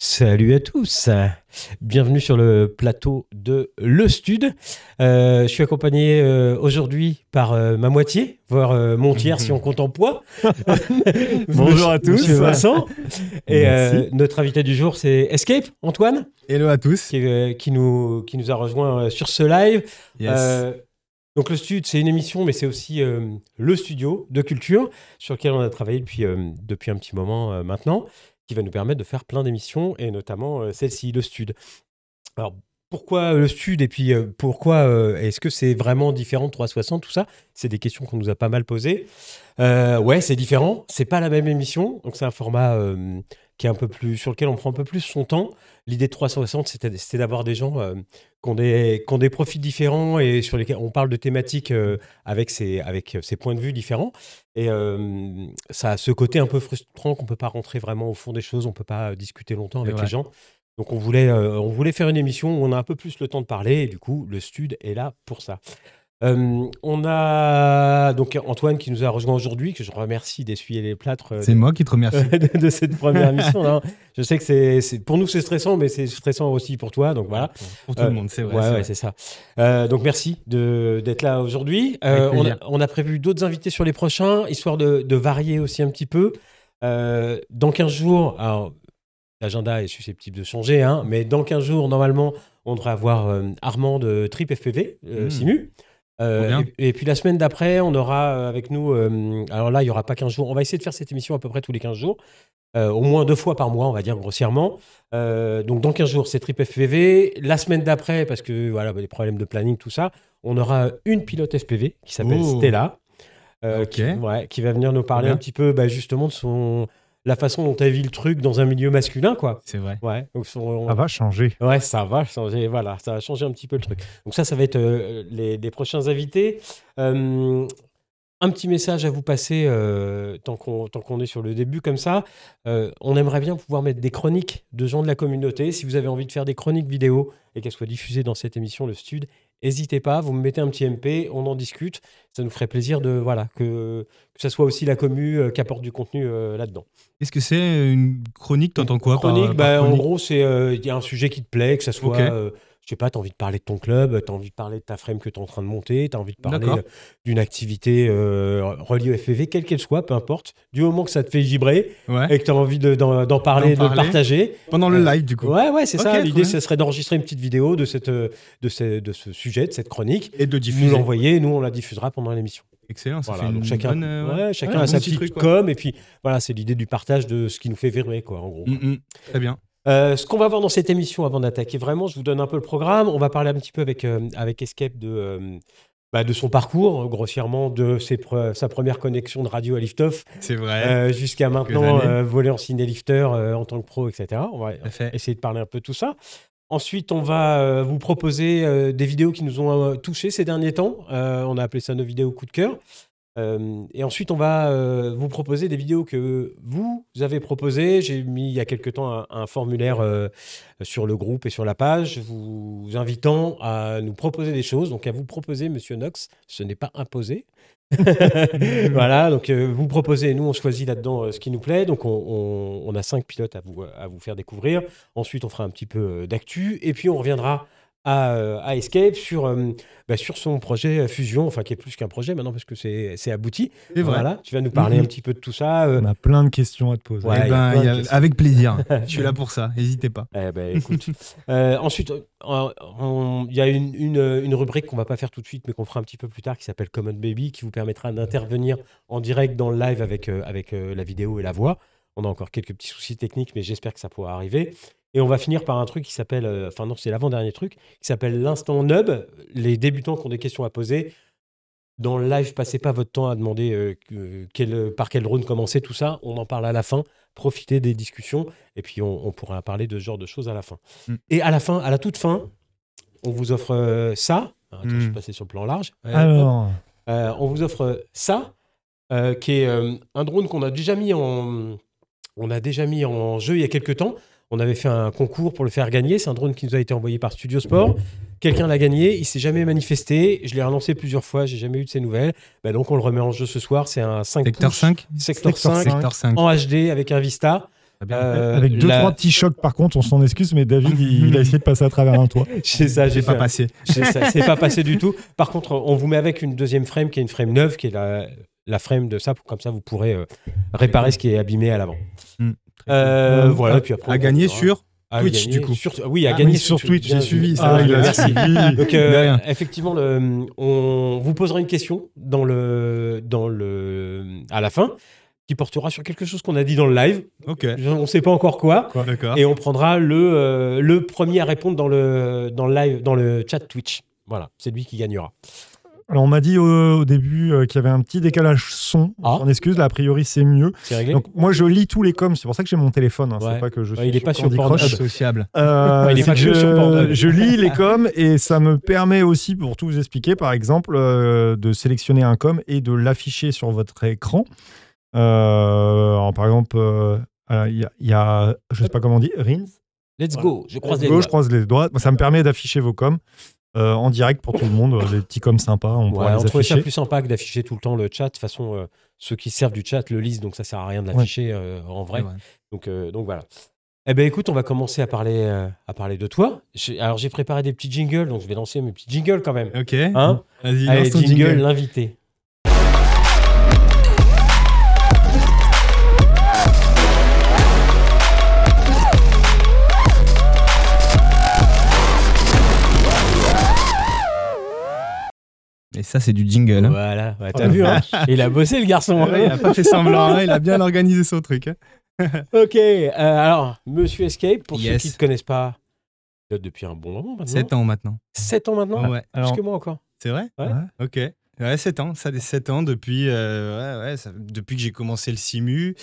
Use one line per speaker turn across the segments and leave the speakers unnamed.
Salut à tous, bienvenue sur le plateau de Le Stud. Euh, je suis accompagné euh, aujourd'hui par euh, ma moitié, voire euh, mon tiers si on compte en poids.
Bonjour à tous.
Monsieur Vincent. Et euh,
Merci.
notre invité du jour, c'est Escape, Antoine,
Hello à tous.
qui, euh, qui nous, qui nous a rejoint euh, sur ce live.
Yes.
Euh, donc le Stud, c'est une émission, mais c'est aussi euh, le studio de culture sur lequel on a travaillé depuis, euh, depuis un petit moment euh, maintenant, qui va nous permettre de faire plein d'émissions, et notamment euh, celle-ci, le Stud. Alors pourquoi le Stud, et puis euh, pourquoi euh, est-ce que c'est vraiment différent de 360, tout ça C'est des questions qu'on nous a pas mal posées. Euh, ouais, c'est différent, c'est pas la même émission, donc c'est un format... euh, qui est un peu plus sur lequel on prend un peu plus son temps. L'idée de 360, c'était c'était d'avoir des gens euh, qui ont des, qui ont des profils différents et sur lesquels on parle de thématiques euh, avec, ses, avec euh, ses points de vue différents. Et euh, ça a ce côté un peu frustrant qu'on ne peut pas rentrer vraiment au fond des choses, on ne peut pas euh, discuter longtemps avec
Ouais.
les gens. Donc on voulait, euh, on voulait faire une émission où on a un peu plus le temps de parler et du coup, le stud est là pour ça. Euh, on a donc Antoine qui nous a rejoint aujourd'hui, que je remercie d'essuyer les plâtres euh,
C'est moi qui te remercie.
de, de cette première émission. là. Je sais que c'est, c'est- pour nous c'est stressant, mais c'est stressant aussi pour toi. Donc voilà.
Pour, pour tout
Euh,
le monde, c'est vrai.
ouais,
c'est
ouais,
vrai.
c'est ça. Euh, donc merci de, d'être là aujourd'hui. Euh,
Avec
on, a,
plaisir.
on a prévu d'autres invités sur les prochains, histoire de, de varier aussi un petit peu. Euh, dans 15 jours, alors, l'agenda est susceptible de changer, hein, mais dans 15 jours, normalement, on devrait avoir euh, Armand de Trip FPV, euh,
Mm.
Simu. Euh,
Trop bien.
et, et puis la semaine d'après, on aura euh, avec nous. euh, alors là, il n'y aura pas 15 jours. On va essayer de faire cette émission à peu près tous les 15 jours. Euh, au moins deux fois par mois, on va dire grossièrement. Euh, donc dans 15 jours, c'est Trip FPV. La semaine d'après, parce que voilà, bah, les problèmes de planning, tout ça, on aura une pilote FPV qui s'appelle
Oh.
Stella, euh,
Ok.
qui, ouais, qui va venir nous parler
Trop bien.
un petit peu bah, justement de son la façon dont elle vit le truc dans un milieu masculin, quoi.
C'est vrai.
Ouais. Donc son-
Ça va changer.
Ouais, ça va changer, voilà, ça va changer un petit peu le truc. Donc ça, ça va être euh, les, les prochains invités. Euh, un petit message à vous passer euh, tant qu'on tant qu'on est sur le début comme ça. Euh, on aimerait bien pouvoir mettre des chroniques de gens de la communauté. Si vous avez envie de faire des chroniques vidéo et qu'elles soient diffusées dans cette émission, le Stud, n'hésitez pas. Vous me mettez un petit MP, on en discute. Ça nous ferait plaisir de voilà que que ça soit aussi la commu euh, qui apporte du contenu euh, là-dedans
Est-ce que c'est euh, une chronique T'entends quoi par-
chronique,
par
bah, en
chronique
gros, c'est euh, il y a un sujet qui te plaît, que ça soit,
Ok.
euh, je sais pas, t'as envie de parler de ton club, t'as envie de parler de ta frame que t'es en train de monter, t'as envie de parler
D'accord.
euh, d'une activité euh, reliée au FPV, quelle qu'elle soit, peu importe. Du moment que ça te fait vibrer
Ouais.
et que t'as envie de- d'en d'en parler,
D'en
de le
parler.
partager.
Pendant le live, du coup.
Ouais, ouais, c'est
Ok,
ça.
trop
L'idée,
bien.
ce serait d'enregistrer une petite vidéo de cette, euh, de ce, de ce sujet, de cette chronique.
Et de
Nous
diffuser.
l'envoyer, nous on la diffusera pendant l'émission.
Excellent. Ça
Voilà,
fait
donc
une
chacun,
bonne, euh,
ouais, chacun
ouais,
a
un
sa
petit
petite
truc, quoi.
com et puis voilà, c'est l'idée du partage de ce qui nous fait vibrer quoi, en gros.
Mm, mm. Très bien.
Euh, ce qu'on va voir dans cette émission avant d'attaquer vraiment, je vous donne un peu le programme. On va parler un petit peu avec, euh, avec Escape de, euh, bah, de son parcours, grossièrement, de ses pre- sa première connexion de radio à Liftoff
C'est vrai.
euh, jusqu'à maintenant
années.
euh, voler en ciné-lifter euh, en tant que pro, etc. On va
Tout à fait.
essayer de parler un peu de tout ça. Ensuite, on va euh, vous proposer euh, des vidéos qui nous ont euh, touchés ces derniers temps. Euh, on a appelé ça nos vidéos coup de cœur. Euh, et ensuite, on va euh, vous proposer des vidéos que vous avez proposées. J'ai mis il y a quelque temps un, un formulaire euh, sur le groupe et sur la page, vous invitant à nous proposer des choses. Donc, à vous proposer, Monsieur Nox, ce n'est pas imposé. voilà, donc euh, vous proposez, nous on choisit là-dedans euh, ce qui nous plaît. Donc on, on- on a cinq pilotes à vous, euh, à vous faire découvrir. Ensuite, on fera un petit peu euh, d'actu. Et puis, on reviendra à, euh, à Escape sur, euh, bah, sur son projet euh, Fusion, enfin, qui est plus qu'un projet maintenant, parce que c'est c'est abouti.
C'est vrai.
Voilà, tu vas nous parler
Mhm.
un petit peu de tout ça. euh.
On a plein de questions à te poser.
Ouais.
Eh
il y a
ben,
plein de
il y a-
questions.
avec plaisir. Bah, Je suis là pour ça. N'hésitez pas.
Eh ben, écoute. Euh, ensuite, euh, on- il y a une, une, euh, une rubrique qu'on va pas faire tout de suite, mais qu'on fera un petit peu plus tard, qui s'appelle Common Baby, qui vous permettra d'intervenir en direct dans le live avec, euh, avec euh, la vidéo et la voix. On a encore quelques petits soucis techniques, mais j'espère que ça pourra arriver. Et on va finir par un truc qui s'appelle, euh, enfin non, c'est l'avant-dernier truc, qui s'appelle l'instant nub. Les débutants qui ont des questions à poser. Dans le live, passez pas votre temps à demander euh, que- quel- par quel drone commencer, tout ça. On en parle à la fin. Profitez des discussions et puis on, on pourra parler de ce genre de choses à la fin.
Mm.
Et à la fin, à la toute fin, on vous offre euh, ça. Attends,
Mm.
je suis passé sur le plan large. Ouais, hop.
Alors,
Euh, on vous offre ça, euh, qui est euh, un drone qu'on a déjà mis en, on a déjà mis en jeu il y a quelques temps. On avait fait un concours pour le faire gagner. C'est un drone qui nous a été envoyé par Studio Sport. Quelqu'un l'a gagné. Il s'est jamais manifesté. Je l'ai relancé plusieurs fois. J'ai jamais eu de ses nouvelles. Bah donc on le remet en jeu ce soir. C'est un 5
Secteur
pouces,
5
secteur
Secteur
5
cinq.
Secteur 5.
en HD avec un Vista.
Très bien.
Euh,
Avec deux,
la-
trois petits chocs, par contre, on s'en excuse, mais David, il, il a essayé de passer à travers un toit.
C'est ça, j'ai
J'ai pas
fait-
passé.
c'est ça, c'est pas passé du tout. Par contre, on vous met avec une deuxième frame qui est une frame neuve, qui est la, la frame de ça. pour- Comme ça, vous pourrez euh, réparer ce qui est abîmé à l'avant.
Mm.
Euh,
cool.
voilà, et puis après,
À
on
gagner
verra.
sur.
À
Twitch,
gagner
du coup.
sur- oui, hein. à
Ah,
gagner
Oui, sur Twitch,
bien
j'ai suivi.
Ah,
Ça, il a
merci.
suivi.
Donc, euh,
De rien.
effectivement, le- on vous posera une question dans le, dans le, à la fin qui portera sur quelque chose qu'on a dit dans le live.
Ok.
On ne sait pas encore quoi.
D'accord.
Et on prendra le, euh, le premier à répondre dans le, dans le live, dans le chat Twitch. Voilà, c'est lui qui gagnera.
Alors, on m'a dit au, au début euh, qu'il y avait un petit décalage son.
Ah.
On s'en excuse, là, a priori, c'est mieux.
C'est réglé
Donc, moi, je lis tous les coms, c'est pour ça que j'ai mon téléphone. hein,
Ouais.
C'est pas que je
Ouais,
suis
il est pas sur
Candy
Pornhub.
Crush.
Sociable.
Euh,
Ouais, il est
c'est
pas
que
que sur Pornhub.
je, je lis les coms et ça me permet aussi, pour tout vous expliquer, par exemple, euh, de sélectionner un com et de l'afficher sur votre écran. Euh, alors, par exemple, euh, euh, il y, a- il y a, je sais pas comment on dit, Rins.
Let's
voilà.
go, je croise les
Go, je
doigts.
croise les doigts. Ça me permet d'afficher vos coms euh, en direct pour tout le monde. Des petits coms sympas, on pourra
Ouais, on
les
trouvait ça
afficher.
plus sympa que d'afficher tout le temps le chat. De toute façon, euh, ceux qui servent du chat le lisent, donc ça sert à rien de l'afficher euh, en vrai. Donc, euh, donc voilà. Eh ben écoute, on va commencer à parler, euh, à parler de toi. J'ai- alors j'ai préparé des petits jingles, donc je vais lancer mes petits jingles quand même.
Ok.
Hein
Vas-y.
Allez,
lance ton
jingle, l'invité.
Et ça, c'est du jingle. hein.
Voilà, Ouais, t'as vu, hein il a bossé le garçon. hein.
Ouais, il a pas fait semblant, hein, il a bien organisé son truc. hein.
ok, euh, alors Monsieur Escape, pour
Yes.
ceux qui ne te connaissent pas, pilote depuis un bon moment maintenant.
7 ans maintenant. Ah
7 ans maintenant
Ouais.
Plus
Alors,
que moi encore.
C'est vrai
Ouais.
Ok. Ouais, 7 ans, ça des 7 ans depuis, euh, ouais, ouais, ça- depuis que j'ai commencé le simu.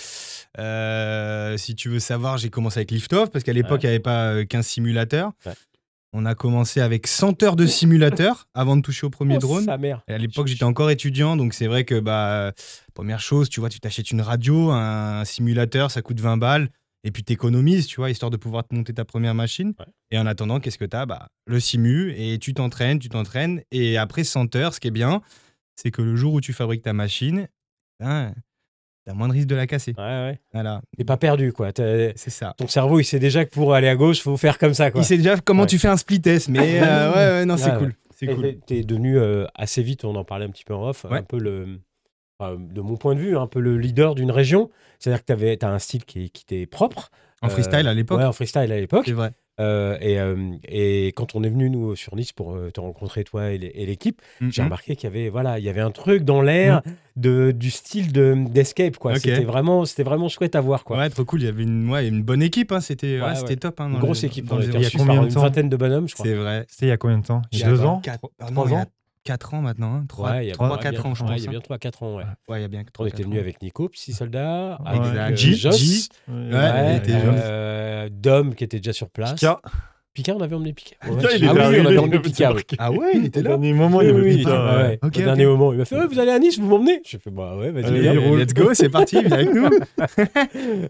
Euh, si tu veux savoir, j'ai commencé avec Liftoff parce qu'à l'époque, il n'y avait pas euh, qu'un simulateur.
Ouais.
On a commencé avec 100 heures de simulateur avant de toucher au premier
Oh,
drone.
Sa mère.
Et à l'époque, j'étais encore étudiant, donc c'est vrai que bah, première chose, tu vois, tu t'achètes une radio, un simulateur, ça coûte 20 balles, et puis t'économises, tu vois, histoire de pouvoir te monter ta première machine.
Ouais.
Et en attendant, qu'est-ce que t'as bah, Le simu, et tu t'entraînes, tu t'entraînes, et après 100 heures, ce qui est bien, c'est que le jour où tu fabriques ta machine, hein, t'as moins de risque de la casser.
Ouais, ouais.
Voilà,
T'es pas perdu, quoi. T'as-
c'est ça.
Ton cerveau, il sait déjà que pour aller à gauche, faut faire comme ça, quoi.
Il sait déjà comment
Ouais. Ah
tu fais un split test, mais euh, ouais, ouais, non, c'est
Ouais,
cool.
ouais.
C'est
Et
cool.
t'es- T'es devenu euh, assez vite, on en parlait un petit peu en off,
Ouais.
un peu le, enfin, de mon point de vue, un peu le leader d'une région. C'est-à-dire que tu as un style qui, qui t'est propre. Euh,
En freestyle à l'époque,
Ouais, en freestyle à l'époque.
c'est vrai.
Euh, et, euh, et quand on est venu, nous, sur Nice, pour euh, te rencontrer, toi et les- et l'équipe, j'ai
Mhm.
remarqué qu'il y avait voilà il y avait un truc dans l'air de du style de d'escape quoi
Ok.
c'était vraiment c'était vraiment chouette à voir quoi
Ouais, trop cool. Il y avait une, ouais, une bonne équipe. hein, C'était ouais,
Ouais,
c'était
ouais.
top. hein,
une
dans
grosse
le-
équipe
dans
on
le
était
il y a
reçus
combien
par
de
une
temps
vingtaine de bonhommes je crois
C'est vrai.
C'était il y a combien de temps Il y a deux ans Trois ans
4 ans maintenant. hein,
Ouais, il y a
3-4
ouais, bien-
ans, je
ouais,
pense.
il y a bien 3-4 ans ouais,
Ouais.
Ouais, il y a bien
on
trois,
était
quatre
venu
ans.
avec Nico petit soldat
Ouais.
avec euh,
J-
Joss,
J.
Ouais,
ouais,
il était
euh,
jeune.
Dom qui était déjà sur
Ah,
place
Pika.
Pika, on avait emmené Pika
Pika,
Ouais,
il est
ah oui on
arrivé,
avait
il
emmené
est
Pika oui.
Ah ouais, il était
Au
là.
dernier moment, il
Oui,
y
oui,
avait
oui,
Pika,
ouais, ouais.
Ok,
au
ok.
dernier moment, il m'a fait Ouais, Vous allez à Nice, vous m'emmenez Je fais Bah ouais, vas-y.
Allez,
viens.
il roule.
Let's go, c'est parti. Il est avec nous.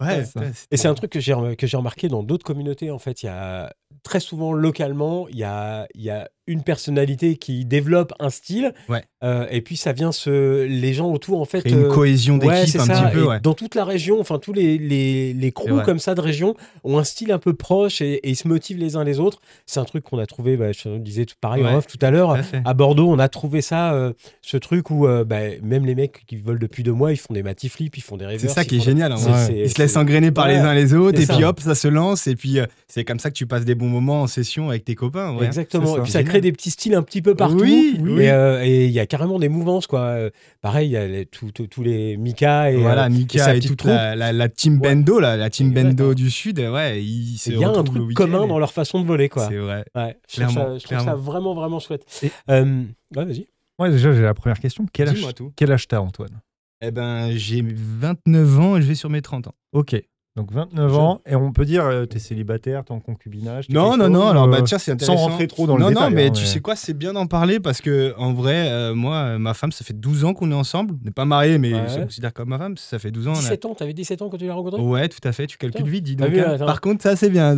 Ouais,
ça.
putain,
Et c'est un truc que j'ai que j'ai remarqué dans d'autres communautés. En fait, il y a très souvent localement, il y a il y a une personnalité qui développe un style.
Ouais.
Euh, et puis ça vient se les gens autour en fait.
Créer une
euh,
cohésion
ouais,
d'équipe
c'est
un
ça.
petit peu.
Et
ouais.
Dans toute la région, enfin tous les les les crews
vrai.
comme ça de région ont un style un peu proche et, et ils se motivent les uns les autres. C'est un truc qu'on a trouvé. Bah, je disais tout pareil en
Ouais.
off tout à l'heure.
Tout à fait.
À Bordeaux, on a trouvé ça, euh, ce truc où euh, bah, même les mecs qui volent depuis deux mois, ils font des matiflips, ils font des
C'est
reverse,
ça
ils
qui est
font des-
génial. hein,
C'est-
ouais.
c'est-
Ils se
c'est-
laissent engrainer par les
Ouais,
uns les autres
c'est
et puis
ça.
hop, ça se lance et puis euh, c'est comme ça que tu passes des bons moments en session avec tes copains. ouais.
Exactement.
C'est
Et
ça.
puis ça crée des petits styles un petit peu partout.
Oui,
Et,
oui.
euh, et il y a carrément des mouvances, quoi. Euh, pareil, il y a les- tous tous- tous les Mika et.
voilà,
euh, et
Mika
sa
et,
petite
toute
troupe.
la, la- la team
Ouais.
Bendo, là, la team
Exact,
Bendo
hein.
du Sud, ouais, ils se
il y a un
retrouvent le
truc
week-end
commun
et-
dans leur façon de voler, quoi.
C'est vrai.
Ouais, je trouve,
Clairement,
ça, je trouve ça
clairement.
vraiment, vraiment chouette.
Et-
Euh, ouais, vas-y.
Moi, déjà, j'ai la première question. Quel âge,
Dis-moi tout.
quel âge t'as, Antoine
Eh ben, j'ai 29 ans et je vais sur mes 30 ans.
Ok. Donc 29 ans, et on peut dire, euh, t'es célibataire, t'es en concubinage t'es
Non,
quelque
non,
chose,
non. Alors,
euh,
bah, tiens, c'est
sans
intéressant.
rentrer trop dans
non,
le
non,
détail.
mais
hein,
tu sais quoi, c'est bien d'en parler parce que, en vrai, euh, moi, euh, ma femme, ça fait 12 ans qu'on est ensemble. On n'est pas mariés, mais
Ouais.
je me considère comme ma femme. Ça fait 12 ans. on a-
17 ans, t'avais 17 ans quand tu l'as rencontré
Ouais, tout à fait. Tu calcules
Putain.
vite, dis
T'as
donc.
vu,
hein.
attends.
Par contre, ça, c'est bien.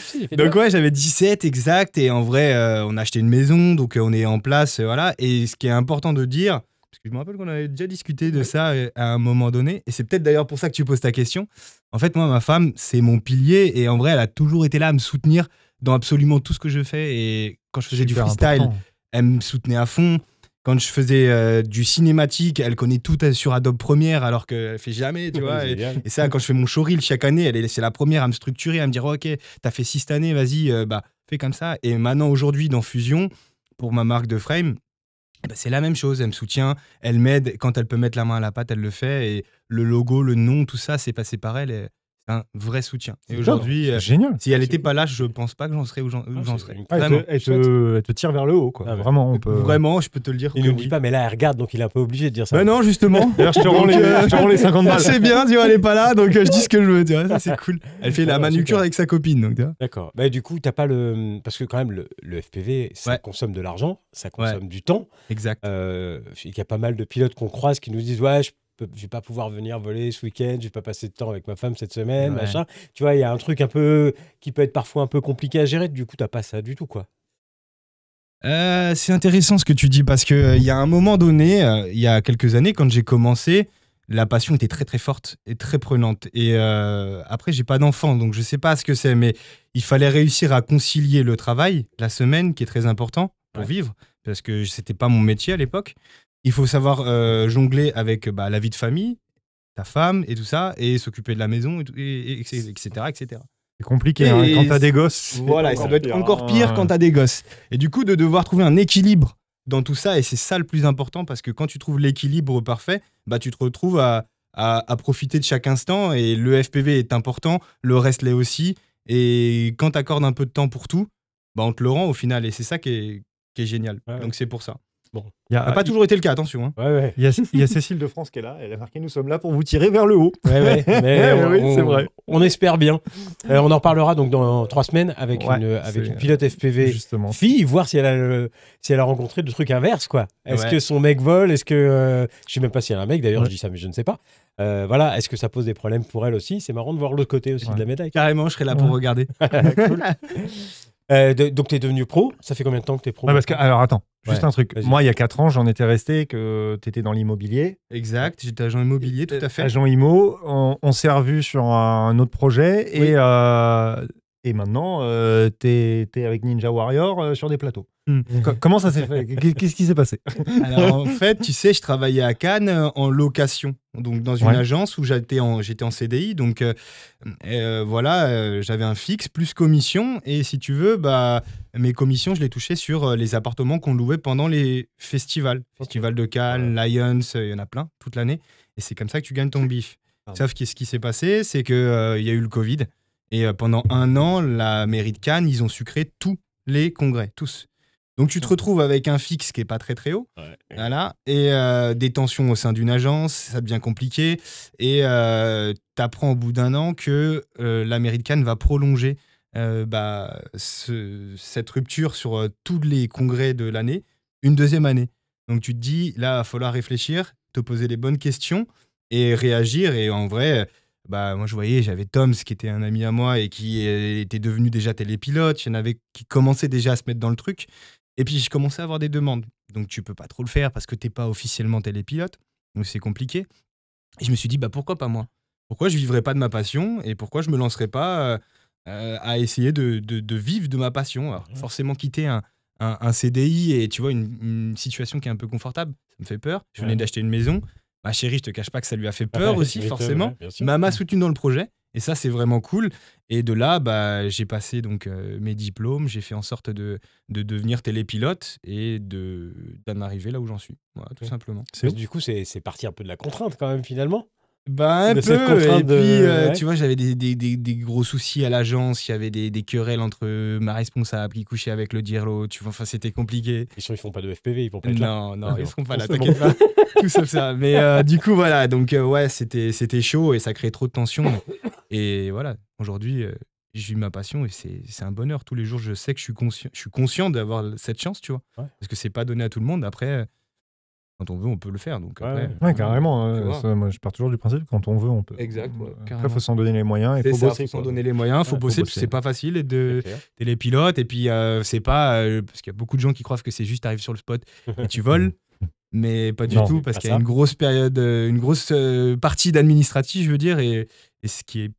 Si, j'ai fait
Donc
deux.
ouais, j'avais 17 exact et en vrai, euh, on a acheté une maison, donc euh, on est en place, euh, voilà. Et ce qui est important de dire, Parce que je me rappelle qu'on avait déjà discuté de ça euh, à un moment donné. Et c'est peut-être d'ailleurs pour ça que tu poses ta question. En fait, moi, ma femme, c'est mon pilier. Et en vrai, elle a toujours été là à me soutenir dans absolument tout ce que je fais. Et quand je faisais du
Super
freestyle,
important.
elle me soutenait à fond. Quand je faisais euh, du cinématique, elle connaît tout euh, sur Adobe Premiere alors qu'elle fait jamais, tu vois. Et,
Génial.
et ça, quand je fais mon showreel chaque année, elle est, c'est la première à me structurer, à me dire oh, ok, t'as fait six cette année, vas-y, euh, bah fais comme ça. Et maintenant aujourd'hui dans Fusion, pour ma marque de frame, eh ben, c'est la même chose. Elle me soutient, elle m'aide quand elle peut mettre la main à la pâte, elle le fait. Et le logo, le nom, tout ça, c'est passé par elle. et C'est un vrai soutien. Et
C'est
aujourd'hui, euh,
Génial.
si elle
c'est
n'était
cool.
pas là, je pense pas que j'en serais où j'en où
Ah,
j'en
c'est
serais.
une-
Ouais, elle,
Vraiment,
te, elle te- elle te tire vers le haut, quoi.
Ah ouais.
Vraiment, on peut.
vraiment, je peux te le dire.
Il
que
ne dit
oui.
pas, mais là, elle regarde, donc il est un peu obligé de dire ça.
Bah non, justement. Ah,
D'ailleurs, je te rends les, je te rends les 50 balles.
C'est bien, tu vois, elle est pas là, donc euh, je dis ce que je veux, tu vois, ça, c'est cool. Elle fait la
Ouais,
manucure
super.
avec sa copine, donc tu vois.
D'accord. Bah, du coup, t'as pas le. Parce que, quand même, le, le FPV, ça
Ouais.
consomme de l'argent, ça consomme du temps.
Exact.
Euh, Il y a pas mal de pilotes qu'on croise qui nous disent Ouais, je peux- je vais pas pouvoir venir voler ce week-end, je vais pas passer de temps avec ma femme cette semaine,
Ouais.
machin. Tu vois, il y a un truc un peu qui peut être parfois un peu compliqué à gérer. Du coup, t'as pas ça du tout, quoi.
Euh, c'est intéressant ce que tu dis parce que euh, il y a un moment donné, euh, il y a quelques années, quand j'ai commencé, la passion était très très forte et très prenante. Et euh, après, j'ai pas d'enfant, donc je sais pas ce que c'est, mais il fallait réussir à concilier le travail, la semaine, qui est très important pour
Ouais.
vivre, parce que c'était pas mon métier à l'époque. Il faut savoir euh, jongler avec bah, la vie de famille, ta femme et tout ça, et s'occuper de la maison, et tout- et- et- etc., etc.
C'est compliqué hein,
Et
quand t'as des gosses.
Voilà, et ça doit être encore pire quand t'as des gosses. Et du coup, de devoir trouver un équilibre dans tout ça, et c'est ça le plus important, parce que quand tu trouves l'équilibre parfait, bah tu te retrouves à, à- à profiter de chaque instant, et le FPV est important, le reste l'est aussi, et quand t'accordes un peu de temps pour tout, bah on te le rend au final, et c'est ça qui est, qui est génial.
Ouais.
Donc c'est pour ça.
Il y
Ça n'a
a,
pas toujours été le cas, attention. hein.
Ouais, ouais.
il y a- il y a Cécile de France qui est là. Elle a marqué Nous sommes là pour vous tirer vers le haut.
Ouais, ouais, mais
Eh
on,
oui, c'est
on-
vrai.
on espère bien. Euh, on en reparlera donc dans trois semaines avec,
Ouais,
une, euh, avec
c'est-
une pilote FPV
Justement.
fille, voir si elle a, le- si elle a rencontré le truc inverse, quoi. Est-ce
Ouais.
que son mec vole Est-ce que. euh, je sais même pas si elle a un mec, d'ailleurs,
Ouais.
je dis ça, mais je ne sais pas. Euh, voilà, est-ce que ça pose des problèmes pour elle aussi C'est marrant de voir l'autre côté aussi
Ouais.
de la médaille.
Carrément, je serais là pour
Ouais.
regarder.
Euh, de- donc, tu es devenu pro Ça fait combien de temps que tu es pro
Ouais, parce que, alors attends, juste
Ouais,
un truc.
vas-y.
Moi, il y a 4 ans, j'en étais resté, que t'étais dans l'immobilier. Euh,
Exact, j'étais agent immobilier, tout à fait.
Agent IMO, on, on s'est revu sur un autre projet et, euh, et maintenant, euh, t'es t'es avec Ninja Warrior euh, sur des plateaux.
Hmm.
Co- comment ça s'est fait Qu'est- Qu'est-ce qui s'est passé
Alors en fait, tu sais, je travaillais à Cannes euh, en location, donc dans une
Ouais.
agence où j'étais en, j'étais en CDI, donc euh, euh, voilà, euh, j'avais un fixe plus commission, et si tu veux, bah, mes commissions, je les touchais sur euh, les appartements qu'on louait pendant les festivals. Festival de Cannes, Lions, euh, il y en a plein, toute l'année, et c'est comme ça que tu gagnes ton bif.
Pardon.
Sauf que ce qui s'est passé, c'est qu'il y a eu le Covid, et euh, pendant un an, la mairie de Cannes, ils ont sucré tous les congrès, tous. Donc tu te retrouves avec un fixe qui est pas très très haut, voilà. Et euh, des tensions au sein d'une agence, ça devient compliqué. Et euh, t'apprends au bout d'un an que euh, la mairie de Cannes va prolonger euh, bah, ce- cette rupture sur euh, tous les congrès de l'année, une deuxième année. Donc tu te dis, là, il va falloir réfléchir, te poser les bonnes questions et réagir. Et en vrai, euh, bah, moi je voyais, j'avais Toms qui était un ami à moi et qui euh, était devenu déjà télépilote, il y en avait qui commençaient déjà à se mettre dans le truc. Et puis je commençais à avoir des demandes. Donc tu peux pas trop le faire parce que t'es pas officiellement télépilote. Donc c'est compliqué. Et je me suis dit, bah pourquoi pas moi Pourquoi je vivrais pas de ma passion et pourquoi je me lancerais pas euh, euh, à essayer de, de- de vivre de ma passion Alors, Forcément quitter un, un- un CDI et tu vois une, une situation qui est un peu confortable, ça me fait peur. Je venais
Ouais.
d'acheter une maison. Ma Bah, chérie, je te cache pas que ça lui a fait peur
Ouais,
aussi,
tu m'étonnes,
forcément. Bah,
ouais, bien sûr.
Mama soutenu dans le projet. Et ça, c'est vraiment cool. Et de là, bah, j'ai passé donc euh, mes diplômes. J'ai fait en sorte de, de devenir télépilote et de d'en arriver là où j'en suis. Voilà, tout
Ouais.
simplement.
Parce que Du coup, c'est c'est parti un peu de la contrainte quand même, finalement.
Bah, un
De
peu.
cette
Et
contrainte
puis,
de-
euh,
ouais.
tu vois, j'avais des, des- des- des gros soucis à l'agence. Il y avait des, des querelles entre ma responsable qui couchait avec le dirlo. Tu vois, enfin, c'était compliqué.
Ils sont- ils font pas de FPV, ils vont pas être là.
Non, non,
Ah,
ils
non.
seront pas
Non,
là,
c'est
t'inquiète pas. Tout sauf ça. Mais euh, du coup, voilà. Donc, euh, ouais, c'était c'était chaud et ça créait trop de tension. Et voilà, aujourd'hui, euh, je vis ma passion et c'est c'est un bonheur. Tous les jours, je sais que je suis conscient, je suis conscient d'avoir cette chance, tu vois.
Ouais.
Parce que c'est pas donné à tout le monde. Après, euh, quand on veut, on peut le faire. Donc,
Ouais,
après,
ouais.
Ouais, carrément.
Tu
euh,
vois.
ça, moi, je pars toujours du principe quand on veut, on peut.
Exact, ouais,
Euh, Après,
carrément.
faut s'en donner les moyens et
C'est
faut
ça,
bosser.
faut s'en
quoi.
donner les moyens, faut
Ouais, faut
bosser, parce
bosser.
que c'est pas facile et de,
C'est clair.
t'es les euh, pilotes et puis euh, c'est pas euh, parce qu'il y a beaucoup de gens qui croient que c'est juste t'arrives sur le spot et tu voles mais pas du
Non,
tout,
mais
parce
pas
qu'il y a
ça.
une grosse période, euh, une grosse euh, partie d'administratif, je veux dire, et, et ce qui est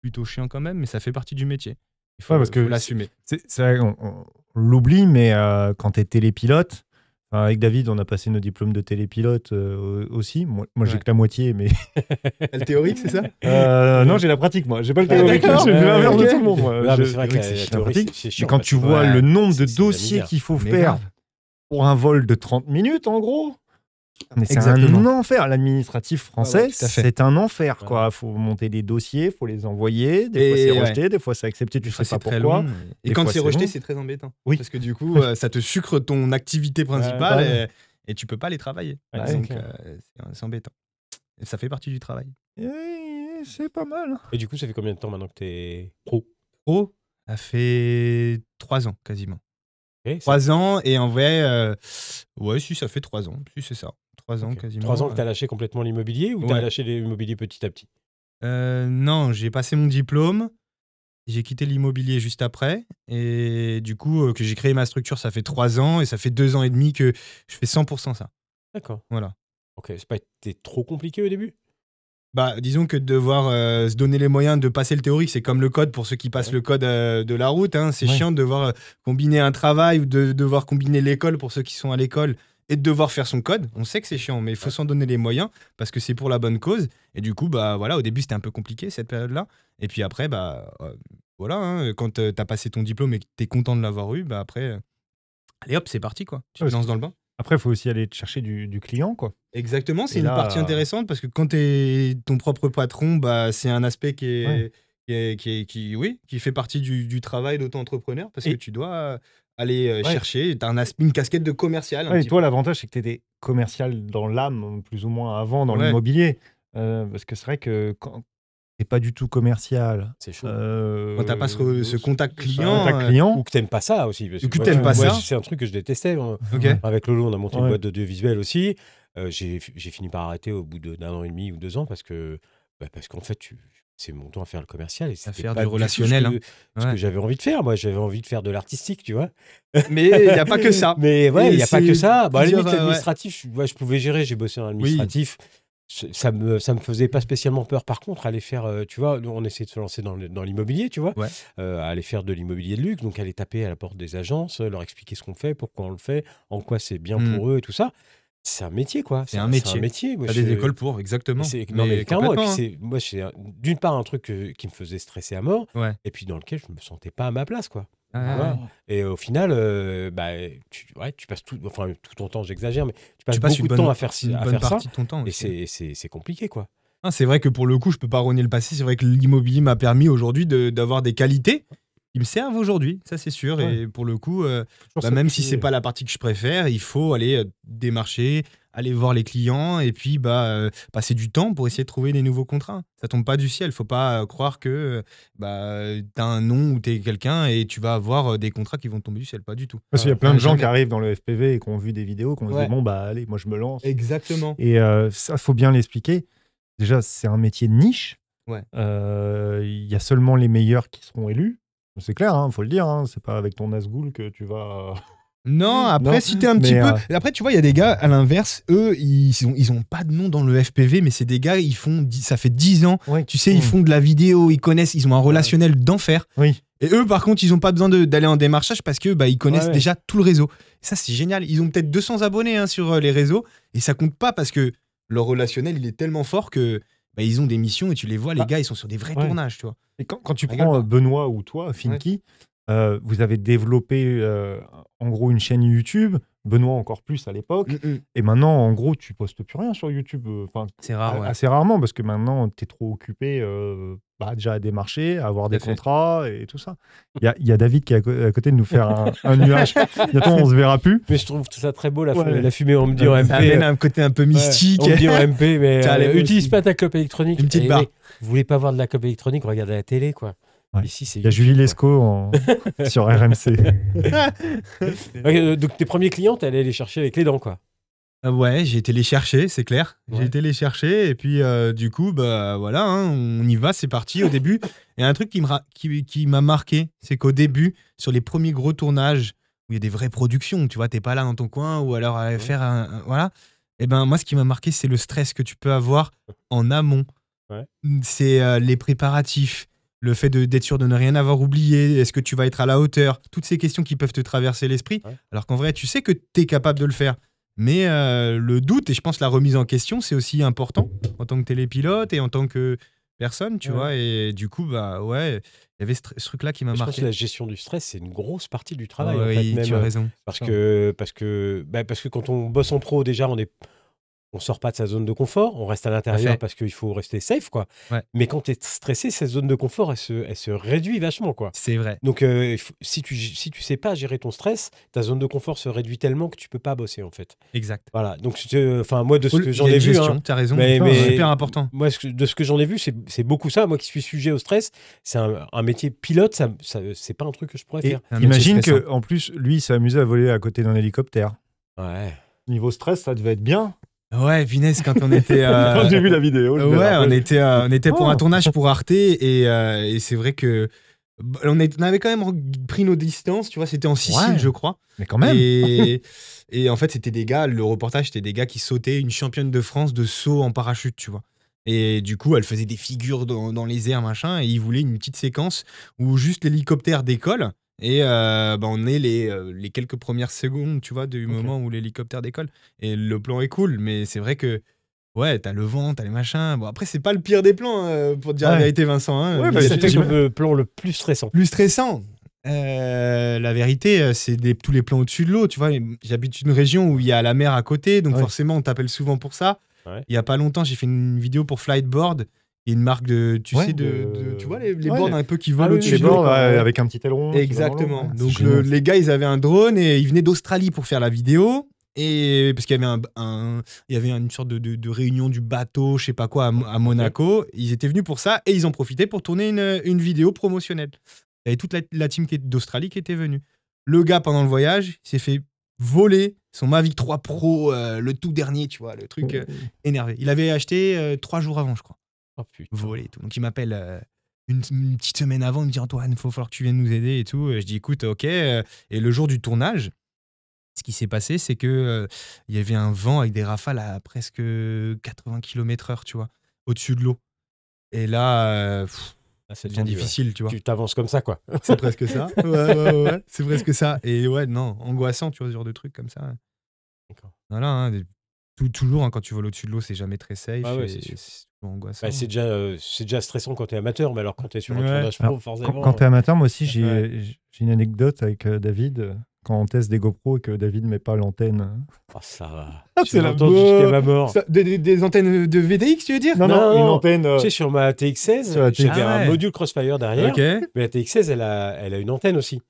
plutôt chiant quand même, mais ça fait partie du métier. Il faut,
Ouais, parce que
faut l'assumer.
C'est, c'est vrai, on, on l'oublie, mais euh, quand tu es télépilote, enfin, avec David, on a passé nos diplômes de télépilote euh, au- aussi. Moi, moi, j'ai
Ouais.
que la moitié, mais.
La théorique, c'est ça
Euh, non, j'ai la pratique, moi. J'ai pas le
Ah,
théorique.
d'accord.
Je suis
Ouais,
l'inverse
ouais,
de
ok.
tout le monde. moi.
Ouais,
Je-
mais c'est vrai que la-
c'est
la
chiant,
théorie,
pratique.
c'est- c'est
Et
chiant,
quand
parce
tu
que-
vois
Ouais.
le nombre
c'est-
de
c'est la
dossiers
misère.
qu'il faut
Mais
faire
grave.
pour un vol de 30 minutes, en gros. Mais c'est un
Exactement.
enfer. L'administratif français,
Ah ouais, tout à fait.
c'est un enfer.
Ouais.
Quoi, faut monter des dossiers, faut les envoyer. Des
Et
fois c'est
ouais.
rejeté, des fois c'est accepté. Tu
Des
sais
fois,
pas
c'est très
pourquoi.
long. Et
Des
quand
fois,
c'est
c'est
rejeté,
long.
c'est très embêtant.
Oui.
Parce que du coup, euh, ça te sucre ton activité principale
Ouais, ouais.
Et, et tu peux pas les travailler.
Ouais,
Donc,
c'est
euh, c'est
clair.
c'est embêtant. Et ça fait partie du travail.
Eh, C'est pas
hein.
mal.
Et du coup, ça fait combien de temps maintenant que t'es pro
Pro, ça fait trois ans quasiment.
Ok, ça-
Trois ans et en vrai, euh, ouais, si ça fait trois ans, si c'est ça. Trois ans
ok.
quasiment.
Trois ans que t'as lâché complètement l'immobilier ou t'as
Ouais.
lâché l'immobilier petit à petit
Euh, non, j'ai passé mon diplôme. J'ai quitté l'immobilier juste après. Et du coup, euh, que j'ai créé ma structure, ça fait trois ans. Et ça fait deux ans et demi que je fais 100% ça.
D'accord.
Voilà.
Ok, c'est pas été trop compliqué au début
Bah, disons que devoir euh, se donner les moyens de passer le théorique, c'est comme le code pour ceux qui passent le code euh, de la route. hein. C'est
Ouais.
chiant de devoir euh, combiner un travail ou de devoir combiner l'école pour ceux qui sont à l'école et de devoir faire son code. On sait que c'est chiant, mais il faut s'en donner les moyens parce que c'est pour la bonne cause. Et du coup, bah voilà, au début c'était un peu compliqué cette période-là. Et puis après, bah euh, voilà, hein, quand euh, t'as passé ton diplôme et que t'es content de l'avoir eu, bah après, euh, allez hop, c'est parti quoi. Tu
Ouais,
te lances dans le bain.
Après, il faut aussi aller chercher du, du client, quoi.
Exactement, c'est
Et
une
là,
partie
euh,
intéressante parce que quand tu es ton propre patron, bah, c'est un aspect qui est,
Ouais.
qui, est- qui est- qui- oui, qui fait partie du, du travail d'auto-entrepreneur parce
Et-
que tu dois euh, aller euh,
Ouais.
chercher, tu as une casquette de commercial. un
Ouais, et
petit
toi, l'avantage, c'est que tu étais commercial dans l'âme, plus ou moins avant, dans
Ouais.
l'immobilier. Euh, parce que c'est vrai que quand t'es pas du tout commercial,
C'est chaud.
peu.
euh,
Quand tu pas ce, re- ce contact client,
contact
euh,
Ou
client,
que t'aimes pas ça aussi. parce
Ou que
moi,
t'aimes
tu-
pas
moi,
ça.
C'est un truc que je détestais. hein.
ok.
Ouais.
Avec Lolo, on a monté
Ouais.
une boîte d'audiovisuel aussi. Euh, j'ai j'ai fini par arrêter au bout de- d'un an et demi ou deux ans parce que bah, parce qu'en fait, tu- c'est mon temps à faire le commercial et c'était
faire
pas
du
tout ce
relationnel,
que-
hein.
Ce que,
Ouais.
j'avais envie de faire, moi, j'avais envie de faire de l'artistique, tu vois.
mais il n'y a pas que ça.
Mais ouais, il
Et
n'y a pas que
c'est
ça. Bah, à la
plusieurs,
limite,
euh, ouais.
l'administratif, je- ouais, je pouvais gérer, j'ai bossé en administratif. C'est- Ça me, ça me faisait pas spécialement peur. Par contre, aller faire, euh, tu vois, nous, on essayait de se lancer dans le- dans l'immobilier, tu vois,
Ouais.
Euh, aller faire de l'immobilier de luxe, donc aller taper à la porte des agences, euh, leur expliquer ce qu'on fait, pourquoi on le fait, en quoi c'est bien
Mm.
pour eux et tout ça. C'est un métier, quoi.
C'est un
C'est
métier.
un métier. Moi,
T'as
je-
des écoles pour, exactement.
c'est- Non, mais, clairement, et puis
complètement, hein.
c'est- moi, c'est un- d'une part un truc que- qui me faisait stresser à mort,
Ouais.
et puis dans lequel je me sentais pas à ma place, quoi.
Ah,
Voilà. Et au final, euh, bah, tu, ouais, tu passes tout, enfin, tout ton temps, j'exagère, mais tu passes,
Tu passes
beaucoup
une
de
bonne-
temps à faire, ci-
une
à
bonne
faire ça.
partie de ton temps.
Et
aussi.
c'est- c'est c'est compliqué, quoi.
Ah, c'est vrai que pour le coup, je peux pas rogner le passé. C'est vrai que l'immobilier m'a permis aujourd'hui de- d'avoir des qualités qui me servent aujourd'hui, ça c'est sûr. Et pour le coup, euh, bah, même si c'est pas la partie que je préfère, il faut aller euh, démarcher, aller voir les clients et puis bah, euh, passer du temps pour essayer de trouver des nouveaux contrats. Ça tombe pas du ciel. Faut pas euh, croire que euh, bah, tu as un nom ou tu es quelqu'un et tu vas avoir euh, des contrats qui vont tomber du ciel. Pas du tout.
Parce qu'il y a
Ah. Ouais,
plein de gens
jamais.
qui arrivent dans le FPV et qui ont vu des vidéos, qui ont
Ouais.
dit bon bah allez, moi je me lance.
Exactement.
Et euh, ça, faut bien l'expliquer. Déjà, c'est un métier de niche.
Ouais.
Euh, Il y a seulement les meilleurs qui seront élus. C'est clair, il faut le dire. hein, c'est pas avec ton Asgoul que tu vas.
Non, après,
Non,
si t'es un petit
mais,
peu. Après, tu vois, il y a des gars, à l'inverse, eux, ils ont, ils ont pas de nom dans le FPV, mais c'est des gars, ils font. dix- Ça fait 10 ans,
Ouais,
tu sais, ils font de la vidéo, ils connaissent, ils ont un relationnel d'enfer.
Oui.
Et eux, par contre, ils ont pas besoin de- d'aller en démarchage parce que bah, ils connaissent
Ouais, ouais.
déjà tout le réseau. Ça, c'est génial. Ils ont peut-être 200 abonnés hein, sur euh, les réseaux, et ça compte pas parce que leur relationnel, il est tellement fort que. bah, ils ont des missions et tu les vois, les
Ah.
Bah,
gars, ils sont sur des vrais
ouais.
tournages, tu vois.
Et quand, quand tu
Rigole
prends
pas.
euh, Benoît ou toi, Finky, euh, vous avez développé euh, en gros une chaîne YouTube. Benoît encore plus à l'époque.
Mm.
Et maintenant, en gros, tu postes plus rien sur YouTube. euh, Enfin,
C'est
a-
Ah,
rare, Ah ouais.
assez rarement parce que maintenant, tu es trop occupé euh, bah, déjà à démarcher, à avoir
Tout à
des
fait.
contrats et tout ça. Il y a, il y a David qui est à, co- à côté de nous faire un, un nuage. Bientôt, on se verra plus.
Mais je trouve tout ça très beau, la, fu-
Ouais.
la fumée, on me dit en
Ça amène
MP. euh,
un côté un peu mystique.
ouais, on me dit en MP, mais
Tiens,
euh,
allez, moi
utilise
aussi.
pas ta clope électronique.
Une petite
Eh,
barre.
mais, vous voulez pas voir de la clope électronique, regardez la télé, quoi.
Ouais.
Ici, c'est.
Il y a Julie Lescaut en- sur RMC.
Ok, euh, donc tes premiers clients, t'es allé les chercher avec les dents, quoi.
Euh, Ouais, j'ai été les chercher, c'est clair.
Ouais.
J'ai été les chercher et puis euh, du coup, bah voilà, hein, on y va, c'est parti. Au début, il y a un truc qui me ra- qui, qui m'a marqué, c'est qu'au début, sur les premiers gros tournages où il y a des vraies productions, tu vois, t'es pas là dans ton coin ou alors à faire un, un- voilà, Eh ben, moi, ce qui m'a marqué, c'est le stress que tu peux avoir en amont.
Ouais.
C'est euh, les préparatifs, le fait de- d'être sûr de ne rien avoir oublié, est-ce que tu vas être à la hauteur, toutes ces questions qui peuvent te traverser l'esprit,
Ouais.
alors qu'en vrai, tu sais que tu es capable de le faire. Mais euh, le doute et je pense la remise en question, c'est aussi important en tant que télépilote et en tant que personne, tu
Ouais.
vois. Et du coup, bah ouais, il y avait ce, tr- ce truc-là qui m'a
Je pense que
marqué.
la gestion du stress, c'est une grosse partie du travail. en
Ouais,
fait, même, euh,
tu as raison.
Parce que, parce, que, bah, parce que quand on bosse en pro, déjà, on est on sort pas de sa zone de confort, on reste à l'intérieur
fait.
parce qu'il faut rester safe. quoi.
Ouais.
Mais quand tu es stressé, cette zone de confort, elle se, elle se réduit vachement. quoi.
C'est vrai.
Donc, euh, il faut- si tu si tu sais pas gérer ton stress, ta zone de confort se réduit tellement que tu peux pas bosser, en fait.
Exact.
Voilà. Donc, c'est- enfin, moi, de ce
Il y
que
a
j'en
une
ai vu,
gestion,
hein,
T'as raison.
Mais-
c'est
mais-
super important.
moi, ce que- de ce que j'en ai vu, c'est c'est beaucoup ça. Moi qui suis sujet au stress, c'est un, un métier pilote, ça, ça- c'est pas un truc que je pourrais
Et
faire.
un métier
imagine
stressant.
que, en plus, lui, il s'est amusé à voler à côté d'un hélicoptère.
Ouais.
Niveau stress, ça devait être bien.
hein. Ouais, Vinès, quand on était. euh,
J'ai vu la vidéo. je
Ouais,
me
on
rappelle.
était, euh, on était pour
Oh.
un tournage pour Arte et, euh, et c'est vrai que bah, on, est- on avait quand même pris nos distances, tu vois, c'était en Sicile,
Ouais.
je crois.
Mais quand même.
Et, et en fait, c'était des gars, le reportage, c'était des gars qui sautaient une championne de France de saut en parachute, tu vois. Et du coup, elle faisait des figures dans, dans les airs, machin, et ils voulaient une petite séquence où juste l'hélicoptère décolle. Et euh, bah, on est les, euh, les quelques premières secondes, tu vois, du
Ok.
moment où l'hélicoptère décolle. Et le plan est cool, mais c'est vrai que, ouais, t'as le vent, t'as les machins. Bon, après, c'est pas le pire des plans, euh, pour te dire la
Ouais.
vérité, Vincent. hein.
Ouais,
Mais
bah,
c'était
C'était
j'imagine-
le plan le plus stressant.
plus stressant. Euh, la vérité, euh, c'est des- tous les plans au-dessus de l'eau. Tu vois, j'habite une région où il y a la mer à côté, donc
Ouais.
forcément, on t'appelle souvent pour ça.
Ouais.
Il y a pas longtemps, j'ai fait une vidéo pour Flightboard, qui est une marque de, tu
Ouais, Euh,
sais, de,
de-
de- tu vois, les, les
Ouais. Ah
boards un peu qui volent
oui,
au-dessus
Chez
de l'eau.
Bord,
quoi.
ouais, avec un petit aileron. qui va dans
Exactement.
l'eau. Ouais,
Donc
c'est génial.
le- les gars, ils avaient un drone et ils venaient d'Australie pour faire la vidéo. Et parce qu'il y avait, un, un- il y avait une sorte de, de- de réunion du bateau, je sais pas quoi, à, Mo- à Monaco. Ils étaient venus pour ça et ils en profitaient pour tourner une, une vidéo promotionnelle. Il y avait toute la, la team qui est- d'Australie qui était venue. Le gars, pendant le voyage, il s'est fait voler son Mavic 3 Pro, euh, le tout dernier, tu vois, le truc euh, énervé. Il avait acheté euh, trois jours avant, je crois
Oh, putain.
voler et tout. Donc il m'appelle euh, une, une petite semaine avant, il me dit Antoine, il faut falloir que tu viennes nous aider et tout. Et je dis écoute, ok. euh, Et le jour du tournage, ce qui s'est passé, c'est que euh, il y avait un vent avec des rafales à presque 80 km/h, tu vois, au-dessus de l'eau. Et là, euh, pff,
Ah,
ça
c'est
devient
tendu, ouais.
difficile, tu vois.
Tu t'avances comme ça, quoi. Bah,
C'est presque ça. Ouais, ouais, ouais, ouais, C'est presque ça. Et ouais, non, angoissant, tu vois, ce genre de truc comme ça.
D'accord.
Voilà. hein, des- tou- toujours, hein, quand tu voles au-dessus de l'eau, c'est jamais très safe.
Ah ouais,
et
c'est sûr.
toujours angoissant.
Bah, c'est déjà, euh, c'est déjà stressant quand tu es amateur, mais alors quand tu es sur un
Ouais.
tournage pro,
Alors,
forcément.
Quand, quand t'es amateur, moi aussi, j'ai
Ouais.
j'ai une anecdote avec euh, David. euh, Quand on teste des GoPro et que David met pas l'antenne.
Oh, ça va.
Ah,
Tu
c'est la
m'entends
bonne-
jusqu'à ma mort.
Ça- des, des- des antennes de VDX, tu veux dire
Non, non, une
antenne. euh,
Tu sais, sur ma TX16,
Sur la
j'avais
TX16. Ah
un
ouais.
module Crossfire derrière,
Ok.
mais la TX16, elle a, elle a une antenne aussi.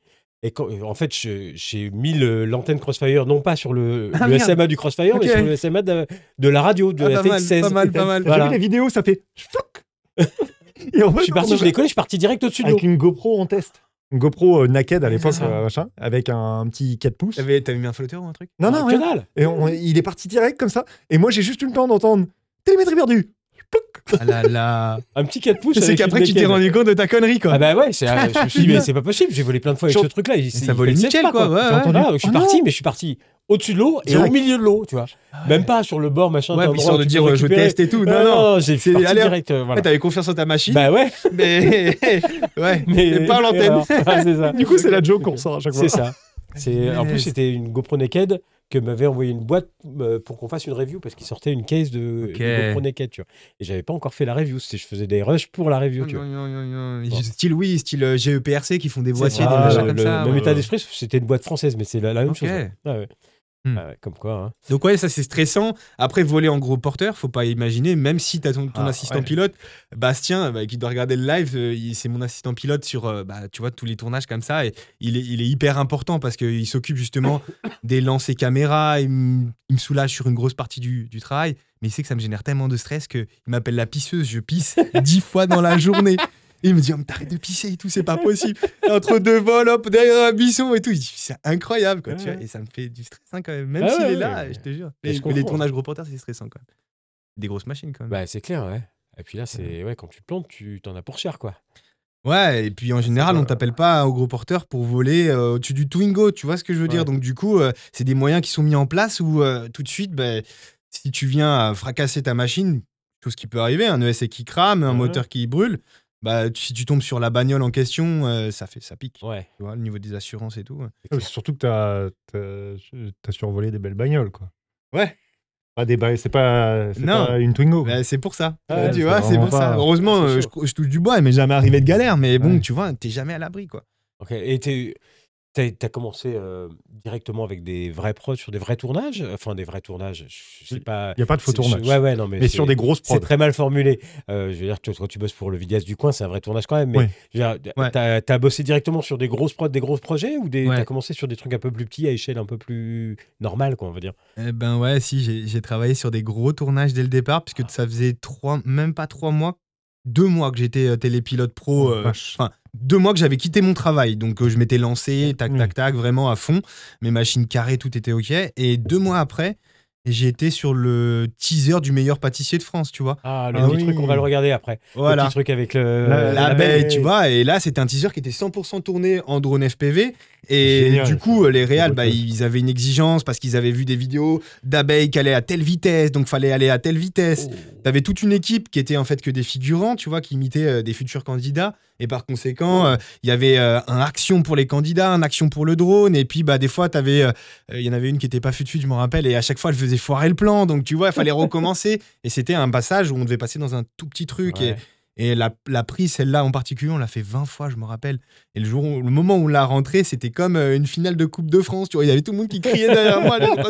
Et quand- euh, en fait, je- j'ai mis le- l'antenne Crossfire, non pas sur le,
Ah,
le
merde.
SMA du Crossfire,
Ok.
mais sur le SMA de, de la radio, de
Ah,
la
pas, mal,
TX16.
pas mal, pas mal.
Voilà.
J'ai vu les vidéos, ça fait. et en fait,
Je suis parti,
on
je l'ai collé, je suis parti direct au-dessus de l'eau.
avec une GoPro en test. Une GoPro euh, naked à l'époque,
Ah.
euh, machin, avec un, petit 4 pouces.
T'avais t'avais mis un flotteur ou un truc
Non, non,
Ah,
rien.
que dalle.
Et on- il est parti direct comme ça. Et moi, j'ai juste eu le temps d'entendre télémétrie perdue.
Ah là là.
Un petit 4 pouces.
Je sais
avec
qu'après,
une
tu t'es
bécane.
rendu compte de ta connerie, quoi.
Ah bah ouais, c'est- euh, je me suis dit, mais c'est pas possible, j'ai volé plein de fois avec
Genre,
ce truc-là. il-
ça
il
volait
fait le
nickel,
sec,
quoi. ouais, ouais.
J'entends-
Voilà, donc Ah
Ah
je suis
Oh
parti,
non
mais je suis parti au-dessus de l'eau et au
Direct.
milieu de l'eau, tu vois. Même pas sur le bord, machin.
Ah Ouais,
d'un
puis
endroit
histoire
où
de
tu
dire
peux
euh, je
récupérer.
teste et tout.
Non,
Non, non.
non, j'ai
c'est
fait parti
aller-
direct. euh,
Ouais,
voilà.
T'avais confiance en ta machine,
Bah ouais,
mais. Ouais.
mais.
Mais pas à l'antenne.
Alors, ouais, c'est ça.
Du coup, c'est la joke qu'on sort à chaque fois.
ben, C'est ça. C'est- En
Mais
plus,
c'est-
c'était une GoPro Naked que m'avait envoyé une boîte euh, pour qu'on fasse une review parce qu'il sortait une case de,
Ok.
de GoPro Naked, tu vois. Et j'avais pas encore fait la review, c'était je faisais des rushs pour la review, tu vois. Bon.
Style, oui, style euh, GEPRC qui font des boîtiers,
C'est
des
ça,
machins
le-
comme ça.
Même
ouais.
état d'esprit, c'était une boîte française, mais c'est la, la même
Ok.
chose. ouais. Ah ouais.
Hmm.
Ah ouais, comme quoi. hein.
Donc ouais, ça c'est stressant. Après, voler en gros porteur, faut pas imaginer, même si tu as ton, ton
Ah,
assistant
ouais.
pilote, Bastien, bah, qui doit regarder le live, euh, il- c'est mon assistant pilote sur, euh, bah, tu vois, tous les tournages comme ça, et il est, il est hyper important parce qu'il s'occupe justement des lancers caméra, il, me- il me soulage sur une grosse partie du, du travail, mais il sait que ça me génère tellement de stress qu'il m'appelle la pisseuse, je pisse dix fois dans la journée. Et il me dit, Oh, mais t'arrêtes de pisser et tout, c'est pas possible. Entre deux vols, hop, derrière un buisson et tout. Il dit, c'est incroyable, quoi. tu vois.
Ouais.
Et ça me fait du stress hein, quand même. Même
Ah
s'il
ouais,
est là,
ouais.
je te jure.
Mais je
Les, les
comprends.
tournages gros porteurs, c'est stressant quand même. Des grosses machines quand même.
Bah, c'est clair, ouais. Et puis là, c'est ouais, quand tu te plantes, tu t'en as pour cher, quoi.
Bah, Ouais, et puis en général, on
pas-
t'appelle pas au gros porteur pour voler euh, au-dessus du Twingo, tu vois ce que je veux dire
Ouais.
Donc du coup, euh, c'est des moyens qui sont mis en place où euh, tout de suite, bah, si tu viens à fracasser ta machine, tout ce qui peut arriver, un ESC qui crame, un
Ouais.
moteur qui brûle, bah, tu- si tu tombes sur la bagnole en question, euh, ça, fait, ça pique.
Ouais.
Tu vois, le niveau des assurances et tout. ouais.
Ah, mais c'est Surtout que t'as- t'as t'as survolé des belles bagnoles, quoi.
Ouais.
Pas des ba- c'est pas, c'est
Non.
pas une Twingo.
Bah, c'est pour ça.
Ah,
tu
c'est
vois, c'est
vraiment
pour ça.
pas-
Heureusement,
c'est
euh, je,
chaud.
je touche du bois, il m'est jamais arrivé de galère. Mais bon,
Ouais.
tu vois, t'es jamais à l'abri, quoi.
Ok. Et t'es- t'as t'as commencé euh, directement avec des vrais prods sur des vrais tournages Enfin, des vrais tournages, je je sais pas.
Il n'y a pas de faux
C'est-
tournage.
Ouais, ouais, non, mais.
mais sur
c'est-
des grosses prods.
C'est très mal formulé. Euh, je veux dire, tu- quand tu bosses pour le Vigas du coin, c'est un vrai tournage quand même. Mais
Ouais.
je veux dire,
Ouais.
t'as as bossé directement sur des grosses prods, des gros projets ou des-
Ouais.
t'as commencé sur des trucs un peu plus petits à échelle un peu plus normale, quoi, on va dire.
Eh ben ouais, si, j'ai- j'ai travaillé sur des gros tournages dès le départ, puisque ça faisait trois, même pas trois mois, deux mois que j'étais euh, télépilote pro. euh,
Oh, Vache.
Enfin, deux mois que j'avais quitté mon travail. Donc, euh, je m'étais lancé, tac, tac, tac, vraiment à fond. Mes machines carrées, tout était OK. Et deux mois après, j'étais sur le teaser du meilleur pâtissier de France, tu vois.
Ah, le
Ah
petit
oui.
truc, on va le regarder après. Le
Voilà.
petit truc avec le.
La-
la
L'abeille,
belle-
Euh, tu vois. Et là, c'était un teaser qui était 100% tourné en drone FPV. Et
Génial,
du
ça.
coup, les réals,
beau
bah,
truc.
ils avaient une exigence parce qu'ils avaient vu des vidéos d'abeilles qui allaient à telle vitesse, donc fallait aller à telle
Oh.
Oh.
vitesse. T'avais toute une équipe qui était en fait que des figurants, tu vois, qui imitaient euh, des futurs candidats. Et par
Oh.
conséquent, euh, il y avait euh, un action pour les candidats, un action pour le drone. Et puis, bah, des fois, t'avais, euh, euh, il y en avait une qui était pas fut-fut, je me rappelle. Et à chaque fois, elle faisait foirer le plan. Donc, tu vois, il fallait recommencer. Et c'était un passage où on devait passer dans un tout petit truc. Et,
Ouais.
et la, la prise, celle-là en particulier, on l'a fait 20 fois, je me rappelle. Et le jour, où- le moment où on l'a rentrée, c'était comme euh, une finale de Coupe de France. Tu vois, il y avait tout le monde qui criait derrière moi. les gens, tous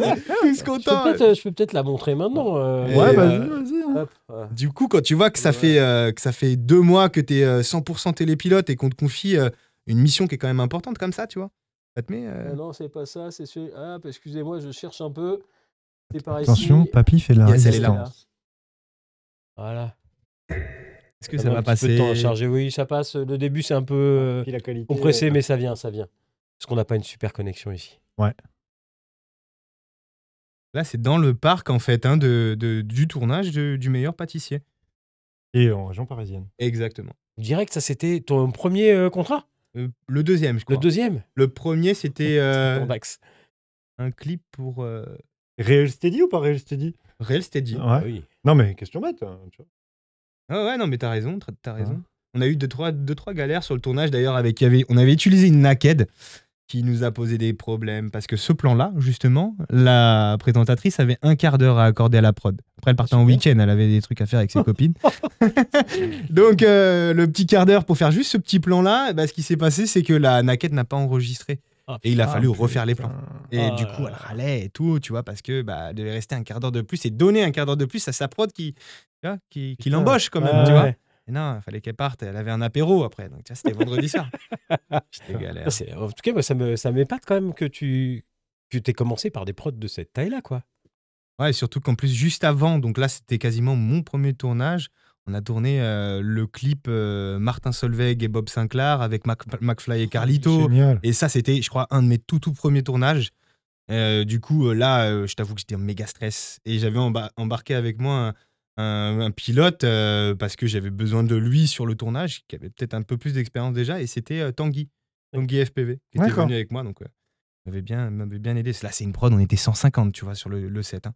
Je peux
contents.
peut-être euh, je peux peut-être la montrer maintenant. euh,
Et,
Ouais,
euh,
vas-y, vas-y. hein.
hop, euh,
Du coup, quand tu vois que ça,
Ouais.
fait, euh, que ça fait deux mois que euh, tu es 100% télépilote et qu'on te confie euh, une mission qui est quand même importante comme ça, tu vois, ça te met. euh,
ah non, c'est pas ça, c'est celui. Ah, excusez-moi, je cherche un peu. C'est par
bah, Attention,
ici.
papy fait la
Yes, elle est là.
résistance.
Voilà.
Est-ce que
Ça,
ça
met
va
un petit peu de
passer
temps à charger. Oui, ça passe. Le début, c'est un peu euh,
Puis la qualité,
compressé,
euh,
mais ça vient, ça vient. Parce qu'on n'a pas une super connexion ici.
Là, c'est dans le parc, en fait, hein, de, de- du tournage de- du meilleur pâtissier.
Et en région parisienne.
Exactement.
Direct, ça c'était ton premier euh, contrat
Euh, le deuxième, je crois.
Le
Le,
deuxième
premier, c'était euh,
Ton Dax.
un clip pour euh,
Real Steady ou pas Real Steady
Real Steady.
Ouais.
Ah Oui.
Non, mais question bête. hein, tu vois.
Ah ouais, non, mais t'as raison, t'as- t'as raison.
Hein.
On a eu deux trois, deux, trois galères sur le tournage d'ailleurs. avec il y avait- On avait utilisé une naked qui nous a posé des problèmes parce que ce plan-là, justement, la présentatrice avait un quart d'heure à accorder à la prod. Après, elle partait en
Super.
week-end, elle avait des trucs à faire avec ses copines. Donc, euh, le petit quart d'heure pour faire juste ce petit plan-là, eh ben, ce qui s'est passé, c'est que la naked n'a pas enregistré.
Ah,
Et il a
Ah,
fallu
putain.
refaire les plans. Et
Ah
du
là
coup,
là.
elle râlait et tout, tu vois, parce que bah, elle devait rester un quart d'heure de plus et donner un quart d'heure de plus à sa prod qui, tu vois, qui, qui
Putain. Ah
l'embauche quand même,
Ouais,
tu vois.
ouais.
Et non, il fallait qu'elle parte. Elle avait un apéro après. Donc, tu vois, c'était vendredi soir. J'étais galère.
Ah, c'est- En tout cas, moi, ça me ça m'épate quand même que tu que t'aies commencé par des prods de cette taille-là, quoi.
Ouais, et surtout qu'en plus, juste avant, donc là, c'était quasiment mon premier tournage. On a tourné euh, le clip euh, Martin Solveig et Bob Sinclair avec Mac- McFly et Carlito.
Génial.
Et ça, c'était, je crois, un de mes tout, tout premiers tournages. Euh, du coup, euh, là, euh, je t'avoue que j'étais en méga stress. Et j'avais emba- embarqué avec moi un, un- un pilote euh, parce que j'avais besoin de lui sur le tournage, qui avait peut-être un peu plus d'expérience déjà. Et c'était euh, Tanguy, Tanguy FPV, qui était
D'accord.
venu avec moi. Donc, euh, il m'avait bien, il m'avait bien aidé. Là, c'est une prod, on était 150, tu vois, sur le, le set. hein.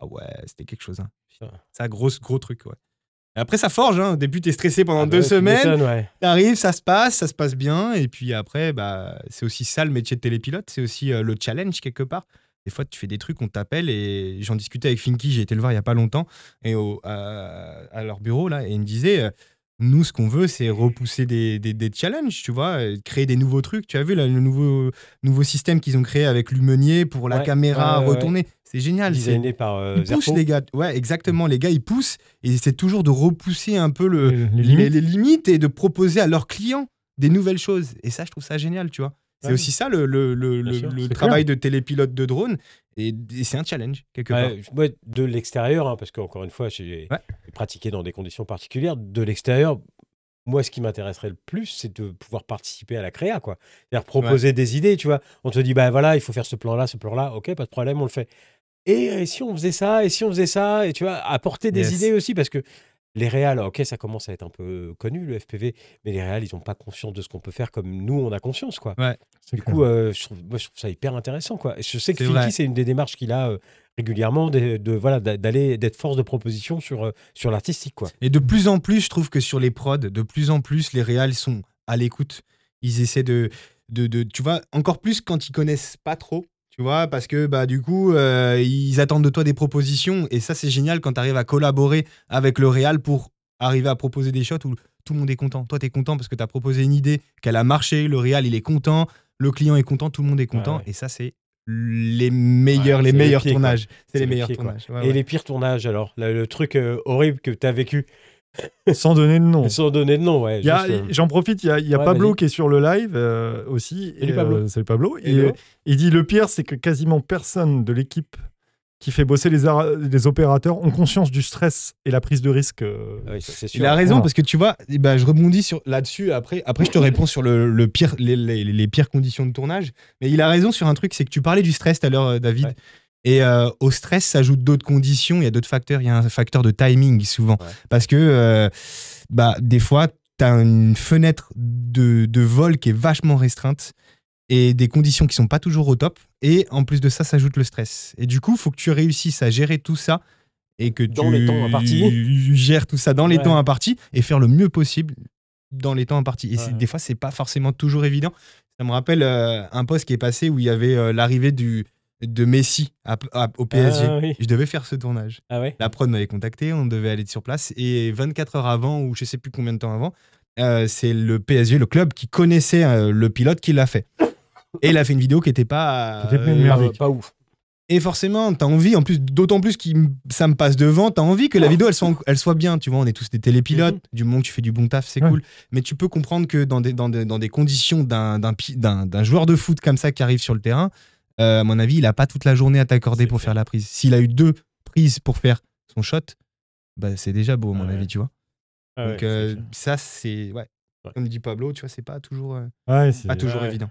Ah ouais, c'était quelque chose. Hein.
Putain.
Ça, gros, gros truc, ouais. Et après, ça forge. Hein. Au début, t'es stressé pendant
Ah, bah
deux
ouais, tu
semaines.
m'étonnes, ouais.
T'arrives, ça se passe, ça se passe bien. Et puis après, bah, c'est aussi ça le métier de télépilote. C'est aussi euh, le challenge quelque part. Des fois, tu fais des trucs, on t'appelle et j'en discutais avec Finky. J'ai été le voir il y a pas longtemps et au- à, à leur bureau là et il me disait. euh, nous, ce qu'on veut, c'est repousser des, des- des challenges, tu vois, euh, créer des nouveaux trucs. Tu as vu là, le nouveau, nouveau système qu'ils ont créé avec Lumenier pour la
Ouais,
caméra
ouais, ouais, ouais.
retournée. Ah, C'est génial. c'est-
Designé par euh,
Ils poussent,
Zerpo.
les gars. Ouais, exactement. Les gars, ils poussent et ils essaient toujours de repousser un peu le,
Les- les
euh, les,
limites.
les limites et de proposer à leurs clients des nouvelles choses. Et ça, je trouve ça génial, tu vois. C'est
Ouais.
aussi ça le, le, le-
Bien
le-
sûr,
le
Bah c'est
travail de télépilote de drone. Et, et c'est un challenge, quelque part.
Ouais, moi, de l'extérieur, hein, parce qu'encore une fois, j'ai
Ouais.
j'ai pratiqué dans des conditions particulières. De l'extérieur, moi, ce qui m'intéresserait le plus, c'est de pouvoir participer à la créa, quoi. C'est-à-dire proposer des idées, tu vois. On te dit, bah voilà, il faut faire ce plan-là, ce plan-là, ok, pas de problème, on le fait. Et, euh, si on faisait ça, et si on faisait ça, et tu vois, apporter des
Yes.
idées aussi, parce que les réals, ok, ça commence à être un peu connu, le FPV, mais les réals, ils n'ont pas conscience de ce qu'on peut faire comme nous, on a conscience, quoi.
C'est
Du
clair.
coup, euh, je, trouve, moi, je trouve ça hyper intéressant. Quoi. Et Je sais que
C'est
Finky,
vrai.
c'est une des démarches qu'il a euh, régulièrement de, de- voilà d'a- d'aller d'être force de proposition sur euh, sur l'artistique quoi.
Et de plus en plus, je trouve que sur les prods, de plus en plus, les réals sont à l'écoute. Ils essaient de, de, de- Tu vois, encore plus quand ils connaissent pas trop, tu vois, parce que bah, du coup, euh, ils attendent de toi des propositions. Et ça, c'est génial quand tu arrives à collaborer avec le réal pour arriver à proposer des shots où tout le monde est content. Toi, tu es content parce que tu as proposé une idée, qu'elle a marché, le réal, il est content, le client est content, tout le monde est content.
ouais.
Et ça, c'est les meilleurs,
Ouais,
les
c'est les
meilleurs
pieds, quoi.
tournages. C'est
C'est
les
les
meilleurs
pieds, quoi.
tournages. Ah Ouais,
Et
ouais.
les pires tournages alors, le, le truc euh, horrible que tu as vécu
sans donner de nom.
sans donner de nom, ouais.
Il y a-
juste, euh,
J'en profite, il y a, il y a
Ouais,
Pablo
vas-y.
qui est sur le live euh, aussi.
Salut,
Et,
Pablo.
euh, salut Pablo. Et,
Hello.
euh, il dit le pire, c'est que quasiment personne de l'équipe qui fait bosser les, ara- les opérateurs ont conscience du stress et la prise de risque. euh,
ouais, ça, c'est sûr.
Il a raison
Voilà.
parce que tu vois, eh ben, je rebondis sur là-dessus. Après, après, je te réponds sur le, le pire, les, les- les pires conditions de tournage. Mais il a raison sur un truc, c'est que tu parlais du stress tout à l'heure, euh, David.
Ouais.
Et euh, au stress s'ajoutent d'autres conditions. Il y a d'autres facteurs. Il y a un facteur de timing souvent
Ouais.
parce que euh, bah des fois, tu as une fenêtre de, de vol qui est vachement restreinte et des conditions qui sont pas toujours au top. Et en plus de ça, s'ajoute le stress. Et du coup, faut que tu réussisses à gérer tout ça et que
Dans
tu
les temps impartis.
gères tout ça dans les
Ouais.
temps impartis et faire le mieux possible dans les temps impartis. Et c'est-
Ouais.
des fois, c'est pas forcément toujours évident. Ça me rappelle euh, un poste qui est passé où il y avait euh, l'arrivée du de Messi à- à- au PSG.
Ah, oui.
Je devais faire ce tournage.
Ah ouais.
La prod m'avait contacté, on devait aller sur place. Et 24 heures avant, ou je sais plus combien de temps avant, euh, c'est le PSG, le club, qui connaissait euh, le pilote qui l'a fait. Et il a fait une vidéo qui n'était pas.
Qui était pas
euh,
merdique.
pas ouf.
et forcément, t'as envie, en plus, d'autant plus que ça me passe devant, t'as envie
Ah.
que la vidéo, elle soit, elle soit bien. Tu vois, on est tous des télépilotes.
Mhm.
Du moment que tu fais du bon taf, c'est
Ouais.
cool. Mais tu peux comprendre que dans des, dans des, dans des conditions d'un, d'un, pi- d'un- d'un joueur de foot comme ça qui arrive sur le terrain, euh, à mon avis, il a pas toute la journée à t'accorder
C'est
pour
clair.
faire la prise. S'il a eu deux prises pour faire son shot, bah, c'est déjà beau, à mon
Ouais.
avis, tu vois.
Ah
Donc,
ouais,
euh,
c'est clair.
ça, c'est. Ouais.
Ouais.
Comme dit Pablo, tu vois, c'est pas toujours, euh,
ouais, c'est-
pas toujours
ouais.
évident.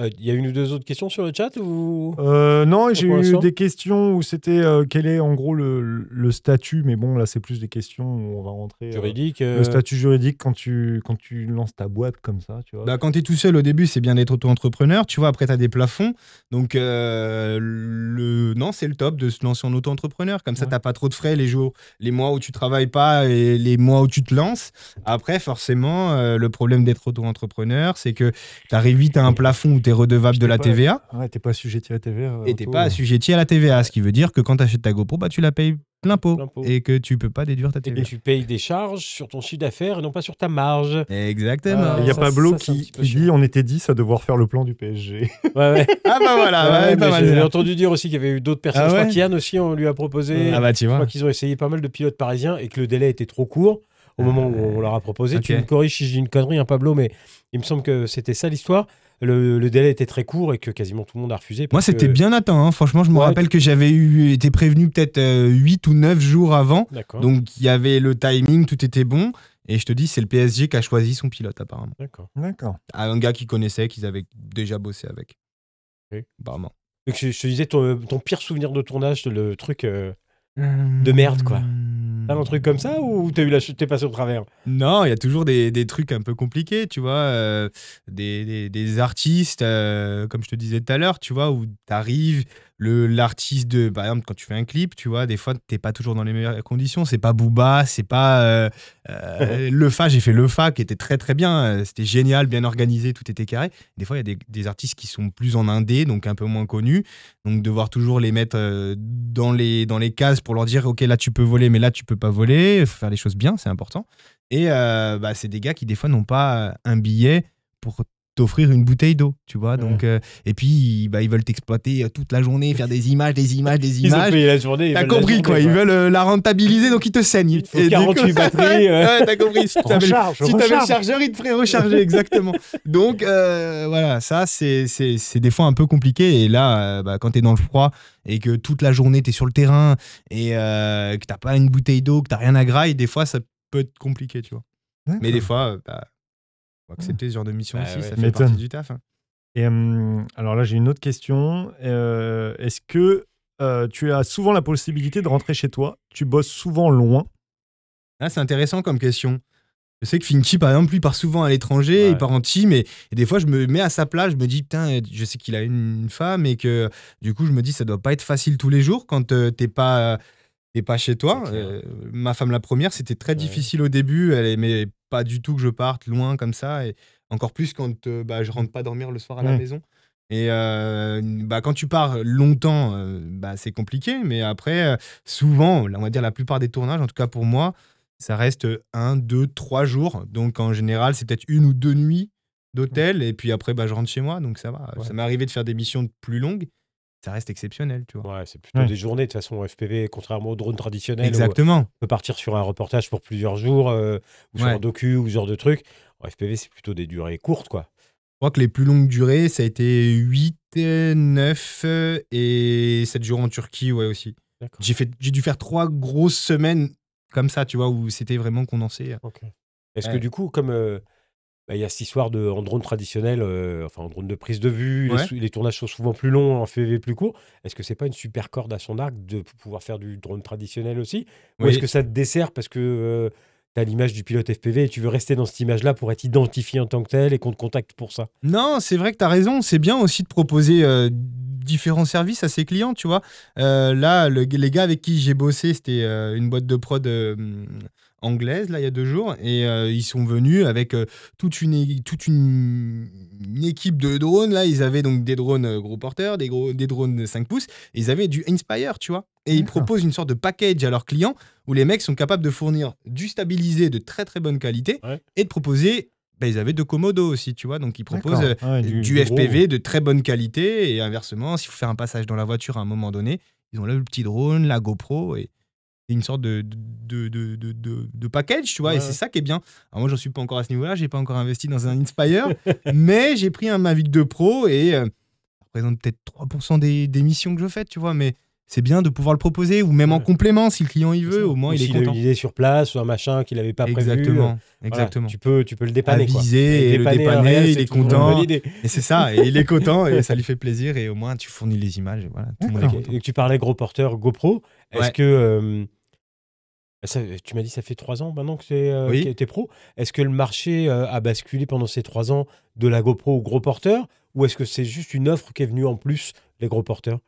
Euh, Il y a une ou deux autres questions sur le chat ou
Euh, non, j'ai
pour
eu
l'instant.
des questions où c'était euh, quel est en gros le, le statut, mais bon, là c'est plus des questions où on va rentrer. euh,
juridique
le statut juridique quand tu, quand tu lances ta boîte comme ça, tu vois.
Bah, quand tu es tout seul au début, c'est bien d'être auto-entrepreneur. Tu vois, après, tu as des plafonds. Donc, euh, le... non, c'est le top de se lancer en auto-entrepreneur. Comme ça,
Ouais.
t'as pas trop de frais les jours, les mois où tu travailles pas et les mois où tu te lances. Après, forcément, euh, le problème d'être auto-entrepreneur, c'est que tu arrives vite à un plafond où tu es redevable de la
pas-
TVA
Ouais, Ah, t'es pas assujetti à la TVA.
et t'es pas assujetti à la TVA. Ce qui veut dire que quand tu achètes ta GoPro, bah, tu la payes plein pot,
Plein pot.
et que tu peux pas déduire ta
Et
TVA.
tu payes des charges sur ton chiffre d'affaires et non pas sur ta marge.
Exactement.
Ah,
Il y a
ça,
Pablo
ça, c'est un
qui,
petit peu
qui
chiant.
dit on était 10 à devoir faire le plan du PSG.
Ouais, ouais.
Ah bah voilà, ouais,
Ouais,
pas
mais
mal.
J'avais
ça.
entendu dire aussi qu'il y avait eu d'autres personnes.
Ah
je crois
ouais
qu'Yann aussi, on lui a proposé.
Ah bah tu
Je
vois.
crois qu'ils ont essayé pas mal de pilotes parisiens et que le délai était trop court au moment où on leur a proposé. Tu
Ah, ok.
me corriges si je dis une connerie, hein, Pablo, mais il me semble que c'était ça l'histoire. Le, le délai était très court et que quasiment tout le monde a refusé.
Moi,
parce
c'était
que-
bien à temps. hein. Franchement, je me
euh, Ouais.
rappelle que j'avais eu, été prévenu peut-être 8 ou 9 jours avant.
D'accord.
Donc, il y avait le timing, tout était bon. Et je te dis, c'est le PSG qui a choisi son pilote, apparemment.
D'accord.
D'accord.
Ah, Un gars qu'ils connaissaient, qu'ils avaient déjà bossé avec.
Ok.
Apparemment.
Donc, je, je te disais, ton, ton pire souvenir de tournage, le truc. euh, hmm. De merde, quoi. T'as un truc comme ça ou t'as eu la chute, t'es passé au travers
Non, il y a toujours des, des trucs un peu compliqués, tu vois. euh, des, des- des artistes, euh, comme je te disais tout à l'heure, tu vois, où t'arrives, le- l'artiste de. Par exemple, quand tu fais un clip, tu vois, des fois, t'es pas toujours dans les meilleures conditions. C'est pas Booba, c'est pas. euh, euh, le Fa, j'ai fait Le Fa qui était très très bien. euh, C'était génial, bien organisé, tout était carré. Des fois, il y a des, des artistes qui sont plus en indé, donc un peu moins connus. Donc, devoir toujours les mettre euh, dans, les, dans les cases pour leur dire, OK, là, tu peux voler, mais là, tu peux pas voler. Il faut faire les choses bien, c'est important. Et euh, bah, c'est des gars qui, des fois, n'ont pas euh, un billet pour t'offrir une bouteille d'eau, tu vois. Donc, euh, et puis, ils- bah, ils veulent t'exploiter euh, toute la journée, faire des images, des images, des
Ils ont
images.
payé la journée. ils
T'as
veulent la
compris,
journée,
quoi. Ils veulent euh, la rentabiliser, donc ils te saignent.
Il te faut
Et du coup-
48 batteries. euh,
Ouais, t'as compris. Si t'avais le-
Recharge,
si t'avais le
recharge.
chargeur, il te ferait recharger, exactement. Donc, euh, voilà, ça, c'est c'est- c'est des fois un peu compliqué. Et là, euh, bah, quand t'es dans le froid et que toute la journée, t'es sur le terrain et euh, que t'as pas une bouteille d'eau, que t'as rien à graille, des fois, ça peut être compliqué, tu vois. Mais des fois, euh, bah, faut accepter ce genre de mission
Bah
aussi,
ouais.
ça fait
M'étonne.
partie du taf. hein.
Et, hum, alors là, j'ai une autre question. Euh, Est-ce que euh, tu as souvent la possibilité de rentrer chez toi Tu bosses souvent loin
Ah, c'est intéressant comme question. Je sais que Finchi, par exemple, lui part souvent à l'étranger,
Ouais.
il part en team, et, et des fois, je me mets à sa place, je me dis, putain, je sais qu'il a une femme, et que du coup, je me dis, ça doit pas être facile tous les jours quand euh, t'es pas, t'es pas chez toi.
C'est clair.
Euh, ma femme, la première, c'était très
Ouais.
difficile au début, elle aimait pas du tout que je parte loin comme ça, et encore plus quand euh, bah, je rentre pas dormir le soir à
Mmh.
la
Ouais.
maison. Et euh, bah, quand tu pars longtemps, euh, bah, c'est compliqué, mais après, euh, souvent, là, on va dire la plupart des tournages, en tout cas pour moi, ça reste un, deux, trois jours. Donc en général, c'est peut-être une ou deux nuits d'hôtel. Et puis après, bah, je rentre chez moi. Donc ça va.
Ouais.
Ça m'est arrivé de faire des missions plus longues. Ça reste exceptionnel, tu vois.
Ouais, c'est plutôt
Ouais.
des journées de toute façon FPV, contrairement au drone traditionnel. où
Exactement.
on peut partir sur un reportage pour plusieurs jours, euh, ou sur
Ouais.
un docu, ou ce genre de truc. En FPV, c'est plutôt des durées courtes, quoi.
Je crois que les plus longues durées, ça a été 8, 9 et 7 jours en Turquie, ouais, aussi.
D'accord.
J'ai fait- j'ai dû faire trois grosses semaines comme ça, tu vois, où c'était vraiment condensé.
Est-ce que
Ouais.
du coup, comme euh, bah, il y a cette histoire de en drone traditionnel, euh, enfin en drone de prise de vue, les
Ouais.
sou- les, tournages sont souvent plus longs, en FPV plus court, est-ce que c'est pas une super corde à son arc de p- pouvoir faire du drone traditionnel aussi Ou
Oui.
est-ce que ça te dessert parce que tu as l'image du pilote FPV et tu veux rester dans cette image-là pour être identifié en tant que tel et qu'on te contacte pour ça
Non, c'est vrai que tu as raison. C'est bien aussi de proposer euh, différents services à ses clients, tu vois. Euh, là, le- les gars avec qui j'ai bossé, c'était euh, une boîte de prod euh, anglaise, là, il y a deux jours. Et euh, ils sont venus avec euh, toute, une, é- toute une, une équipe de drones. Là, ils avaient donc des drones euh, gros porteurs, des, gros, des drones de 5 pouces. Et ils avaient du Inspire, tu vois. Et ils
D'accord.
proposent une sorte de package à leurs clients où les mecs sont capables de fournir du stabilisé de très, très bonne qualité
Ouais.
et de proposer... ben, ils avaient deux commodos aussi, tu vois. Donc, ils proposent euh,
D'accord. Ouais,
du,
gros.
FPV de très bonne qualité et inversement, s'il faut faire un passage dans la voiture à un moment donné, ils ont là le petit drone, la GoPro et c'est une sorte de, de, de, de, de- de package, tu vois,
Ouais,
et
ouais.
c'est ça qui est bien. Alors moi, j'en suis pas encore à ce niveau-là, j'ai pas encore investi dans un Inspire, mais j'ai pris un Mavic 2 Pro et euh, ça représente peut-être 3% des, des missions que je fais, tu vois, mais c'est bien de pouvoir le proposer ou même en
Ouais.
complément si le client il veut, au moins
Ou
il est
s'il a
content.
une idée sur place ou un machin qu'il n'avait pas prévu. euh,
Exactement,
voilà,
exactement.
tu, peux, tu peux le dépanner. quoi.
Aviser et le
un
dépanner,
réel,
il
c'est
est
toujours une
content.
bonne idée.
Et c'est ça, et il est content, et ça lui fait plaisir, et au moins tu fournis les images, et voilà, tout le monde est
D'accord.
Ok,
content.
Et que tu parlais gros porteur GoPro. Est-ce
Ouais.
que. euh, ça- tu m'as dit ça fait trois ans maintenant que tu es,
Oui.
pro. Est-ce que le marché euh, a basculé pendant ces trois ans de la GoPro au gros porteur Ou est-ce que c'est juste une offre qui est venue en plus, les gros porteurs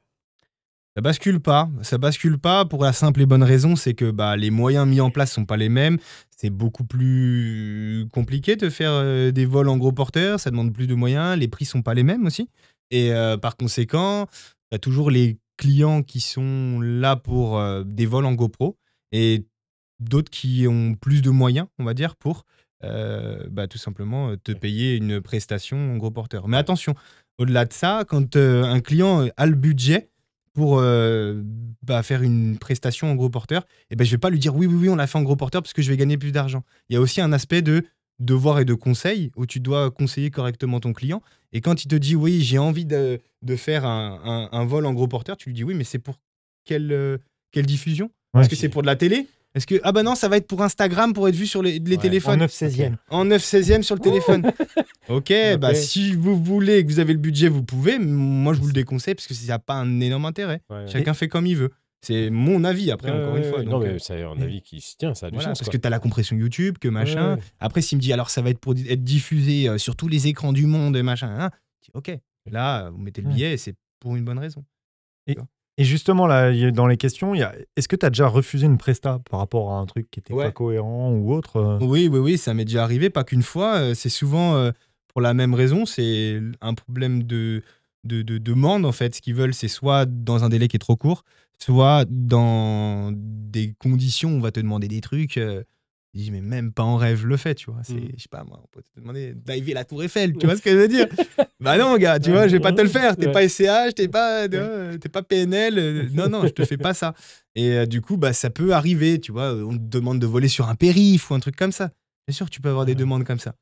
Ça bascule pas, ça bascule pas pour la simple et bonne raison, c'est que bah, les moyens mis en place sont pas les mêmes, c'est beaucoup plus compliqué de faire euh, des vols en gros porteur, ça demande plus de moyens, les prix sont pas les mêmes aussi, et euh, par conséquent, tu as toujours les clients qui sont là pour euh, des vols en GoPro, et d'autres qui ont plus de moyens, on va dire, pour euh, bah, tout simplement euh, te payer une prestation en gros porteur. Mais attention, au-delà de ça, quand euh, un client euh, a le budget pour euh, bah, faire une prestation en gros porteur, et ben, je vais pas lui dire oui, oui, oui, on l'a fait en gros porteur parce que je vais gagner plus d'argent. Il y a aussi un aspect de devoir et de conseil où tu dois conseiller correctement ton client. Et quand il te dit oui, j'ai envie de, de faire un, un- un vol en gros porteur, tu lui dis oui, mais c'est pour quelle, euh, quelle diffusion
Ouais.
Est-ce que c'est pour de la télé Est-ce que ah bah non, ça va être pour Instagram pour être vu sur les, les
Ouais.
En
téléphones
9 16e.
en 9 16e sur le téléphone. ok, bah
Ok.
si vous voulez et que vous avez le budget, vous pouvez. M- Moi, je vous le déconseille parce que ça n'a pas un énorme intérêt. Chacun fait comme il veut. C'est mon avis après,
Ouais,
encore
ouais,
une fois.
ouais.
donc,
non,
euh,
mais c'est un avis qui se tient, ça a du
voilà,
sens.
parce que
quoi.
tu as la compression YouTube, que machin.
Ouais, ouais.
Après, s'il me dit alors ça va être pour di- être diffusé euh, sur tous les écrans du monde, et machin, hein, je dis, ok, là, vous mettez le
Ouais.
billet et c'est pour une bonne raison.
Et justement, là, il y a- dans les questions, il y a... est-ce que tu as déjà refusé une presta par rapport à un truc qui était
Ouais.
pas cohérent ou autre euh,
Oui, oui, oui, ça m'est déjà arrivé, pas qu'une fois. euh, C'est souvent euh, pour la même raison. C'est un problème de, de, de demande, en fait. Ce qu'ils veulent, c'est soit dans un délai qui est trop court, soit dans des conditions où on va te demander des trucs. euh, je dis, mais même pas en rêve le fait, tu vois. C'est,
Mm.
je sais pas, moi, on peut te demander d'arriver la Tour Eiffel, tu vois ce que je veux dire Bah non, gars, tu vois, je vais pas te le faire. T'es
Ouais.
pas SCH, t'es pas, tu vois, euh, t'es pas PNL. euh, Non, non, je te fais pas ça. Et euh, du coup, bah, ça peut arriver, tu vois. On te demande de voler sur un périph' ou un truc comme ça. Bien sûr, que tu peux avoir des
Ouais.
demandes comme ça.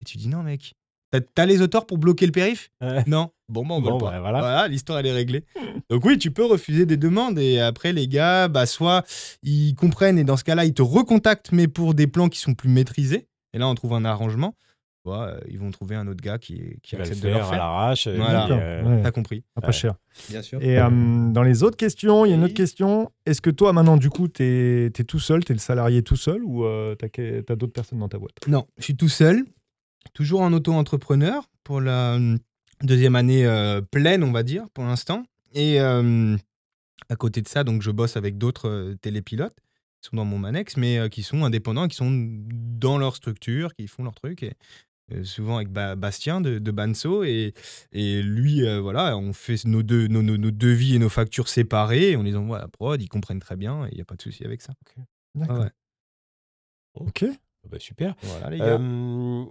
Et tu dis non, mec. T'as- T'as les auteurs pour bloquer le périph'
Ouais.
Non. Bon, bah, on vole
Bon,
pas.
bah, voilà.
voilà, Hmm. l'histoire, elle est réglée. Donc oui, tu peux refuser des demandes. Et après, les gars, bah, soit ils comprennent et dans ce cas-là, ils te recontactent, mais pour des plans qui sont plus maîtrisés. Et là, on trouve un arrangement. bah, euh, ils vont trouver un autre gars qui, qui
Tu vas le
accepte de leur
faire à
faire.
l'arrache. et
Voilà.
puis,
D'accord,
euh,
ouais,
T'as compris
ah, pas
ouais.
cher.
Bien sûr.
Et euh, dans les autres questions, il y a une autre
Oui.
question. Est-ce que toi, maintenant, du coup, t'es es tout seul, t'es le salarié tout seul ou euh, t'as que- t'as d'autres personnes dans ta boîte
Non, je suis tout seul, toujours en auto-entrepreneur pour la hum, deuxième année euh, pleine, on va dire, pour l'instant. Et hum, à côté de ça, donc je bosse avec d'autres euh, télépilotes qui sont dans mon Manex, mais euh, qui sont indépendants, qui sont dans leur structure, qui font leur truc. Et, euh, souvent avec Ba- Bastien de, de Banso. Et, et lui, euh, voilà, on fait nos, deux, nos, nos- nos devis et nos factures séparées. et on les envoie à la prod, ils comprennent très bien et il n'y a pas de souci avec ça.
D'accord.
Ouais.
Ok.
bah, super.
Voilà, les gars.
Euh,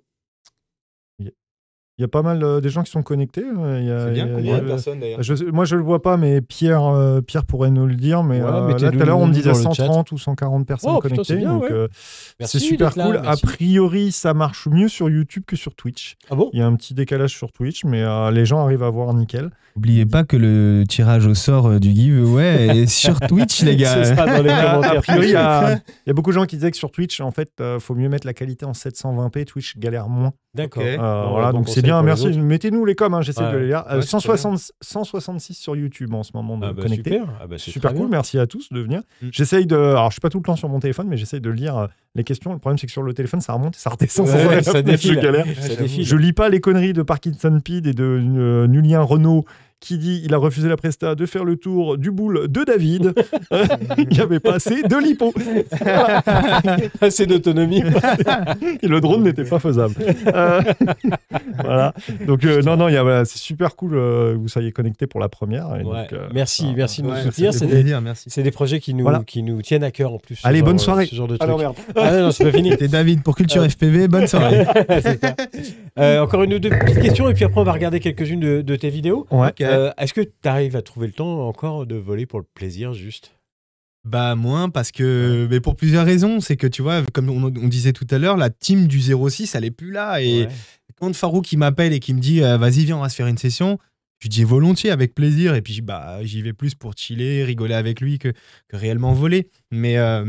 Il y a pas mal euh, des gens qui sont connectés. euh, il y a-
C'est bien
il y a-
combien
il
de
y a-
personnes d'ailleurs
je- moi, je le vois pas, mais Pierre, euh, Pierre pourrait nous le dire. Mais
Voilà,
euh,
mettez-le
là, tout à l'heure, on me disait
dans le chat.
130 ou 140 personnes
Oh, putain,
connectées.
c'est bien,
donc,
ouais.
euh,
merci
c'est super
d'être là,
cool.
merci.
A priori, ça marche mieux sur YouTube que sur Twitch.
Ah bon
Il y a un petit décalage sur Twitch, mais euh, les gens arrivent à voir nickel.
N'oubliez pas que le tirage au sort euh, du giveaway est sur Twitch, les
Ce
gars.
sera dans les commentaires.
a priori, il y, a il y a beaucoup de gens qui disaient que sur Twitch, en fait, euh, faut mieux mettre la qualité en 720p. Twitch galère moins.
D'accord.
Ok.
Euh,
Ouais,
voilà,
bon
donc c'est
conseil
bien.
pour les
Merci.
autres.
Mettez-nous les coms, hein, j'essaie
Ouais.
de les lire. Euh,
Ouais, c'est
160, 166 sur YouTube en ce moment de
Ah bah,
connectés.
super. Ah bah, c'est
Super
très
cool,
bien.
merci à tous de venir.
Mm.
J'essaye de. Alors, je suis pas tout le temps sur mon téléphone, mais j'essaye de lire euh, les questions. Le problème, c'est que sur le téléphone, ça remonte et ça redescend. sans
Ouais,
arrêt.
ça défile.
Je galère.
Ça
j'avoue.
défile.
Je lis pas les conneries de Parkinson Pid et de euh, Nulien Renault qui dit il a refusé la presta de faire le tour du boule de David. il n'y avait pas assez de lipo.
Assez d'autonomie.
Et le drone n'était pas faisable. Euh, voilà. Donc, euh, non, non, il y a- voilà, c'est super cool euh, que vous soyez connectés pour la première.
Ouais.
et donc, euh,
Merci,
voilà.
merci de nous
Ouais,
soutenir.
ça
C'est
fait
des,
plaisir, merci.
c'est des projets qui nous,
Voilà.
qui nous tiennent à cœur en plus. ce
Allez,
genre,
bonne
euh,
soirée.
Ce genre de truc.
Alors, merde.
Ah non, non, c'est pas fini.
C'était David pour Culture
Euh.
FPV. Bonne soirée.
C'est ça. Euh, encore une ou deux petites questions et puis après on va regarder quelques-unes de, de tes vidéos.
Ouais.
Ok.
Euh, Est-ce que tu arrives à trouver le temps encore de voler pour le plaisir juste
Bah moins parce que, mais pour plusieurs raisons, c'est que tu vois, comme on, on disait tout à l'heure, la team du 06, elle est plus là. Et
Ouais.
quand Farouk il m'appelle et qui me dit, euh, vas-y viens, on va se faire une session, je dis volontiers, avec plaisir. Et puis bah j'y vais plus pour chiller, rigoler avec lui que, que réellement voler. Mais euh,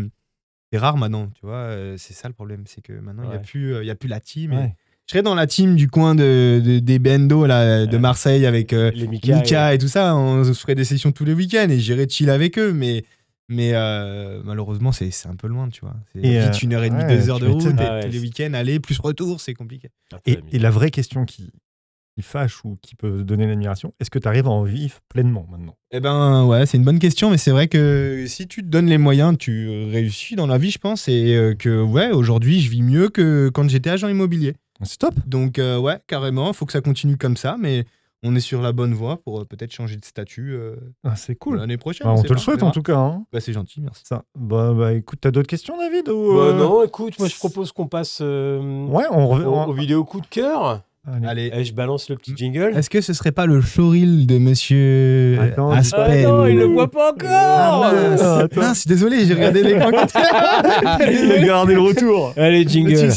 c'est rare maintenant, tu vois. euh, c'est ça le problème, c'est que maintenant il y a
Ouais.
plus, euh, il y a plus la team. et-
Ouais.
Je serais dans la team du coin de, de- des Bendo là, de
Ouais.
Marseille avec euh,
les Mika.
Mika et tout ça. On se ferait des sessions tous les week-ends et j'irais chill avec eux. Mais, mais euh, malheureusement, c'est c'est un peu loin, tu vois. C'est
Et,
vite
euh,
une heure et demie,
ouais,
deux heures
tu
de route.
m'étonnes.
et
Ah ouais,
tous les
c'est-
week-ends, aller plus retour, c'est compliqué.
et-
Et, et la vraie question qui, qui fâche ou qui peut donner l'admiration, est-ce que tu arrives à en vivre pleinement maintenant
Eh ben ouais, c'est une bonne question, mais c'est vrai que si tu te donnes les moyens, tu réussis dans la vie, je pense. Et euh, que ouais, aujourd'hui, je vis mieux que quand j'étais agent immobilier.
Ah, C'est top.
Donc euh, ouais, carrément, faut que ça continue comme ça, mais on est sur la bonne voie pour euh, peut-être changer de statut. euh,
Ah, c'est
pour
cool.
l'année prochaine.
Bah, on
sait
te le
pas,
souhaite
verra.
en tout cas. hein.
Bah, c'est gentil, merci.
Ça. Bah, bah écoute, t'as d'autres questions, David ou,
Bah
euh,
non, écoute, moi je propose qu'on passe euh,
Ouais, on
aux,
revient.
aux vidéos coup de cœur.
Allez.
Allez.
Et eh, je balance le petit jingle.
Est-ce que ce serait pas le showreel de monsieur
Attends,
Ah
Aspen
non, il le voit pas
Ah,
encore
mince.
Ah, attends.
Mince, désolé, j'ai regardé l'écran.
Regardez le retour.
Allez, jingle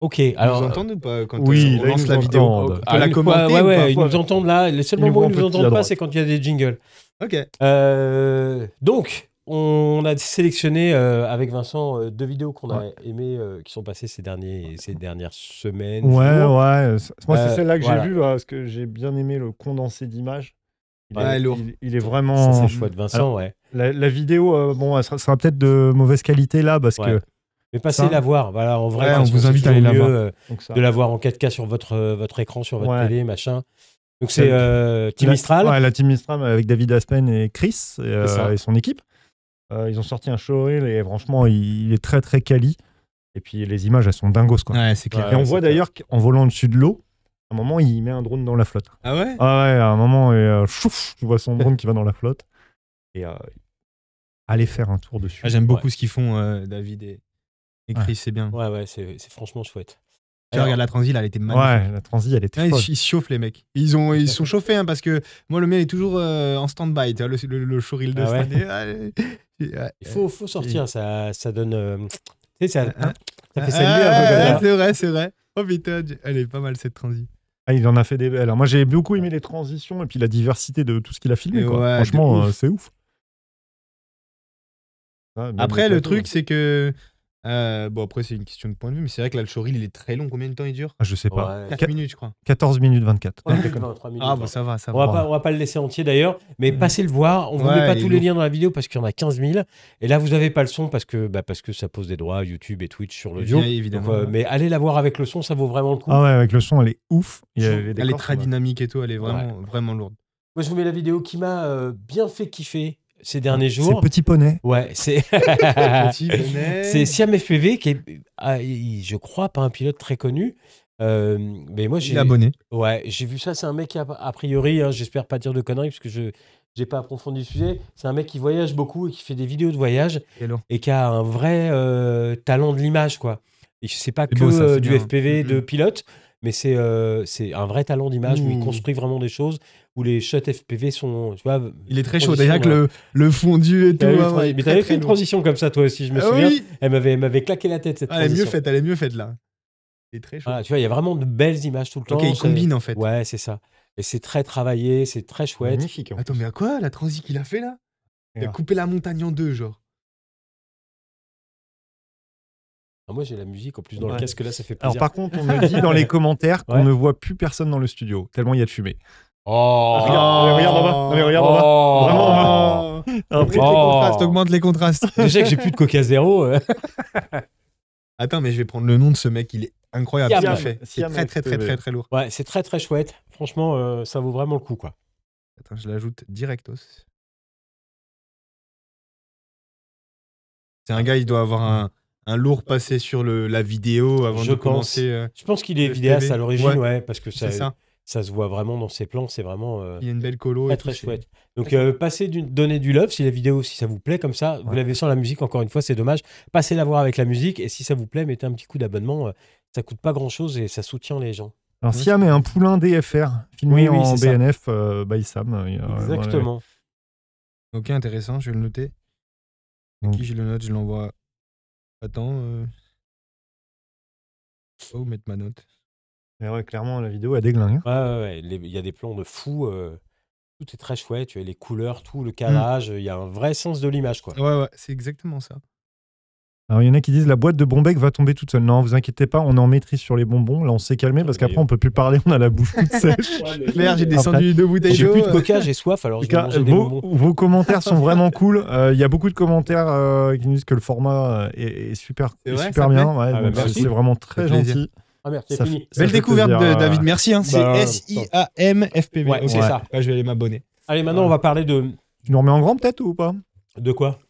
Ok,
Alors,
alors.
nous entendent ou pas quand
oui,
euh, on
là, ils
lance
nous
la vidéo
entendent.
On
Ah,
peut la
une fois-
commenter
ouais,
ou
ouais,
pas
ils nous entendent là. Le seul
Ils nous
moment où ils
voient
nous
petit à
entendent pas,
droite.
c'est quand il y a des jingles.
Ok.
Euh, donc, on a sélectionné euh, avec Vincent euh, deux vidéos qu'on a aimées, euh, qui sont passées ces, derniers, ces dernières semaines.
Ouais, ouais.
jours.
euh, c'est- Moi, c'est
Euh,
celle-là que
voilà.
j'ai vue euh, parce que j'ai bien aimé le condensé d'images. Il,
Ouais,
est,
lourd.
il- il est
Ça,
vraiment.
c'est chouette, Vincent, ouais.
La, la vidéo, euh, bon, elle sera, sera peut-être de mauvaise qualité là parce
Ouais.
que.
Mais passez
Ça.
la voir, voilà, en vrai.
Ouais, on
parce que
vous
c'est
invite à aller
toujours
la
mieux,
voir.
euh,
donc ça-
de la voir en 4K sur votre, euh, votre écran, sur votre
Ouais.
télé, machin. Donc,
C'est-
c'est euh, Team
La-
Mistral.
ouais, la Team Mistral avec David Aspen et Chris euh,
ça.
et son équipe. Euh, ils ont sorti un showreel et franchement, il, il est très très quali. Et puis les images, elles sont dingos quoi.
Ouais, c'est clair.
Ouais.
et on voit
c'est clair.
d'ailleurs qu'en volant au-dessus de l'eau, à un moment, il met un drone dans la flotte.
Ah ouais
Ah ouais, à un moment, et, euh, chouf, tu vois son drone qui va dans la flotte. Et euh, allez faire un tour dessus.
Ah, J'aime beaucoup ce qu'ils font, euh, David et, et
Ouais.
Chris, c'est bien.
Ouais, ouais, c'est c'est franchement chouette.
Tu vois, regarde la transil, elle était magnifique.
ouais, la transi, elle était
Ouais, ils,
folle.
ils se chauffent les mecs. Ils ont ils sont chauffés hein, parce que moi le mien est toujours euh, en stand-by. tu vois, Le, le, le showreel de
Ah
cette
ouais.
année. Allez. Et, ouais.
Il euh, faut, faut sortir, ça, ça donne. euh, tu sais, ça,
Hein
ça fait
Ah,
saluer un peu comme ça.
C'est vrai, c'est vrai. Oh putain, elle est pas mal cette transi.
Ah, il en a fait des belles. Moi, j'ai beaucoup aimé les transitions et puis la diversité de tout ce qu'il a filmé.
Et
quoi.
ouais, de
Franchement,
ouf.
euh, c'est ouf. Ah, même
Après, le
plateau,
hein.
truc, c'est que. euh, bon, après, c'est une question de point de vue, mais c'est vrai que l'Alchoril, il est très long. Combien de temps il dure
ah, je sais pas.
Ouais.
4
Quatre-
minutes, je crois.
14 minutes 24.
Trois minutes, non, trois minutes,
Ah,
ouais.
bon, ça va, ça
On va,
va.
pas, on va pas le laisser entier d'ailleurs, mais
Mhm.
passez le voir. On vous
Ouais,
met pas
il est
tous les
lourd.
liens dans la vidéo parce qu'il y en a 15 000. Et là, vous avez pas le son parce que, bah, parce que ça pose des droits YouTube et Twitch sur l'audio.
Bien,
Donc,
évidemment.
euh, mais allez la voir avec le son, ça vaut vraiment le coup.
Ah ouais, avec le son, elle est ouf. Il y a les
elle est
décors,
très
ça va.
dynamique et tout, elle est vraiment, vraiment lourde.
Moi, je vous mets la vidéo qui m'a euh, bien fait kiffer ces derniers
C'est
jours.
Petit Poney.
Ouais, c'est
Petit bonnet.
c'est Siam FPV qui est, ah, il- je crois, pas un pilote très connu. Euh, mais moi,
Il est
j'ai
abonné.
ouais, j'ai vu ça. C'est un mec qui, a, a priori, hein, j'espère pas dire de conneries parce que je j'ai pas approfondi le sujet. C'est un mec qui voyage beaucoup et qui fait des vidéos de voyage
Il est lourd.
et qui a un vrai euh, talent de l'image, quoi. Et c'est pas
C'est
que
beau, ça,
euh,
c'est
du
bien.
FPV de
Mhm.
pilote, mais c'est euh, c'est un vrai talent d'image où il
Ouh.
construit vraiment des choses, où les shots FPV sont, tu vois,
Il est très chaud.
Transition,
Déjà que le, le fondu et tout.
T'as eu
ouais,
une transi-
ouais,
mais
très,
t'avais
très
fait une
lourd.
transition comme ça, toi aussi, je me
Ah
souviens.
oui,
Elle m'avait, elle m'avait claqué la tête, cette
Ah, elle est mieux
transition.
faite, elle est mieux faite là. Il est très chaud.
Voilà, tu vois, il y a vraiment de belles images tout le
ok,
temps.
il
c'est-
combine en fait. Mhm.
Ouais, c'est ça. Et c'est très travaillé, c'est très chouette.
Magnifique. hein.
Attends, mais à quoi la transi qu'il a fait là Il a
Ouais.
coupé la montagne en deux, genre.
Ah, moi, j'ai la musique en plus dans le
Ouais.
casque, là, ça fait
Alors
plaisir.
par contre, on me dit dans les commentaires qu'on
Ouais.
ne voit plus personne dans le studio, tellement il y a de fumée.
Oh
Regarde, regarde en bas, non, mais regarde en bas.
Oh.
Vraiment
hein. Augmente les
Oh.
contrastes, augmente les contrastes.
Déjà que j'ai plus de coca zéro. euh.
Attends, mais je vais prendre le nom de ce mec, il est incroyable ce qu'il
Siam.
fait. C'est
Siam
très très très
FPV.
très très lourd.
Ouais, c'est très très chouette. Franchement, euh, ça vaut vraiment le coup, quoi.
Attends, je l'ajoute directos. C'est un gars, il doit avoir un, un lourd passé sur le, la vidéo avant
Je
de
pense.
commencer. euh,
Je pense qu'il est
Le
vidéaste
FPV.
à l'origine, ouais.
Ouais.
parce que ça,
c'est
ça.
ça.
se voit vraiment dans ses plans. C'est vraiment euh,
Il y a une belle colo.
très
et tout,
très
c'est-
chouette. Donc euh, passez d'une donner du love si la vidéo si ça vous plaît comme ça vous
Ouais.
l'avez sans la musique encore une fois c'est dommage passez la voir avec la musique et si ça vous plaît mettez un petit coup d'abonnement euh, ça coûte pas grand chose et ça soutient les gens
Alors
Ouais,
Siam est un poulain DFR
Oui,
filmé
oui,
en
c'est ça.
BNF euh, by Sam. euh, il y a- ouais, ouais.
exactement
Ok, intéressant, je vais le noter.
Donc.
Qui je le note, je l'envoie. Attends. euh, Oh, mettre ma note.
Mais ouais, clairement la vidéo a déglingue.
Ouais, ouais, ouais. Les- Il y a des plans de fou. euh, Tout est très chouette. Tu as les couleurs, tout, le calage. euh, Il y a un vrai sens de l'image, quoi.
Ouais, ouais, c'est exactement ça.
Alors il y en a qui disent la boîte de Bombec va tomber toute seule. Non, vous inquiétez pas, on est en maîtrise sur les bonbons. Là, on s'est calmé parce qu'après on peut plus parler, on a la bouche toute sèche.
Claire, j'ai
Après,
descendu deux bouteilles
J'ai
d'eau.
plus de
euh,
coca, j'ai soif, alors
En tout
je vais
cas,
manger des
vos,
bonbons.
vos commentaires sont vraiment cool. Euh, Il y a beaucoup de commentaires euh, qui nous disent que le format euh, est, est super,
C'est
est
vrai,
super
ça
bien.
plaît
ouais,
Ah, bah,
donc c'est-
merci.
c'est vraiment très
fait plaisir.
gentil.
Ah merde, c'est
Ça-
fini.
ça
Belle
fait
découverte
plaisir,
de
euh,
David, merci. hein, C'est
bah,
S-I-A-M FPV.
Ouais,
ok.
c'est ça.
Ouais, je vais aller m'abonner.
Allez, maintenant, on va parler de.
Tu nous remets en grand peut-être ou pas
De quoi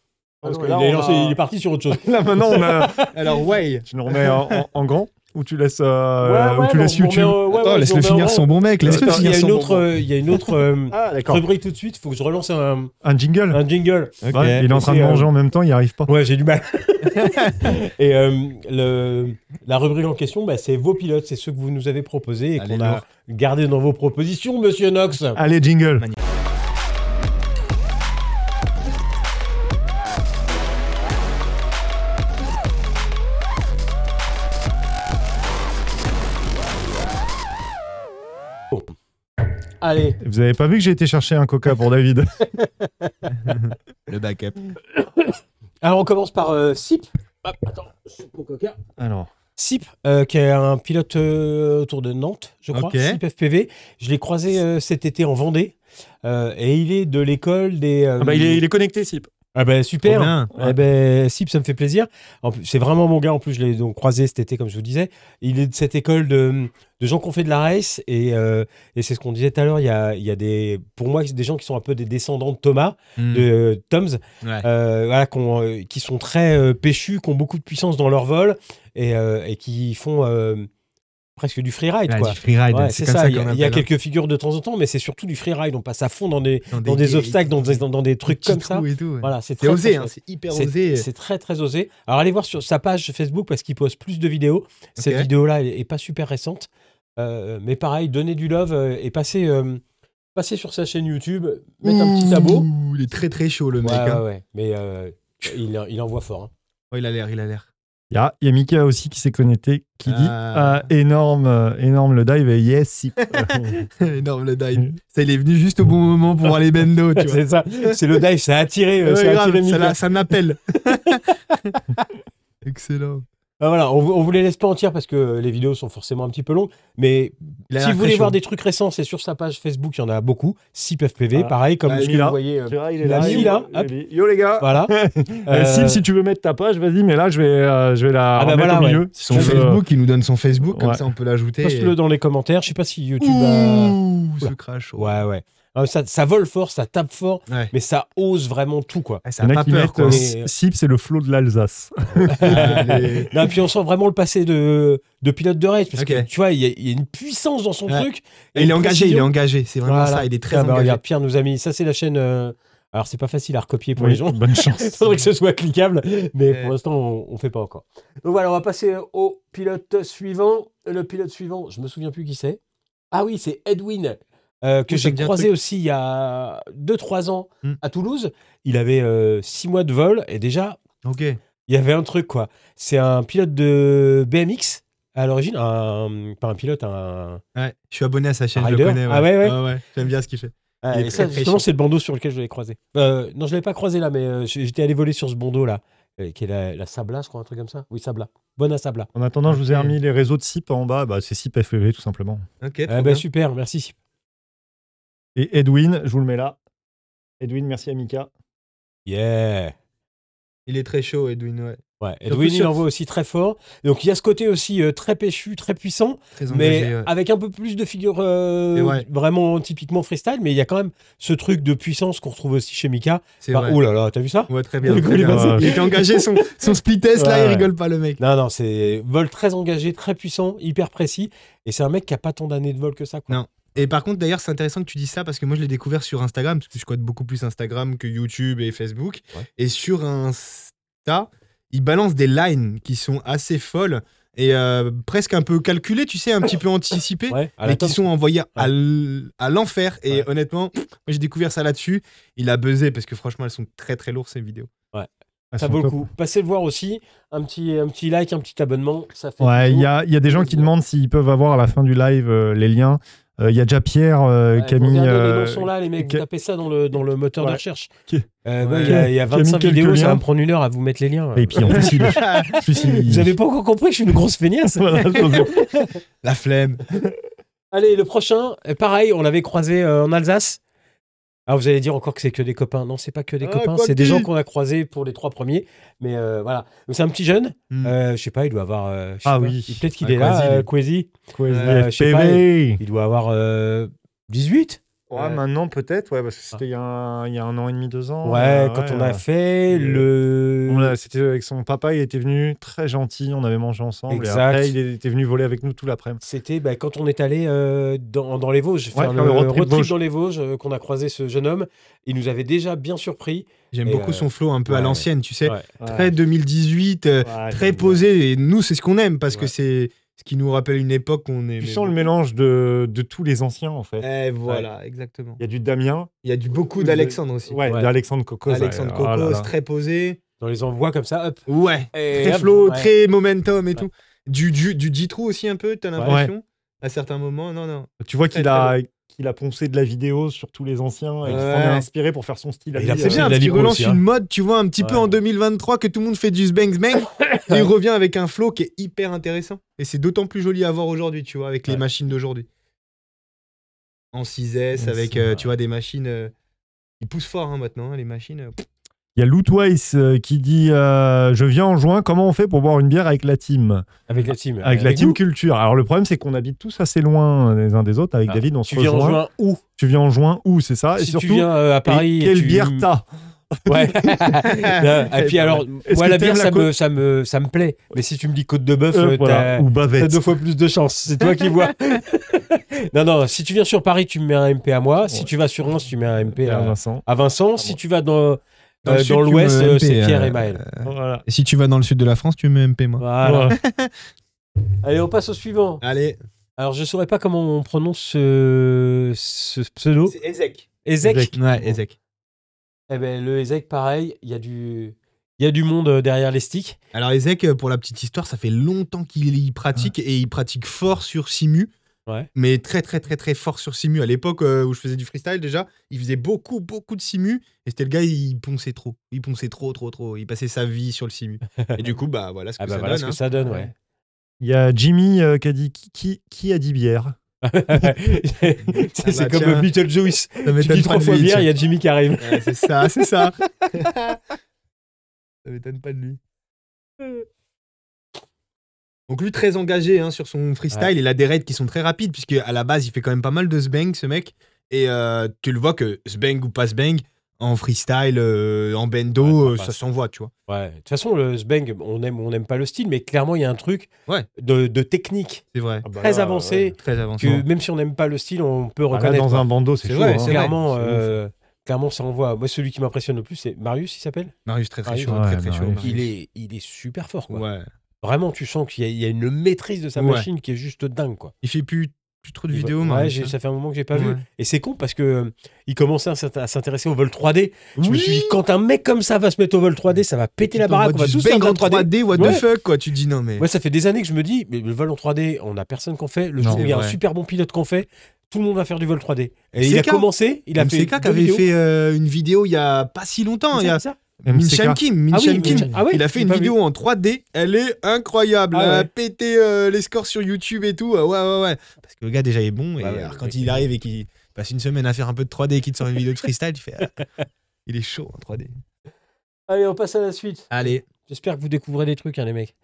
Parce que
il,
là,
est
on
lancé-
va-
il est parti sur autre chose.
Là maintenant, on a,
Alors, ouais.
Tu nous remets en, en- en grand ou tu laisses, euh,
Ouais,
ou
ouais,
tu
bon,
laisses
on remet
YouTube
en- ouais,
Attends,
ouais, on
laisse-le
remet en
finir
rang.
son bon mec. Laisse-le
Attends, Il y
finir
a
son
une
bon
autre,
mec.
euh, il y a une autre euh,
Ah, d'accord.
rubrique tout de suite. Faut que je relance un,
Un jingle
un jingle.
Ok.
Ouais, Il est en train de
c'est, euh,
manger en même temps, il n'y arrive pas.
Ouais, j'ai du mal. Et euh, le, la rubrique en question, bah, c'est vos pilotes, c'est ceux que vous nous avez proposés et
Allez,
qu'on a
lourd.
gardé dans vos propositions, monsieur Nox.
Allez, jingle
Magnifique.
Allez,
Vous avez pas vu que j'ai été chercher un coca pour David
Le backup.
alors on commence par euh, Sip. Hop, attends, Sip au coca.
Alors,
Sip, euh, qui est un pilote euh, autour de Nantes, je crois,
Ok.
Sip FPV. Je l'ai croisé euh, cet été en Vendée. euh, et il est de l'école des.
Ah
euh,
bah,
connecté, Sip.
Ah bah, super.
Trop bien.
Eh ben, Sip, ça me fait plaisir. En plus, C'est vraiment mon gars. En plus, je l'ai donc croisé cet été, comme je vous disais. Il est de cette école de, de gens qui ont fait de la race. Et, euh, et c'est ce qu'on disait tout à l'heure. Il y a, il y a des, pour moi, des gens qui sont un peu des descendants de Thomas,
Mm.
de euh, Tom's,
Ouais.
euh, voilà, qu'on, euh, qui sont très euh, péchus, qui ont beaucoup de puissance dans leur vol et, euh, et qui font euh, presque du freeride.
Ouais,
quoi.
du freeride,
Ouais,
c'est
c'est ça.
comme ça
Il y
qu'on
a, il y a
appelle, hein.
quelques figures de temps en temps, mais c'est surtout du freeride. On passe à fond dans des, dans
gates,
des obstacles, dans des, dans, dans des trucs
petits
comme ça.
trous et tout, ouais.
Voilà, c'est
C'est
très, très
osé, hein,
chouette.
c'est hyper
C'est-
osé.
C'est très très osé. Alors allez voir sur sa page Facebook parce qu'il poste plus de vidéos. Cette
Ok.
vidéo-là est, est pas super récente, Euh, mais pareil, donnez du love euh, et passez, euh, passez sur sa chaîne YouTube, mettez un petit abo.
Ouh, Il est très très chaud le
Ouais,
mec.
ouais,
hein.
ouais. mais euh, il, il envoie fort. hein.
Oh, il a l'air, il a l'air.
Il y a, il y a Mika aussi qui s'est connecté, qui dit
Ah.
Ah, énorme, euh, énorme le dive. Et yes, si.
Énorme le dive. Ça, il est venu juste au bon moment pour aller bendo,
Mm.
tu vois.
C'est ça. C'est le dive, ça a attiré, euh,
Ouais,
ça a
grave,
attiré
ça,
Mika.
l'a- ça m'appelle. Excellent.
Ah, voilà, on, vous- on vous les laisse pas entières parce que euh, les vidéos sont forcément un petit peu longues. Mais
Il a
si vous
l'air très
voulez voir
chaud.
des trucs récents, c'est sur sa page Facebook, il y en a beaucoup. SIPFPV,
Voilà.
pareil, comme
Ah,
ce
lui,
que
là.
vous voyez. euh,
Tu vois, il est
La
là.
fille,
il-
là,
il
hop.
dit, Yo les gars.
voilà.
Euh, Sim,
Euh,
si tu veux mettre ta page, vas-y, mais là, je vais, euh, je vais la
Ah bah
remettre
voilà,
au milieu.
ouais.
Si
Son
tu veux.
Facebook, il nous donne son Facebook, comme
Ouais.
ça on peut l'ajouter.
Poste-le dans les commentaires. Je sais pas si YouTube a-
Ouh,
Oula.
ce crash.
Ouais, ouais. Ah, Ça, ça vole fort, ça tape fort,
Ouais.
mais ça ose vraiment tout, quoi.
Ah, ça
Il y en
a
a
pas
qui
peur,
mettent
quoi.
euh,
Mais-
Sip, c'est le flot de l'Alsace.
Allez.
Non, et puis on sent vraiment le passé de, de pilote de race, parce
Ok.
que tu vois, il y, a- il y a une puissance dans son
Ouais.
truc.
Et il est engagé, il est
engagé
engagé. C'est vraiment
Voilà.
ça, il est très
Ah bah,
engagé.
regarde, Pierre nous a mis. Ça, c'est la chaîne. euh, Alors, c'est pas facile à recopier pour
Oui,
les gens.
Bonne chance.
Il faudrait que ce soit cliquable, mais
Ouais.
pour l'instant, on, on fait pas encore. Donc voilà, on va passer au pilote suivant. Le pilote suivant, je me souviens plus qui c'est. Ah oui, c'est Edwin, euh, que
Oui, ça
j'ai
me dit un
croisé
truc.
aussi il y a 2-3 ans
Hmm.
à Toulouse. Il avait 6 mois de vol et déjà,
Ok.
il y avait un truc, quoi. C'est un pilote de BMX à l'origine, un- pas un pilote, un.
Ouais. Je suis abonné à sa chaîne, je
Rider
le connais.
Ah ouais, ouais.
J'aime bien ce qu'il fait.
Ah,
Il est
et
très,
ça,
très
justement,
chaud.
c'est le bandeau sur lequel je l'ai croisé. Euh, non, je ne l'ai pas croisé là, mais euh, j- j'étais allé voler sur ce bandeau là, euh, qui est la, la Sabla, je crois, un truc comme ça. Oui, Sabla. Bonne à Sabla.
En attendant, je vous ai
Ok.
remis les réseaux de SIP en bas. Bah, c'est SIP FEV, tout simplement.
Ok,
Eh ben, super, merci.
Et Edwin, je vous le mets là. Edwin, merci à Mika.
Yeah.
Il est très chaud, Edwin. Ouais.
Ouais.
Surtout
Edwin, il
sur-
envoie aussi très fort. Donc, il y a ce côté aussi euh, très péchu, très puissant,
Très
mais ah,
engagé. ouais.
avec un peu plus de figures euh,
Et ouais.
vraiment typiquement freestyle. Mais il y a quand même ce truc de puissance qu'on retrouve aussi chez Mika.
C'est
Enfin,
vrai.
oh là là, t'as vu ça
Ouais, très bien.
Le coup,
très
il est
bien.
passé.
Il était engagé, son, son split test, là,
Ouais,
il
ouais.
rigole pas, le mec.
Non, non, c'est vol très engagé, très puissant, hyper précis. Et c'est un mec qui a pas tant d'années de vol que ça. Quoi.
Non. Et par contre, d'ailleurs, c'est intéressant que tu dises ça parce que moi, je l'ai découvert sur Instagram, parce que je code beaucoup plus Instagram que YouTube et Facebook.
Ouais.
Et sur Insta, ils balancent des lines qui sont assez folles et euh, presque un peu calculées, tu sais, un petit peu anticipées.
Ouais, à la
mais qui
Tom
sont envoyés à l- à l'enfer. Et
Ouais.
honnêtement, moi j'ai découvert ça là-dessus. Il a buzzé parce que franchement, elles sont très très lourdes ces vidéos.
Elles
Ça
sont
vaut le
top.
coup. Passez le voir aussi. Un petit, un petit like, un petit abonnement. Ça fait
Ouais, il y
toujours.
a, il y a des gens qui
plaisir.
demandent s'ils peuvent avoir à la fin du live euh, les liens. Euh, Il y a déjà Pierre, euh,
Ouais,
Camille.
regardez,
euh,
les noms sont là, les mecs.
Ca-
Vous tapez ça dans le, dans le moteur
Ouais.
de recherche.
Ok.
Euh, bah,
Ouais.
il, y a, il y a
Qui a mis
25
quelques
vidéos, ça
liens.
va me prendre une heure à vous mettre les liens.
Et puis en plus, il- en plus, il-
Vous avez pas encore compris que je suis une grosse feignasse
Voilà, je-
La flemme.
Allez, le prochain, euh, pareil, on l'avait croisé euh, en Alsace. Ah, vous allez dire encore que c'est que des copains. Non, c'est pas que des
Ah,
copains,
quoi
c'est des
qu'il.
gens qu'on a croisés pour les trois premiers. Mais euh, voilà. Donc, c'est un petit jeune.
Hmm.
Euh, je sais pas, il doit avoir. euh, je sais
Mm. Ah
pas.
oui.
Peut-être qu'il
Ah,
est là,
Kwasi,
euh,
lui.
Kwasi.
Quoi,
Euh, je sais pas,
FPV.
Il doit avoir euh, 18
Ouais,
Ouais.
maintenant peut-être, ouais, parce que c'était il y, a un- il y a un an et demi, deux ans.
Ouais,
euh,
quand
ouais,
on a
euh,
fait le.
on l'a- C'était avec son papa, il était venu très gentil, on avait mangé ensemble.
Exact.
Et après, il était venu voler avec nous tout l'après-midi.
C'était bah, quand on est allé euh, dans, dans les Vosges,
Ouais,
faire le, road trip
Vosges.
dans les Vosges, euh, qu'on a croisé ce jeune homme. Il nous avait déjà bien surpris.
J'aime
et,
beaucoup
euh,
son flow un peu à
ouais.
l'ancienne, tu sais.
Ouais.
Très 2018, euh,
Ouais,
très
j'aime
posé. Et nous, c'est ce qu'on aime parce que
Ouais.
c'est ce qui nous rappelle une époque qu'on est.
bien. Tu sens le mélange de, de tous les anciens, en fait.
Eh, voilà, exactement.
Il y a du Damien,
Il y a du beaucoup
Le-
d'Alexandre aussi.
ouais,
Ouais.
d'Alexandre Cocos.
Alexandre
ouais, oh là
Cocos,
là.
très posé.
Dans les envois comme ça, hop.
Ouais.
et
très
hop,
flow,
ouais.
très momentum et
Ouais.
tout. Du, du, du Jitrou aussi un peu, t'as l'impression À certains moments, non, non.
Tu vois qu'il
Très,
a, qu'il a poncé de la vidéo sur tous les anciens et qu'il s'en
Ouais.
est inspiré pour faire son style. à
Il a
lui,
fait
C'est
euh,
de
bien,
la
parce qu'il
lipo
relance
aussi, hein.
une mode, tu vois, un petit peu
Ouais.
en 2023 que tout le monde fait du bang bang. et il revient avec un flow qui est hyper intéressant. Et c'est d'autant plus joli à voir aujourd'hui, tu vois, avec les
Ouais.
machines d'aujourd'hui. En 6S,
Ouais,
avec,
c'est
euh,
vrai.
tu vois, des machines. euh, ils poussent fort hein, maintenant, hein, les machines. euh, pff,
Il y a Lootwise euh, qui dit euh, Je viens en juin, comment on fait pour boire une bière avec la team
Avec la team.
Avec la team
nous.
culture. Alors le problème, c'est qu'on habite tous assez loin euh, les uns des autres. Avec
Ah,
David, on
Tu
se
viens en
rejoint.
juin où
Tu viens en juin où, c'est ça Et
Si
surtout,
tu viens euh, à Paris.
et
et
quelle
tu-
bière t'as Eh ben,
Ouais. et puis alors, moi,
que
la bière,
t'aimes la
ça, me,
côte
ça, me, ça me plaît. Mais si tu me dis côte de bœuf,
Euh,
euh,
voilà.
t'as-
Ou
T'as
bavette.
deux fois plus de chance. C'est toi qui vois. non, non, si tu viens sur Paris, tu me mets un MP à moi. Si
Ouais. Ah,
tu vas sur Reims, tu mets un MP
Pierre
à,
euh, Vincent.
à Vincent. Si tu vas dans, euh,
Dans le
dans
sud, tu
l'Ouest,
me
euh,
MP,
c'est Pierre
euh,
et Maël.
Voilà.
Et si tu vas dans le sud de la France, tu mets MP, moi.
Voilà. Allez, on passe au suivant.
Allez,
Alors, je saurais pas comment on prononce ce, ce pseudo.
Ezek.
Oh. Ezek.
Ouais, Ezek.
Eh ben, le Ezek, pareil, il y a du. Il y a du monde derrière les sticks.
Alors, Ezek, euh, pour la petite histoire, ça fait longtemps qu'il y pratique et il pratique fort sur Simu.
Ouais.
Mais très, très, très, très fort sur Simu. À l'époque euh, où je faisais du freestyle, déjà, il faisait beaucoup, beaucoup de Simu. Et c'était le gars, il ponçait trop. Il ponçait trop, trop, trop. Il passait sa vie sur le Simu. et du coup, bah voilà ce que
Ah bah
ça
voilà
donne.
ce que
hein.
ça donne, ouais.
Il y a Jimmy euh, qui a dit qui, qui, qui a dit bière
c'est
bah,
comme
tiens.
euh, Beetlejuice.
Ça
Tu
m'étonne
dis
pas
trois
de
fois
lui,
bière,
tiens.
il y a Jimmy qui arrive.
Ouais, c'est ça, c'est ça. ça m'étonne pas de lui. Euh. Donc lui très engagé hein, sur son freestyle,
Ouais.
il a des raids qui sont très rapides puisque à la base il fait quand même pas mal de sbang ce mec et euh, tu le vois que sbang ou pas sbang en freestyle, euh, en bendo,
Ouais,
euh,
ça
ça
passe.
s'envoie tu vois.
Ouais. De toute façon, le sbang, on aime ou on n'aime pas le style, mais clairement, il y a un truc
Ouais. Bah
de, de technique
C'est
Ah
vrai,
très avancé
très avancé.
que même si on n'aime pas le style, on peut
Bah là,
reconnaître.
dans un bandeau, c'est
C'est
chaud.
vrai,
hein.
c'est vrai.
clairement,
c'est ouf.
euh, clairement, ça envoie. Moi, celui qui m'impressionne le plus, c'est Marius, il s'appelle.
Marius très très
Marius,
chaud,
ouais,
très très
Marius.
chaud. Marius.
Il est, il est super fort. Quoi.
Ouais.
Vraiment, tu sens qu'il y, a- il y a une maîtrise de sa
Ouais.
machine qui est juste dingue. Quoi.
Il fait plus, plus trop de
Il va-
vidéos
ouais,
Marius,
j'ai-
hein.
ça fait un moment que j'ai pas
Ouais.
vu. Et c'est con parce que euh, il commençait à s'int- à s'intéresser au vol 3D. Je me
Oui.
suis dit, quand un mec comme ça va se mettre au vol 3D, ça va péter la baraque. On va
du
tous faire
bang
de la
en
3D.
3D, what
Ouais.
the fuck quoi, tu te dis non mais
Ouais, ça fait des années que je me dis, mais le vol en 3D, on n'a personne qu'on fait. Le
Non,
jour où il y a
ouais.
un super bon pilote qu'on fait, tout le monde va faire du vol 3D. Et
MCK.
il a commencé, il a fait.
MCK
deux
qui avait
vidéos.
fait euh, une vidéo il y a pas si longtemps. Il y a
C'est ça
Mincham
MCK.
Kim. Mincham
Ah oui,
Kim.
Mincham- ah ouais,
il a fait
j'ai
une
pas vu.
vidéo en 3D. Elle est incroyable.
Ah
elle a
ouais.
pété euh, les scores sur YouTube et tout. Ah Ouais, ouais, ouais. Parce que le gars déjà est bon. et
Bah ouais,
alors,
ouais,
quand
ouais.
il arrive et qu'il passe une semaine à faire un peu de 3D et qu'il te sort une vidéo de freestyle, tu fais. ah, il est chaud en 3D.
Allez, on passe à la suite.
Allez.
J'espère que vous découvrez des trucs, hein, les mecs.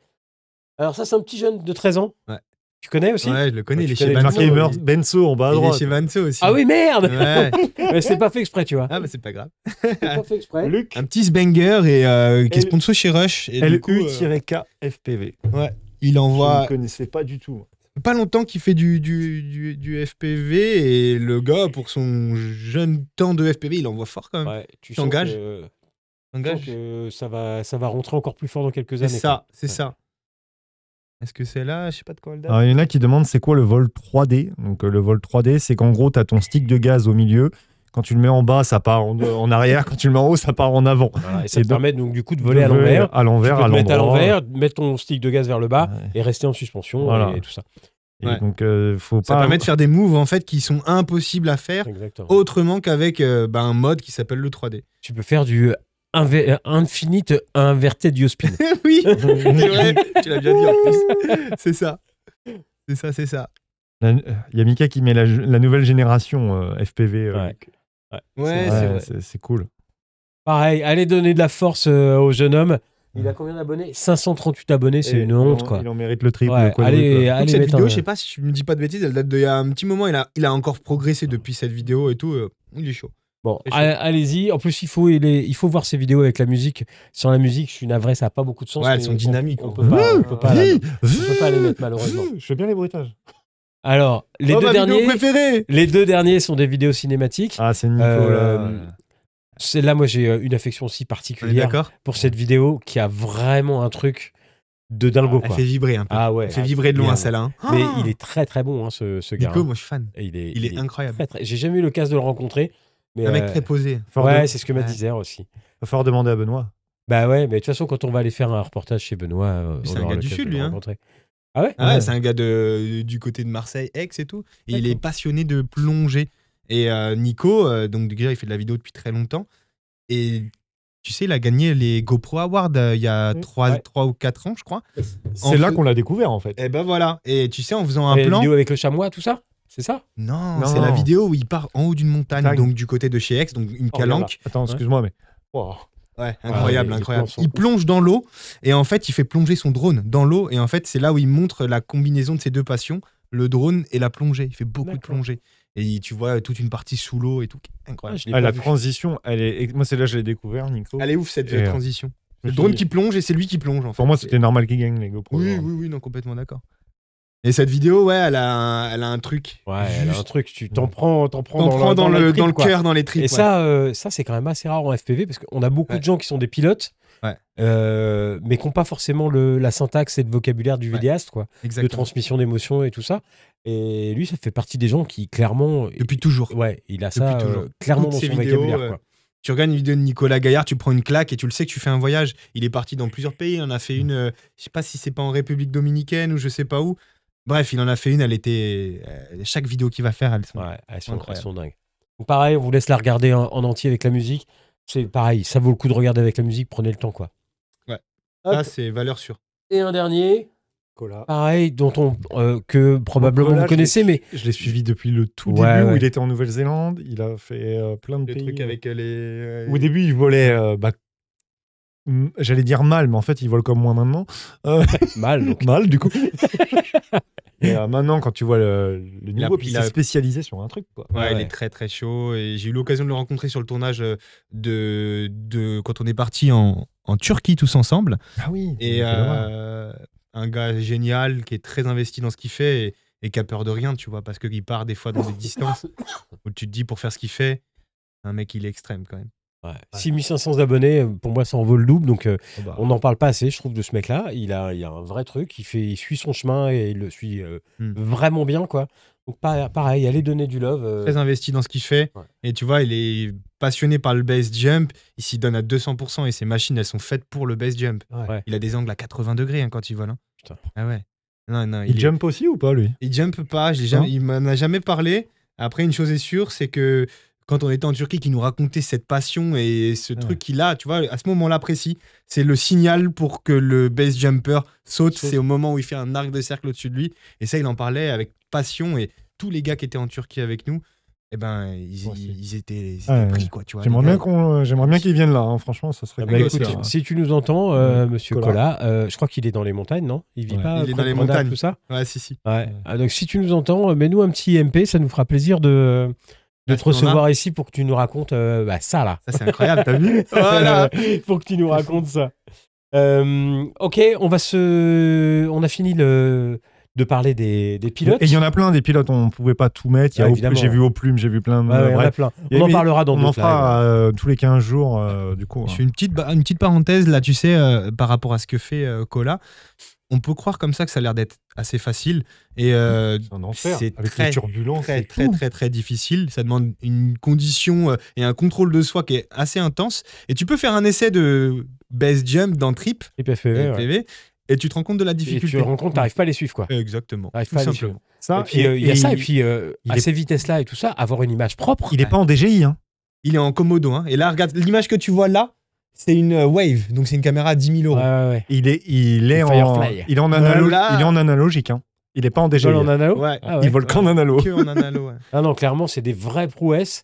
Alors, ça, c'est un petit jeune de 13 ans.
Ouais.
Tu connais aussi
Ouais, je le
Ouais,
connais. il
tu
est chez
connais
Banso.
le
Marqué
Banzo,
il-
Benso en bas à
Il est
droite.
chez Banso aussi.
Ah oui, merde
Ouais.
Mais C'est pas fait exprès, tu vois.
Ah bah c'est pas grave.
C'est pas fait exprès.
Luc
Un petit sbanger et euh, qui est
L-
sponsor chez Rush. Et du coup, euh,
LU-KFPV.
il
Je
envoie
ne connaissais pas du tout.
pas longtemps qu'il fait du, du, du, du FPV et le gars, pour son jeune temps de FPV, il envoie fort quand même.
Ouais, tu
T'engages
que,
Engage.
sens que ça, va, ça va rentrer encore plus fort dans quelques
C'est
années.
ça, c'est
Ouais.
ça. Est-ce que c'est là Je sais pas de quoi elle date.
Alors, il y en a qui demandent c'est quoi le vol 3D Donc, euh, le vol 3D, c'est qu'en gros, tu as ton stick de gaz au milieu. Quand tu le mets en bas, ça part en, euh, en arrière. Quand tu le mets en haut, ça part en avant.
quoi. Voilà, et ça
Et
te
donc-
permet donc du coup de voler à l'envers.
À l'envers,
Tu peux
à
te mettre à
l'endroit.
l'envers, mettre ton stick de gaz vers le bas
Ouais.
et rester en suspension
Voilà.
et tout ça.
Et
Ouais.
Donc, euh, faut
ça
pas.
permet de faire des moves en fait qui sont impossibles à faire
Exactement.
autrement qu'avec euh, bah, un mode qui s'appelle le 3D.
Tu peux faire du inve- euh, infinite inverted U-spin.
oui, c'est vrai, tu l'as bien dit en plus. C'est ça. C'est ça, c'est ça.
La- euh, Il y a Mika qui met la, la nouvelle génération euh, FPV. euh,
Ouais.
Luc.
Ouais,
C'est
c'est
Ouais,
vrai.
c'est- c'est cool.
Pareil, allez donner de la force euh, au jeune homme. Il a combien d'abonnés 538 abonnés, c'est
Et
une
il
honte
en-
quoi.
Il en mérite le triple.
Ouais,
le quadruple.
allez,
Donc,
allez
cette
mettre
vidéo,
un-
je sais pas si je me dis pas de bêtises, elle date d'il y a un petit moment, il a, il a encore progressé depuis cette vidéo et tout. euh, il est chaud.
Bon,
Très chaud.
a- euh, allez-y. En plus, il faut, il, est- il faut voir ces vidéos avec la musique. Sans la musique, je suis navré, ça n'a pas beaucoup de sens.
Ouais, elles
mais
sont
on-
dynamiques,
On
hein.
peut pas- on peut pas la-
Vih,
on peut pas les mettre, malheureusement.
Je fais bien les bruitages.
Alors, les
Mmh. Oh,
deux
ma
derniers,
vidéo préférée
les deux derniers sont des vidéos cinématiques.
Ah, c'est Nico.
Euh,
là.
C'est là, moi, j'ai euh, une affection aussi
On est
particulière
d'accord
pour cette vidéo qui a vraiment un truc de dingo
Elle
quoi.
fait vibrer un peu.
Ah ouais.
Elle fait vibrer de loin
merde.
celle-là. hein.
Mais
Ah
il est très très bon hein, ce, ce gars.
Nico,
hein.
moi je suis fan.
Et Il est,
Il est incroyable.
très, très- J'ai jamais eu l'occasion de le rencontrer. Mais
Un mec
euh,
très posé.
Faut leur
ouais,
demander-
c'est ce que m'a
Ouais.
dit Zer aussi.
faut leur demander à Benoît.
Bah ouais, mais de toute façon, quand on va aller faire un reportage chez Benoît, euh,
Puis
on
c'est un
aura
gars du
l'occasion
Sud,
de
lui,
le
hein.
rencontrer. Ah ouais
Ah ouais,
Ouais.
c'est un gars de, du côté de Marseille, Aix et tout. Et il est
D'accord.
passionné de plongée. Et euh, Nico, euh, donc déjà, il fait de la vidéo depuis très longtemps. Et tu sais, il a gagné les GoPro Awards euh, il y a
Mm.
3,
Mmh, Ouais.
ou 4 ans, je crois.
C'est là
fait-
qu'on l'a découvert en fait.
Et ben voilà. Et tu sais, en faisant un
Et la
plan.
vidéo avec le chamois, tout ça C'est ça
Non,
Non.
c'est la vidéo où il part en haut d'une montagne,
Montagne.
donc du côté de chez Aix, donc
Oh,
une
regarde
calanque.
Attends, excuse-moi, mais.
Ouais, incroyable,
les- les
incroyable.
plans sont
Il
cool.
plonge dans l'eau et en fait, il fait plonger son drone dans l'eau et en fait, c'est là où il montre la combinaison de ses deux passions, le drone et la plongée. Il fait beaucoup de
D'accord.
plongée et il- tu vois toute une partie sous l'eau et tout.
Ah,
Incroyable.
je l'ai
Ah,
pas
la
vu.
transition, elle est. Moi, c'est là que je l'ai découvert, Nico.
Elle est ouf cette
Et, euh,
transition. Le
Je me suis
drone
dit-
qui plonge et c'est lui qui plonge en fait.
Pour moi, c'était normal qu'il gagne les GoPro.
Oui, oui, oui, non, complètement d'accord. Et cette vidéo, ouais, elle a un, elle a un truc.
Ouais, elle a un
Juste,
truc, tu t'en prends, t'en prends
t'en prends dans,
la
le,
tripe,
dans le
quoi.
cœur, dans les tripes.
Et
ouais.
ça, euh, ça c'est quand même assez rare en FPV parce qu'on a beaucoup
Ouais.
de gens qui sont des pilotes,
Ouais.
euh, mais qui n'ont pas forcément le, la syntaxe et le vocabulaire du
Ouais.
vidéaste, quoi, de
exactement.
transmission d'émotions et tout ça. Et lui, ça fait partie des gens qui clairement,
Depuis toujours.
ouais, il a
Depuis
ça euh,
toujours.
clairement
Toutes
dans
ces
son
vidéos,
vocabulaire.
euh,
quoi.
Tu regardes une vidéo de Nicolas Gaillard, tu prends une claque et tu le sais que tu fais un voyage. Il est parti dans plusieurs pays. Il en a fait une, euh, je sais pas si c'est pas en République dominicaine ou je sais pas où. Bref, il en a fait une. Elle était. euh, chaque vidéo qu'il va faire, elle. sont-
Ouais, elles sont,
Incroyable.
elles sont dingues. Donc pareil, on vous laisse la regarder en, en entier avec la musique. C'est pareil, ça vaut le coup de regarder avec la musique, prenez le temps quoi.
Ouais.
Hop,
Ça, c'est valeur sûre.
et un dernier, pareil, dont on, euh, que probablement
Nicolas,
vous connaissez, mais
Je l'ai suivi depuis le tout
Ouais,
début où
ouais.
il était en Nouvelle-Zélande. Il a fait euh, plein de
Le
pays.
truc avec euh, les.
Au début, il volait. euh, bah, m- J'allais dire mal, mais en fait, il vole comme moi maintenant.
mal. donc.
Mal, du coup. Et euh, maintenant, quand tu vois le, le
Il a-
niveau, puis
il
il
a-
s'est spécialisé sur un truc. Quoi.
Ouais, il
ouais.
est très très chaud et j'ai eu l'occasion de le rencontrer sur le tournage euh, de, de quand on est parti en, en Turquie tous ensemble
Ah oui.
et euh, un gars génial qui est très investi dans ce qu'il fait et, et qui a peur de rien tu vois parce qu'il part des fois dans des distances où tu te dis pour faire ce qu'il fait un mec il est extrême quand même.
Ouais. 6500 abonnés, euh, pour moi ça en vaut le double, donc euh,
Oh
Ah.
bah.
on n'en parle pas assez, je trouve, de ce mec-là. Il a, il a un vrai truc, il, fait, il suit son chemin et il le suit euh,
Hmm.
vraiment bien quoi. Donc pa- pareil, allez donner du love. euh,
Très investi dans ce qu'il fait
Ouais.
et tu vois il est passionné par le base jump, il s'y donne à 200% et ses machines elles sont faites pour le base jump.
Ouais.
Il a des angles à 80 degrés hein, quand il vole. hein.
Putain.
Ah ouais. Non, non,
Il
est-
jump aussi ou pas, lui
Il jump pas, je l'ai jamais-
Non.
il m'en a jamais parlé. Après, une chose est sûre, c'est que quand on était en Turquie, qu'il nous racontait cette passion et ce
Ah ouais.
truc qu'il a, tu vois, à ce moment-là précis, c'est le signal pour que le base jumper saute.
Saute.
C'est au moment où il fait un arc de cercle au-dessus de lui. Et ça, il en parlait avec passion. Et tous les gars qui étaient en Turquie avec nous, eh ben, ils,
Ouais, c'est-
ils étaient, ils étaient
Ah ouais.
pris, quoi,
Bah,
tu vois.
J'aimerais
Les
bien
gars,
qu'on, euh, j'aimerais bien qu'il vienne là. hein. Franchement, ça serait.
Ah bah,
D'accord,
cool.
écoute,
c'est un-
si tu nous entends, euh, monsieur
Collat.
Collat, euh, je crois qu'il est dans les montagnes, non Il vit
Ouais.
pas
Hmm. Il
près
est dans
de
les
Grenoble,
montagnes.
tout ça
Ouais, si, si.
Ouais. Ah, donc si tu nous entends, euh, mets-nous un petit MP, ça nous fera plaisir de, de
À
te
ce moment-là.
recevoir ici pour que tu nous racontes euh, bah, ça là.
Ça, c'est incroyable, t'as vu Voilà
pour que tu nous racontes ça. Euh, ok, on va se, on a fini le de parler des, des pilotes.
Et il y en a plein des pilotes, on pouvait pas tout mettre. Il y a
Ah,
au-
évidemment.
j'ai vu au plume, j'ai vu plein de.
Ouais, ouais, il y en a
bref,
plein.
Et
On en
mais-
parlera dans
on en
d'autres lives.
fera euh, tous les 15 jours, euh, du coup.
Je
hein.
fais une petite, ba- une petite parenthèse là, tu sais, euh, par rapport à ce que fait euh, Cola. On peut croire comme ça que ça a l'air d'être assez facile. Et euh,
C'est un enfer.
C'est
Avec
très,
les turbulences.
très,
et
très,
tout.
très, très difficile. Ça demande une condition euh, et un contrôle de soi qui est assez intense. Et tu peux faire un essai de base jump dans Trip,
Et puis FPV, ouais.
FPV, et tu te rends compte de la
Et tu
difficulté. Euh,
te rends Ah, compte, t'arrives pas à les suivre quoi.
Exactement.
T'arrives
Tout
pas à les
simplement.
Ça,
et puis euh, il y a
et
ça, et
il-
puis euh,
il
à
est-
ces vitesses-là et tout ça, avoir une image propre.
Il est pas en DGI, hein.
Il est en commodo. hein. Et là, regarde, l'image que tu vois là, c'est une euh, Wave. Donc, c'est une caméra à 10 000 euros.
Ouais, ouais, ouais.
Il est, il est
Le
en,
Firefly.
il est en analo-
Voilà.
il est en analogique, hein. Il est pas en
Ils
DGI.
volent en analo
Ouais.
Ah ouais.
Il vole qu'en analo.
Que en analo, ouais.
Ah non, clairement, c'est des vraies prouesses.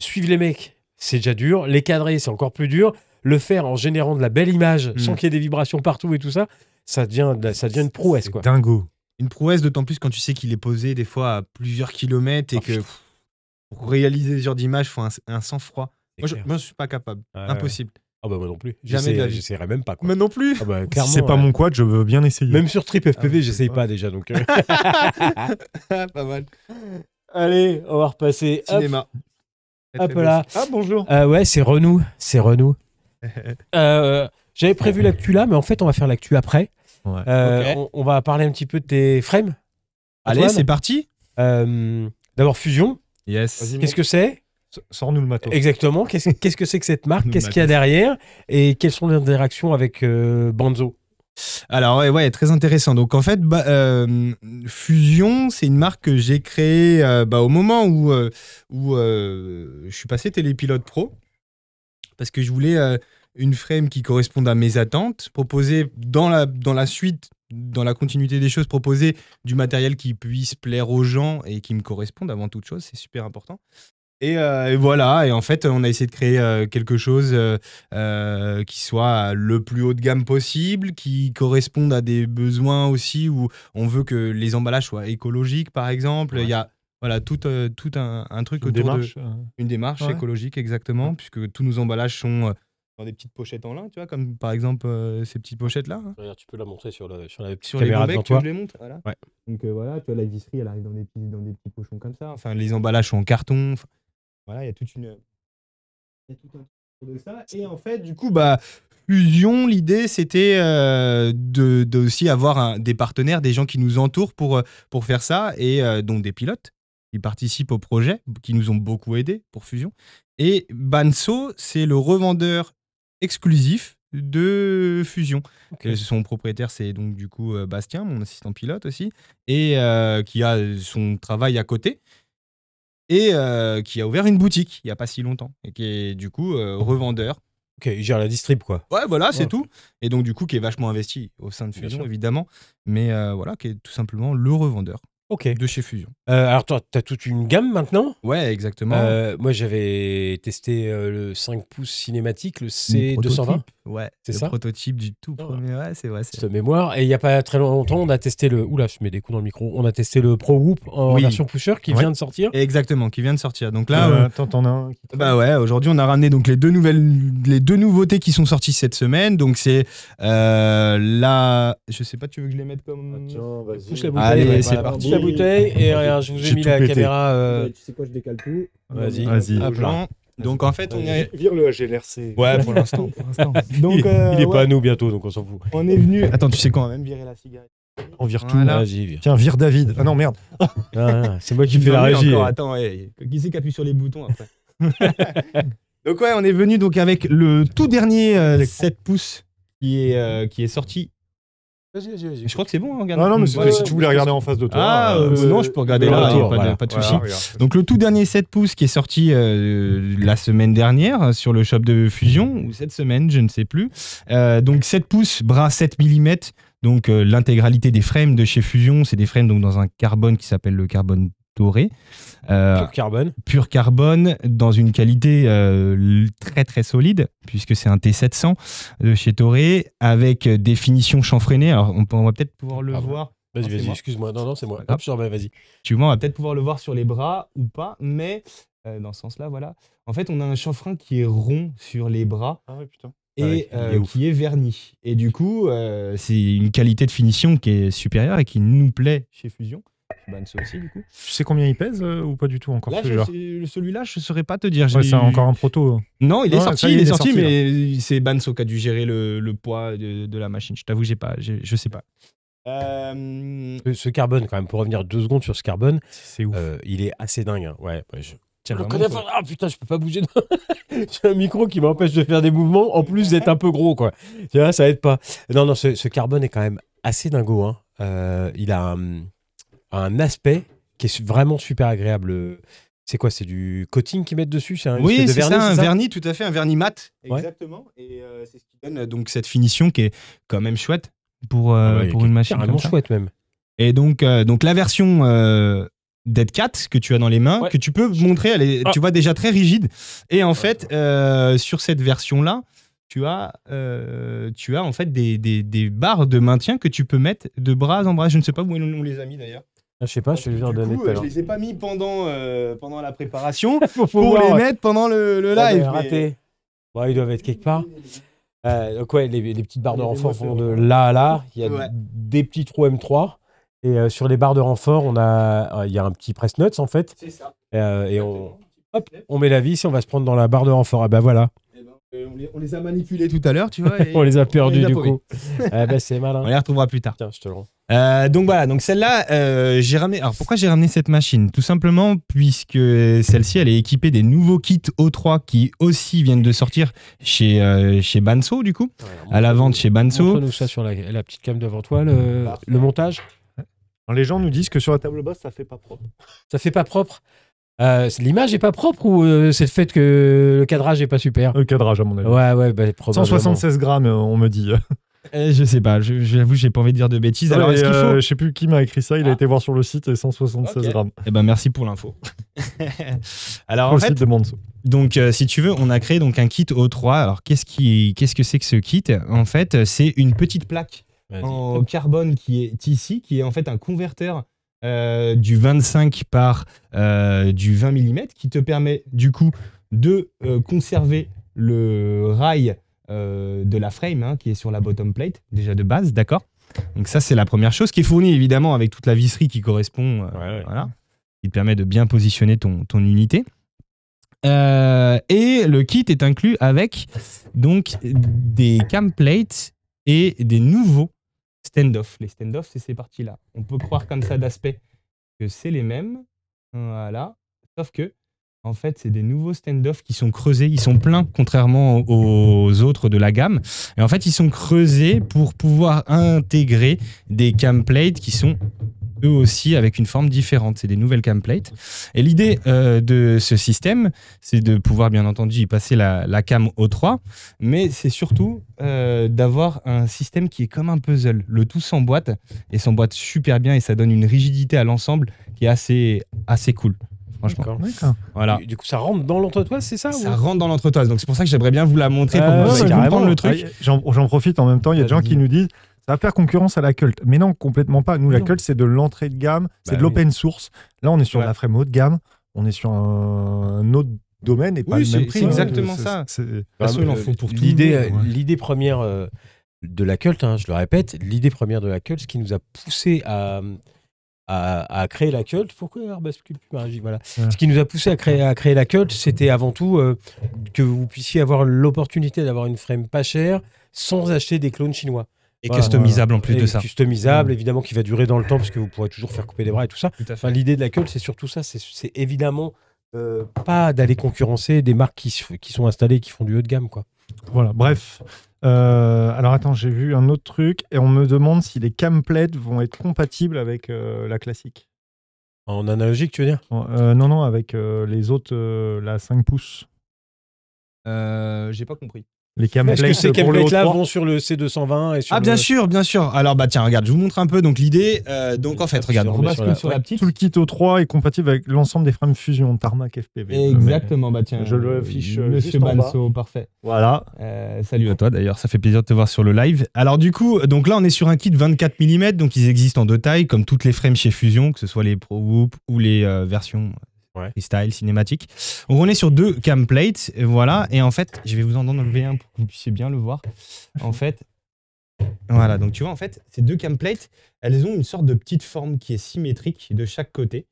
Suivre les mecs, c'est déjà dur. Les cadrer, c'est encore plus dur. Le faire en générant de la belle image,
Mm.
sans qu'il y ait des vibrations partout et tout ça, ça devient, ça devient une prouesse.
C'est
Quoi.
Dingo.
Une prouesse, d'autant plus quand tu sais qu'il est posé des fois à plusieurs kilomètres et
Ah,
que
putain.
pff, pour réaliser ce genre d'image, il faut un, un sang-froid. Moi, je
C'est clair.
ne suis pas capable.
Ouais,
Impossible.
ouais. Ah bah moi non plus.
Jamais de la
J'essaie-
vie.
J'essaierai même pas. Quoi.
Mais non plus.
Ah bah, clairement,
Si c'est pas
ouais.
mon quad, je veux bien essayer.
Même sur Trip FPV,
Ah, je
j'essaye
sais
pas.
pas.
déjà. Donc, euh.
Ah, pas mal.
Allez, on va repasser. Hop.
Cinéma. Très,
Hop
très beau
là.
aussi. Ah bonjour.
Ah ouais, c'est Renou. C'est Renou. Euh, J'avais prévu l'actu là, mais en fait, on va faire l'actu après.
Ouais.
Euh,
Ok.
on, on va parler un petit peu de tes frames.
Allez,
Antoine
c'est parti.
Euh, D'abord, Fusion.
Yes.
Vas-y.
Qu'est-ce que c'est
S- Sors-nous le matos.
Exactement. Qu'est-ce qu'est-ce que c'est que cette marque
Nous
Qu'est-ce qu'il y a
matons.
derrière Et quelles sont les interactions avec euh, Banzo
Alors ouais, ouais, très intéressant. Donc en fait, bah, euh, Fusion, c'est une marque que j'ai créée euh, bah, au moment où, euh, où euh, je suis passé télépilote pro, parce que je voulais euh, une frame qui corresponde à mes attentes, proposer dans la, dans la suite, dans la continuité des choses, proposer du matériel qui puisse plaire aux gens et qui me corresponde avant toute chose, c'est super important. Et, euh, et voilà, et en fait, on a essayé de créer euh, quelque chose euh, euh, qui soit le plus haut de gamme possible, qui corresponde à des besoins aussi où on veut que les emballages soient écologiques, par exemple.
Ouais.
Il y a voilà, tout, euh, tout un, un truc
Une
autour de,
démarche. euh,
une démarche
Ouais.
écologique, exactement, puisque tous nos emballages sont euh, dans des petites pochettes en lin, tu vois, comme par exemple euh, ces petites pochettes-là. hein,
Tu peux la montrer sur, la petite
Sur
caméra
les
devant
bonbecs, tu
toi.
veux que je les montre voilà.
Ouais.
Donc euh, voilà, tu vois, la visserie, elle arrive dans des, petits, dans des petits pochons comme ça. Enfin, les emballages sont en carton. enfin, voilà, il y a toute une. Il y a tout un truc de ça. Et en fait, du coup, bah. Fusion, l'idée, c'était euh, de, de aussi avoir un- des partenaires, des gens qui nous entourent pour, euh, pour faire ça, et euh, donc des pilotes qui participent au projet, qui nous ont beaucoup aidés pour Fusion. Et Banso, c'est le revendeur exclusif de Fusion.
Ok.
Et Son propriétaire, c'est donc du coup euh, Bastien, mon assistant pilote aussi, et euh, qui a son travail à côté, et euh, qui a ouvert une boutique il n'y a pas si longtemps, et qui est du coup euh, revendeur.
Ok, il gère la distrib, quoi.
Ouais, voilà, c'est
Ouais.
tout. Et donc du coup, qui est vachement investi au sein de
Bien
Fusion,
sûr.
évidemment, mais euh, voilà, qui est tout simplement le revendeur
Ok. Euh,
de chez Fusion.
alors, toi, tu as toute une gamme maintenant
Ouais, exactement.
Euh, Moi, j'avais testé euh, le 5 pouces cinématique, le
Le
C220,
prototype, Ouais,
C'est ça
c'est
Ah
ça. Prototype du tout premier. Ouais, c'est vrai. c'est
cette mémoire. Et il n'y a pas très longtemps, on a testé le. Oula, je mets des coups dans le micro. On a testé le Pro Whoop en
Oui.
version pusher qui
Ouais.
vient de sortir.
Exactement, qui vient de sortir. Donc là,
Là,
euh,
attends, t'en as un. qui te-
bah ouais, aujourd'hui on a ramené donc les deux nouvelles, les deux nouveautés qui sont sorties cette semaine. Donc c'est euh, la, je sais pas, tu veux que je les mette comme
Tiens, vas-y.
Pousse la bouteille.
Allez,
ouais,
c'est
voilà,
parti.
pousse la bouteille. Et euh, je vous ai
J'ai
mis
tout
la
pété.
caméra. euh,
Ouais, tu sais quoi, je décale tout.
Vas-y.
Vas-y.
à
Hop là.
blanc. Donc en fait on est,
Vire le AGLRC.
ouais, pour l'instant. pour l'instant.
Donc,
il,
euh,
il est
ouais,
pas à nous bientôt, donc on s'en fout.
On est venu.
Attends, tu sais quoi, on va même virer la cigarette.
On vire tout.
Voilà.
Vas-y, viens.
Tiens, vire David. Ah non, merde.
Ah, ah, c'est moi qui
Tu
fais la régie.
Attends, ouais, qui c'est qui appuie sur les boutons après Donc ouais, on est venu donc avec le tout dernier euh, 7 pouces qui est euh, qui est sorti.
Vas-y, vas-y, vas-y.
Je crois que c'est bon, hein, regarde.
Ah Non, non, mais
Ouais,
c'était si
ouais.
tu voulais regarder en face de toi.
Ah,
euh,
euh, non, je peux regarder
le
là, il y a
retour,
pas, de-
voilà.
pas de
voilà,
souci.
regarde.
Donc le tout dernier 7 pouces qui est sorti euh, la semaine dernière euh, sur le shop de Fusion, ou cette semaine, je ne sais plus. Euh, donc 7 pouces, bras 7 mm. Donc euh, l'intégralité des frames de chez Fusion, c'est des frames donc, dans un carbone qui s'appelle le carbone doré. Euh,
Pur carbone.
pur carbone dans une qualité euh, l- très très solide puisque c'est un T700 de euh, chez Toré avec euh, des finitions chanfreinées. Alors on, peut- on va peut-être pouvoir le
Ah bon
voir.
Vas-y,
c'est
vas-y,
moi.
excuse-moi. Non, non, c'est moi.
Hop.
Hop, sur ma- vas-y.
Tu vois, on va peut-être pouvoir le voir sur les bras ou pas, mais euh, dans ce sens-là, voilà. En fait, on a un chanfrein qui est rond sur les bras
Ah ouais, putain.
et
Ah ouais, il est
euh,
ouf.
qui est verni. Et du coup, euh, c'est une qualité de finition qui est supérieure et qui nous plaît chez Fusion. Chez Banso aussi, du coup.
Tu sais combien il pèse euh, ou pas du tout encore
Là, je-
celui-là
c'est- celui-là, je ne saurais pas te dire.
Ouais,
J'ai-
c'est encore un proto. hein.
Non, il est
Ouais,
sorti,
ça y est,
il est
il est
sorti,
sorti,
mais c'est Banso qui a dû gérer le, le poids de, de la machine. Je t'avoue, j'ai pas, j'ai- je sais pas. Euh,
Ce- Ce carbone, quand même, pour revenir deux secondes sur ce carbone,
C'est ouf.
euh, il est assez dingue. hein. Ouais, ouais, je-
tiens,
Le
vraiment,
connard,
ça-
Ah putain, je peux pas bouger. J'ai un micro qui m'empêche de faire des mouvements, en plus d'être un peu gros, quoi. Tu vois, ça aide pas. Non, non, ce, ce carbone est quand même assez dingo. hein. Euh, il a un, un aspect qui est su- vraiment super agréable. C'est quoi C'est du coating qu'ils mettent dessus C'est un
Oui,
espèce de
c'est ça,
vernis,
un
c'est ça
vernis, tout à fait, un vernis mat.
Ouais.
Exactement. Et euh, c'est ce qui donne euh, donc cette finition qui est quand même chouette pour, euh,
Ah ouais,
pour
qui est
une machine.
Carrément
Comme ça.
chouette, même.
Et donc, euh, donc la version euh, Dead Cat que tu as dans les mains,
Ouais.
que tu peux montrer, elle est,
Ah.
tu vois, déjà très rigide. Et en fait, euh, sur cette version-là, tu as, euh, tu as en fait des, des, des barres de maintien que tu peux mettre de bras en bras. Je ne sais pas où on on les a mis d'ailleurs.
Ah, je sais pas, je te le viens
Du
de
coup, euh, je les ai pas mis pendant, euh, pendant la préparation
Faut
pour les mettre pendant le, le live. mais-
raté. Bon, ils doivent être quelque part. Euh, donc ouais, les, les petites barres de
Il y a des
renfort vont de
moteurs.
là à là. Il y a
Ouais.
des petits trous M3. Et euh, sur les barres de renfort, on a, euh, il y a un petit press nuts en fait.
C'est ça.
Euh, et on,
Exactement.
hop, on met la vis et on va se prendre dans la barre de renfort. Ah bah voilà,
Eh ben, euh, on, les, on les a manipulés tout à l'heure, tu vois. et
on les a perdus
a
du
paumés.
coup. ah bah c'est
On
malin.
les retrouvera plus tard.
Tiens, je te le rends.
Euh, donc voilà, donc celle-là, euh, j'ai ramené. Alors pourquoi j'ai ramené cette machine Tout simplement puisque celle-ci, elle est équipée des nouveaux kits O3 qui aussi viennent de sortir chez, euh, chez Banso, du coup, à la vente chez Banso.
Montre-nous ça sur la, la petite cam devant toi, le, le montage.
Les gens nous disent que sur la table.
Table basse, ça fait pas propre.
Ça fait pas propre. Euh, c'est- L'image est pas propre ou euh, c'est le fait que le cadrage est pas super
Le cadrage, à mon avis.
Ouais, ouais, bah, probablement.
176 grammes, euh, on me dit.
Euh, je sais pas, je- j'avoue, j'ai pas envie de dire de bêtises. Alors
Ouais,
est-ce qu'il
euh,
faut
Je sais plus qui m'a écrit ça, il
Ah.
a été voir sur le site et 176
Ok. Ah,
grammes.
Eh ben merci pour l'info. Alors
Sur
en
le
fait,
site de Manso.
Donc, euh, si tu veux, on a créé donc un kit O3. Alors, qu'est-ce qui, qu'est-ce que c'est que ce kit En fait, euh, c'est une petite plaque
Vas-y.
en carbone qui est ici, qui est en fait un converteur euh, du 25 par euh, du 20 mm, qui te permet du coup de euh, conserver le rail euh, de la frame hein, qui est sur la bottom plate déjà de base, d'accord Donc ça, c'est la première chose qui est fournie évidemment avec toute la visserie qui correspond. euh,
Ouais, ouais.
voilà. Il te permet de bien positionner ton, ton unité. Euh, et le kit est inclus avec donc des cam plates et des nouveaux stand-off. Les stand-off, c'est ces parties-là. On peut croire comme ça d'aspect que c'est les mêmes. Voilà. Sauf que, En fait, c'est des nouveaux stand-off qui sont creusés. Ils sont pleins, contrairement aux autres de la gamme. Et en fait, ils sont creusés pour pouvoir intégrer des camplates qui sont eux aussi avec une forme différente. C'est des nouvelles camplates. Et l'idée euh, de ce système, c'est de pouvoir bien entendu y passer la, la cam O3, mais c'est surtout euh, d'avoir un système qui est comme un puzzle. Le tout s'emboîte et s'emboîte super bien et ça donne une rigidité à l'ensemble qui est assez, assez cool. Franchement,
D'accord.
D'accord.
voilà.
Du coup, ça rentre dans l'entretoise, c'est ça
Ça
ou-
rentre dans l'entretoise, donc c'est pour ça que j'aimerais bien vous la montrer pour
Euh,
vous
ouais,
faire
je
comprendre
comprends.
le truc.
Ah, J'en j'en profite en même temps. Il y a des gens
Vas-y.
qui nous disent ça va faire concurrence à la cult. Mais non, complètement pas. Nous, la
Non.
cult, c'est de l'entrée de gamme, c'est
Bah
de l'open source. Là, on est sur
Ouais.
la frame haut de gamme. On est sur un, un autre domaine et pas
Oui,
le
c'est-
même prix.
c'est
hein.
exactement
C'est-
ça.
c'est-
toute façon, il en
Euh,
faut pour tout le
l'idée,
monde, ouais.
L'idée première euh, de la culte, hein, je le répète, l'idée première de la culte, ce qui nous a poussé à, à, à créer la culte, pourquoi Herbas Culture Magie, voilà.
Ouais.
Ce qui nous a poussé à créer, à créer la culte, c'était avant tout euh, que vous puissiez avoir l'opportunité d'avoir une frame pas chère sans acheter des clones chinois.
Et
Voilà.
customisable en plus
Et
de ça.
Customisable, évidemment, qui va durer dans le temps parce que vous pourrez toujours faire couper des bras et tout ça.
Tout à
Enfin, l'idée de la culte, c'est surtout ça. C'est- C'est évidemment euh, pas d'aller concurrencer des marques qui, se- qui sont installées, qui font du haut de gamme, quoi.
Voilà, bref. Euh, alors attends, j'ai vu un autre truc et on me demande si les camplates vont être compatibles avec euh, la classique.
En analogique, tu veux dire
Euh, non, non, avec euh, les autres, euh, la 5 pouces.
Euh, J'ai pas compris.
Les
Est-ce
camplates
que ces
pour le haut
templates-là
trois.
euh, vont sur le C220 et sur
Ah bien
le-
sûr, bien sûr. Alors bah tiens, regarde, je vous montre un peu donc l'idée. euh, donc en
Ah,
fait,
tu
regarde,
te
on
remets sur
bascule
la-
sur la
ouais,
petite.
Tout le kit O3 est compatible avec l'ensemble des frames fusion Tarmac FPV.
Exactement, bah tiens.
Je le affiche, euh,
Monsieur
juste en bas.
Banso, parfait.
Voilà.
Euh, salut à toi d'ailleurs, ça fait plaisir de te voir sur le live. Alors du coup, donc là on est sur un kit 24 mm, donc ils existent en deux tailles, comme toutes les frames chez Fusion, que ce soit les Pro Whoop ou les euh, versions
Ouais.
freestyle, cinématiques. Donc on est sur deux cam plates, et voilà, et en fait, je vais vous en enlever un pour que vous puissiez bien le voir. En fait, voilà, donc tu vois, en fait, ces deux cam plates, elles ont une sorte de petite forme qui est symétrique de chaque côté,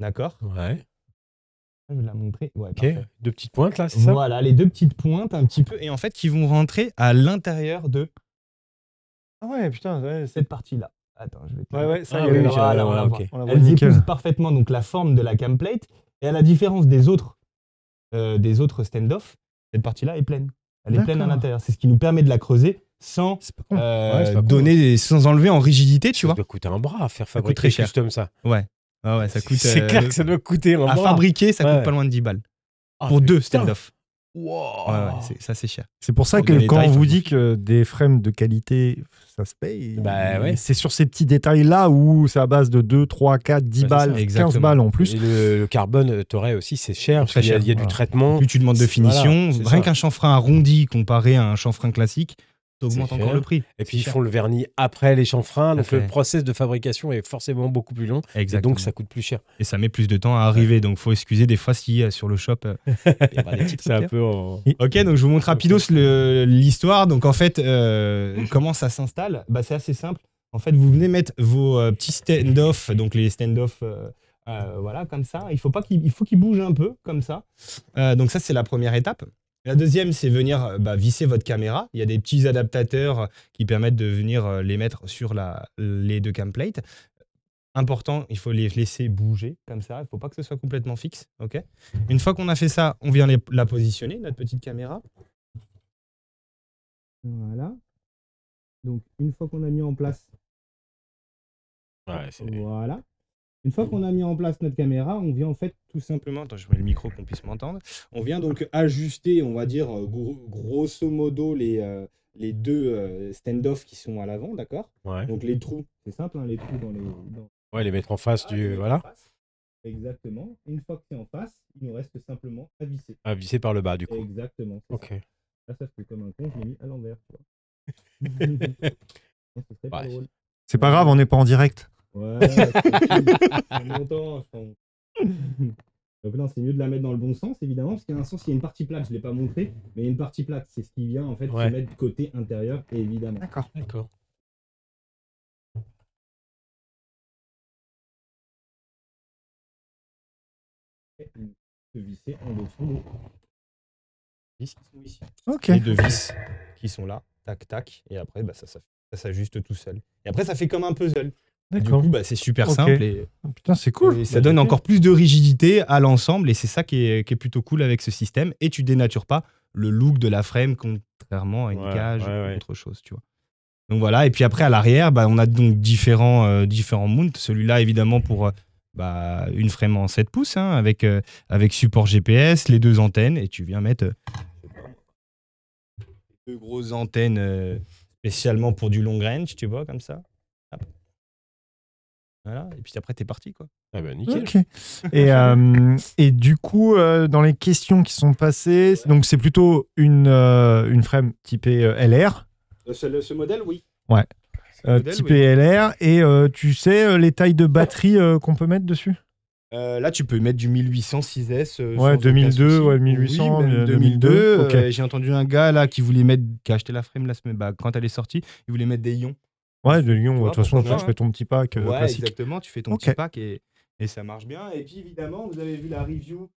d'accord
Ouais,
Je vais la montrer, ouais,
ok.
parfait.
Deux petites pointes, là, c'est ça
Voilà, les deux petites pointes un petit peu, et en fait qui vont rentrer à l'intérieur de
Ah ouais, putain, ouais, c'est-
cette partie-là. Attends, je vais te
ouais, ouais, ça
Ah
y est,
oui,
on
oui,
l'a-
j'ai-
voilà, on
ouais,
la
ok.
voit.
on l'a voit
Elles
nickel.
épousent parfaitement donc la forme de la camplate, et à la différence des autres, euh, des autres stand-off, cette partie-là est pleine. Elle est pleine à
D'accord.
l'intérieur. C'est ce qui nous permet de la creuser sans
C'est pas con.
euh,
Ouais, c'est pas hein. con.
donner, des- sans enlever en rigidité, tu
Ça
vois.
doit coûter un bras à faire
coûte
fabriquer
très cher.
custom, ça.
Ouais. Ah ouais, ça coûte.
c'est
euh,
clair que ça doit coûter un
à
bras.
fabriquer, ça coûte
Ouais.
pas loin de 10 balles.
Ah,
Pour deux
putain. Oh.
stand-off.
Wow.
Ouais, ouais, c'est- ça c'est cher.
C'est pour ça
Pour donner
que
les
quand
tarifs,
on
faut
vous
le
dit que des frames de qualité, ça se paye.
Bah ouais.
C'est sur ces petits détails-là où c'est à base de 2, 3, 4, 10
Ouais, Bah, c'est
balles,
ça,
15
exactement.
balles en plus.
Et le, le carbone, euh, t'aurais aussi, c'est cher.
Très
parce qu'il y a-
cher,
il y a,
voilà.
du traitement.
Plus tu demandes de
C'est- voilà,
finition,
c'est
rien
ça.
qu'un chanfrein arrondi comparé à un chanfrein classique, t'augmentes
C'est
encore
cher.
le prix.
Et puis
C'est
ils
cher.
font le vernis après les chanfreins. Donc
fait.
le process de fabrication est forcément beaucoup plus long. Et
Exactement.
donc ça coûte plus cher.
Et ça met plus de temps à arriver. Donc, faut excuser des fois si euh, sur le shop. euh, il y aura des petits
C'est un
trucs, hein.
peu. en-
Ok, donc je vous montre rapidos le- l'histoire. Donc, en fait, euh, comment ça s'installe bah, C'est assez simple. En fait, vous venez mettre vos euh, petits stand-off, donc les stand-off, euh, euh, voilà, comme ça. Il faut pas qu'ils il faut qu'ils bougent un peu, comme ça. Euh, donc, ça, c'est la première étape. La deuxième, c'est venir euh, bah, visser votre caméra. Il y a des petits adaptateurs euh, qui permettent de venir euh, les mettre sur la, les deux cam plates. Important, il faut les laisser bouger comme ça. Il ne faut pas que ce soit complètement fixe. ok Une fois qu'on a fait ça, on vient les- la positionner, notre petite caméra. Voilà. Donc, une fois qu'on a mis en place,
Ouais, c'est-
voilà. Une fois qu'on a mis en place notre caméra, on vient en fait tout simplement. Attends, je mets le micro qu'on puisse m'entendre. On vient donc ajuster, on va dire euh, gro- grosso modo les, euh, les deux euh, stand-off qui sont à l'avant, d'accord
ouais.
donc les trous, c'est simple, hein, les trous dans les. Dans...
Ouais, les mettre en face
Ah,
du.
les
Voilà.
en face. Exactement. Une fois que c'est en face, il nous reste simplement à visser.
Ah, vissé par le bas, du coup.
Exactement. c'est
Ok.
Ça. Là, ça fait comme un con, je l'ai mis à l'envers. tu vois. Non, ce serait pas
Ouais.
drôle.
C'est pas grave, on n'est pas en direct.
Ouais, tranquille, ça fait longtemps, je pense. Donc non, c'est mieux de la mettre dans le bon sens, évidemment, parce qu'il y a un sens, il y a une partie plate, je ne l'ai pas montré, mais il y a une partie plate, c'est ce qui vient en fait
Ouais.
se mettre côté intérieur, évidemment.
D'accord.
D'accord.
Et on peut visser en dessous. donc, les vis qui sont ici.
Ok.
les deux vis qui sont là, tac, tac, et après, bah, ça, ça, ça s'ajuste tout seul. Et après, ça fait comme un puzzle. Et Du
D'accord.
coup, bah, c'est super
Ok.
simple et,
Putain, c'est cool.
et ça donne encore plus de rigidité à l'ensemble et c'est ça qui est, qui est plutôt cool avec ce système. Et tu dénatures pas le look de la frame contrairement à une
Ouais,
cage
ouais,
ou
ouais.
autre chose, tu vois. Donc voilà, et puis après à l'arrière, bah, on a donc différents, euh, différents mounts. Celui-là, évidemment, pour euh, bah, une frame en 7 pouces hein, avec, euh, avec support GPS, les deux antennes, et tu viens mettre euh, je sais pas, deux grosses antennes euh, spécialement pour du long range, tu vois, comme ça. Hop. Voilà, et puis après, t'es parti, quoi.
Ah bah nickel.
Ok. Et, euh, et du coup, euh, dans les questions qui sont passées, donc c'est plutôt une, euh, une frame typée euh, LR,
Ce, ce modèle, oui.
euh,
modèle,
typée LR, et euh, tu sais euh, les tailles de batterie euh, qu'on peut mettre dessus
Euh, là, tu peux mettre du 1800 6S. euh,
Ouais,
sans aucun
2002,
souci.
ouais, 1800,
Oui, même
2002,
2002.
ok.
euh, J'ai entendu un gars là qui voulait mettre, qui a acheté la frame la semaine, bah, quand elle est sortie, il voulait mettre des ions.
Ouais, de Lyon,
Tu
ouais, de
vois,
toute façon,
pourquoi
tu fais ton petit pack euh,
ouais,
classique.
exactement. Tu fais ton
Ok.
petit pack et, et ça marche bien. Et puis évidemment, vous avez vu la review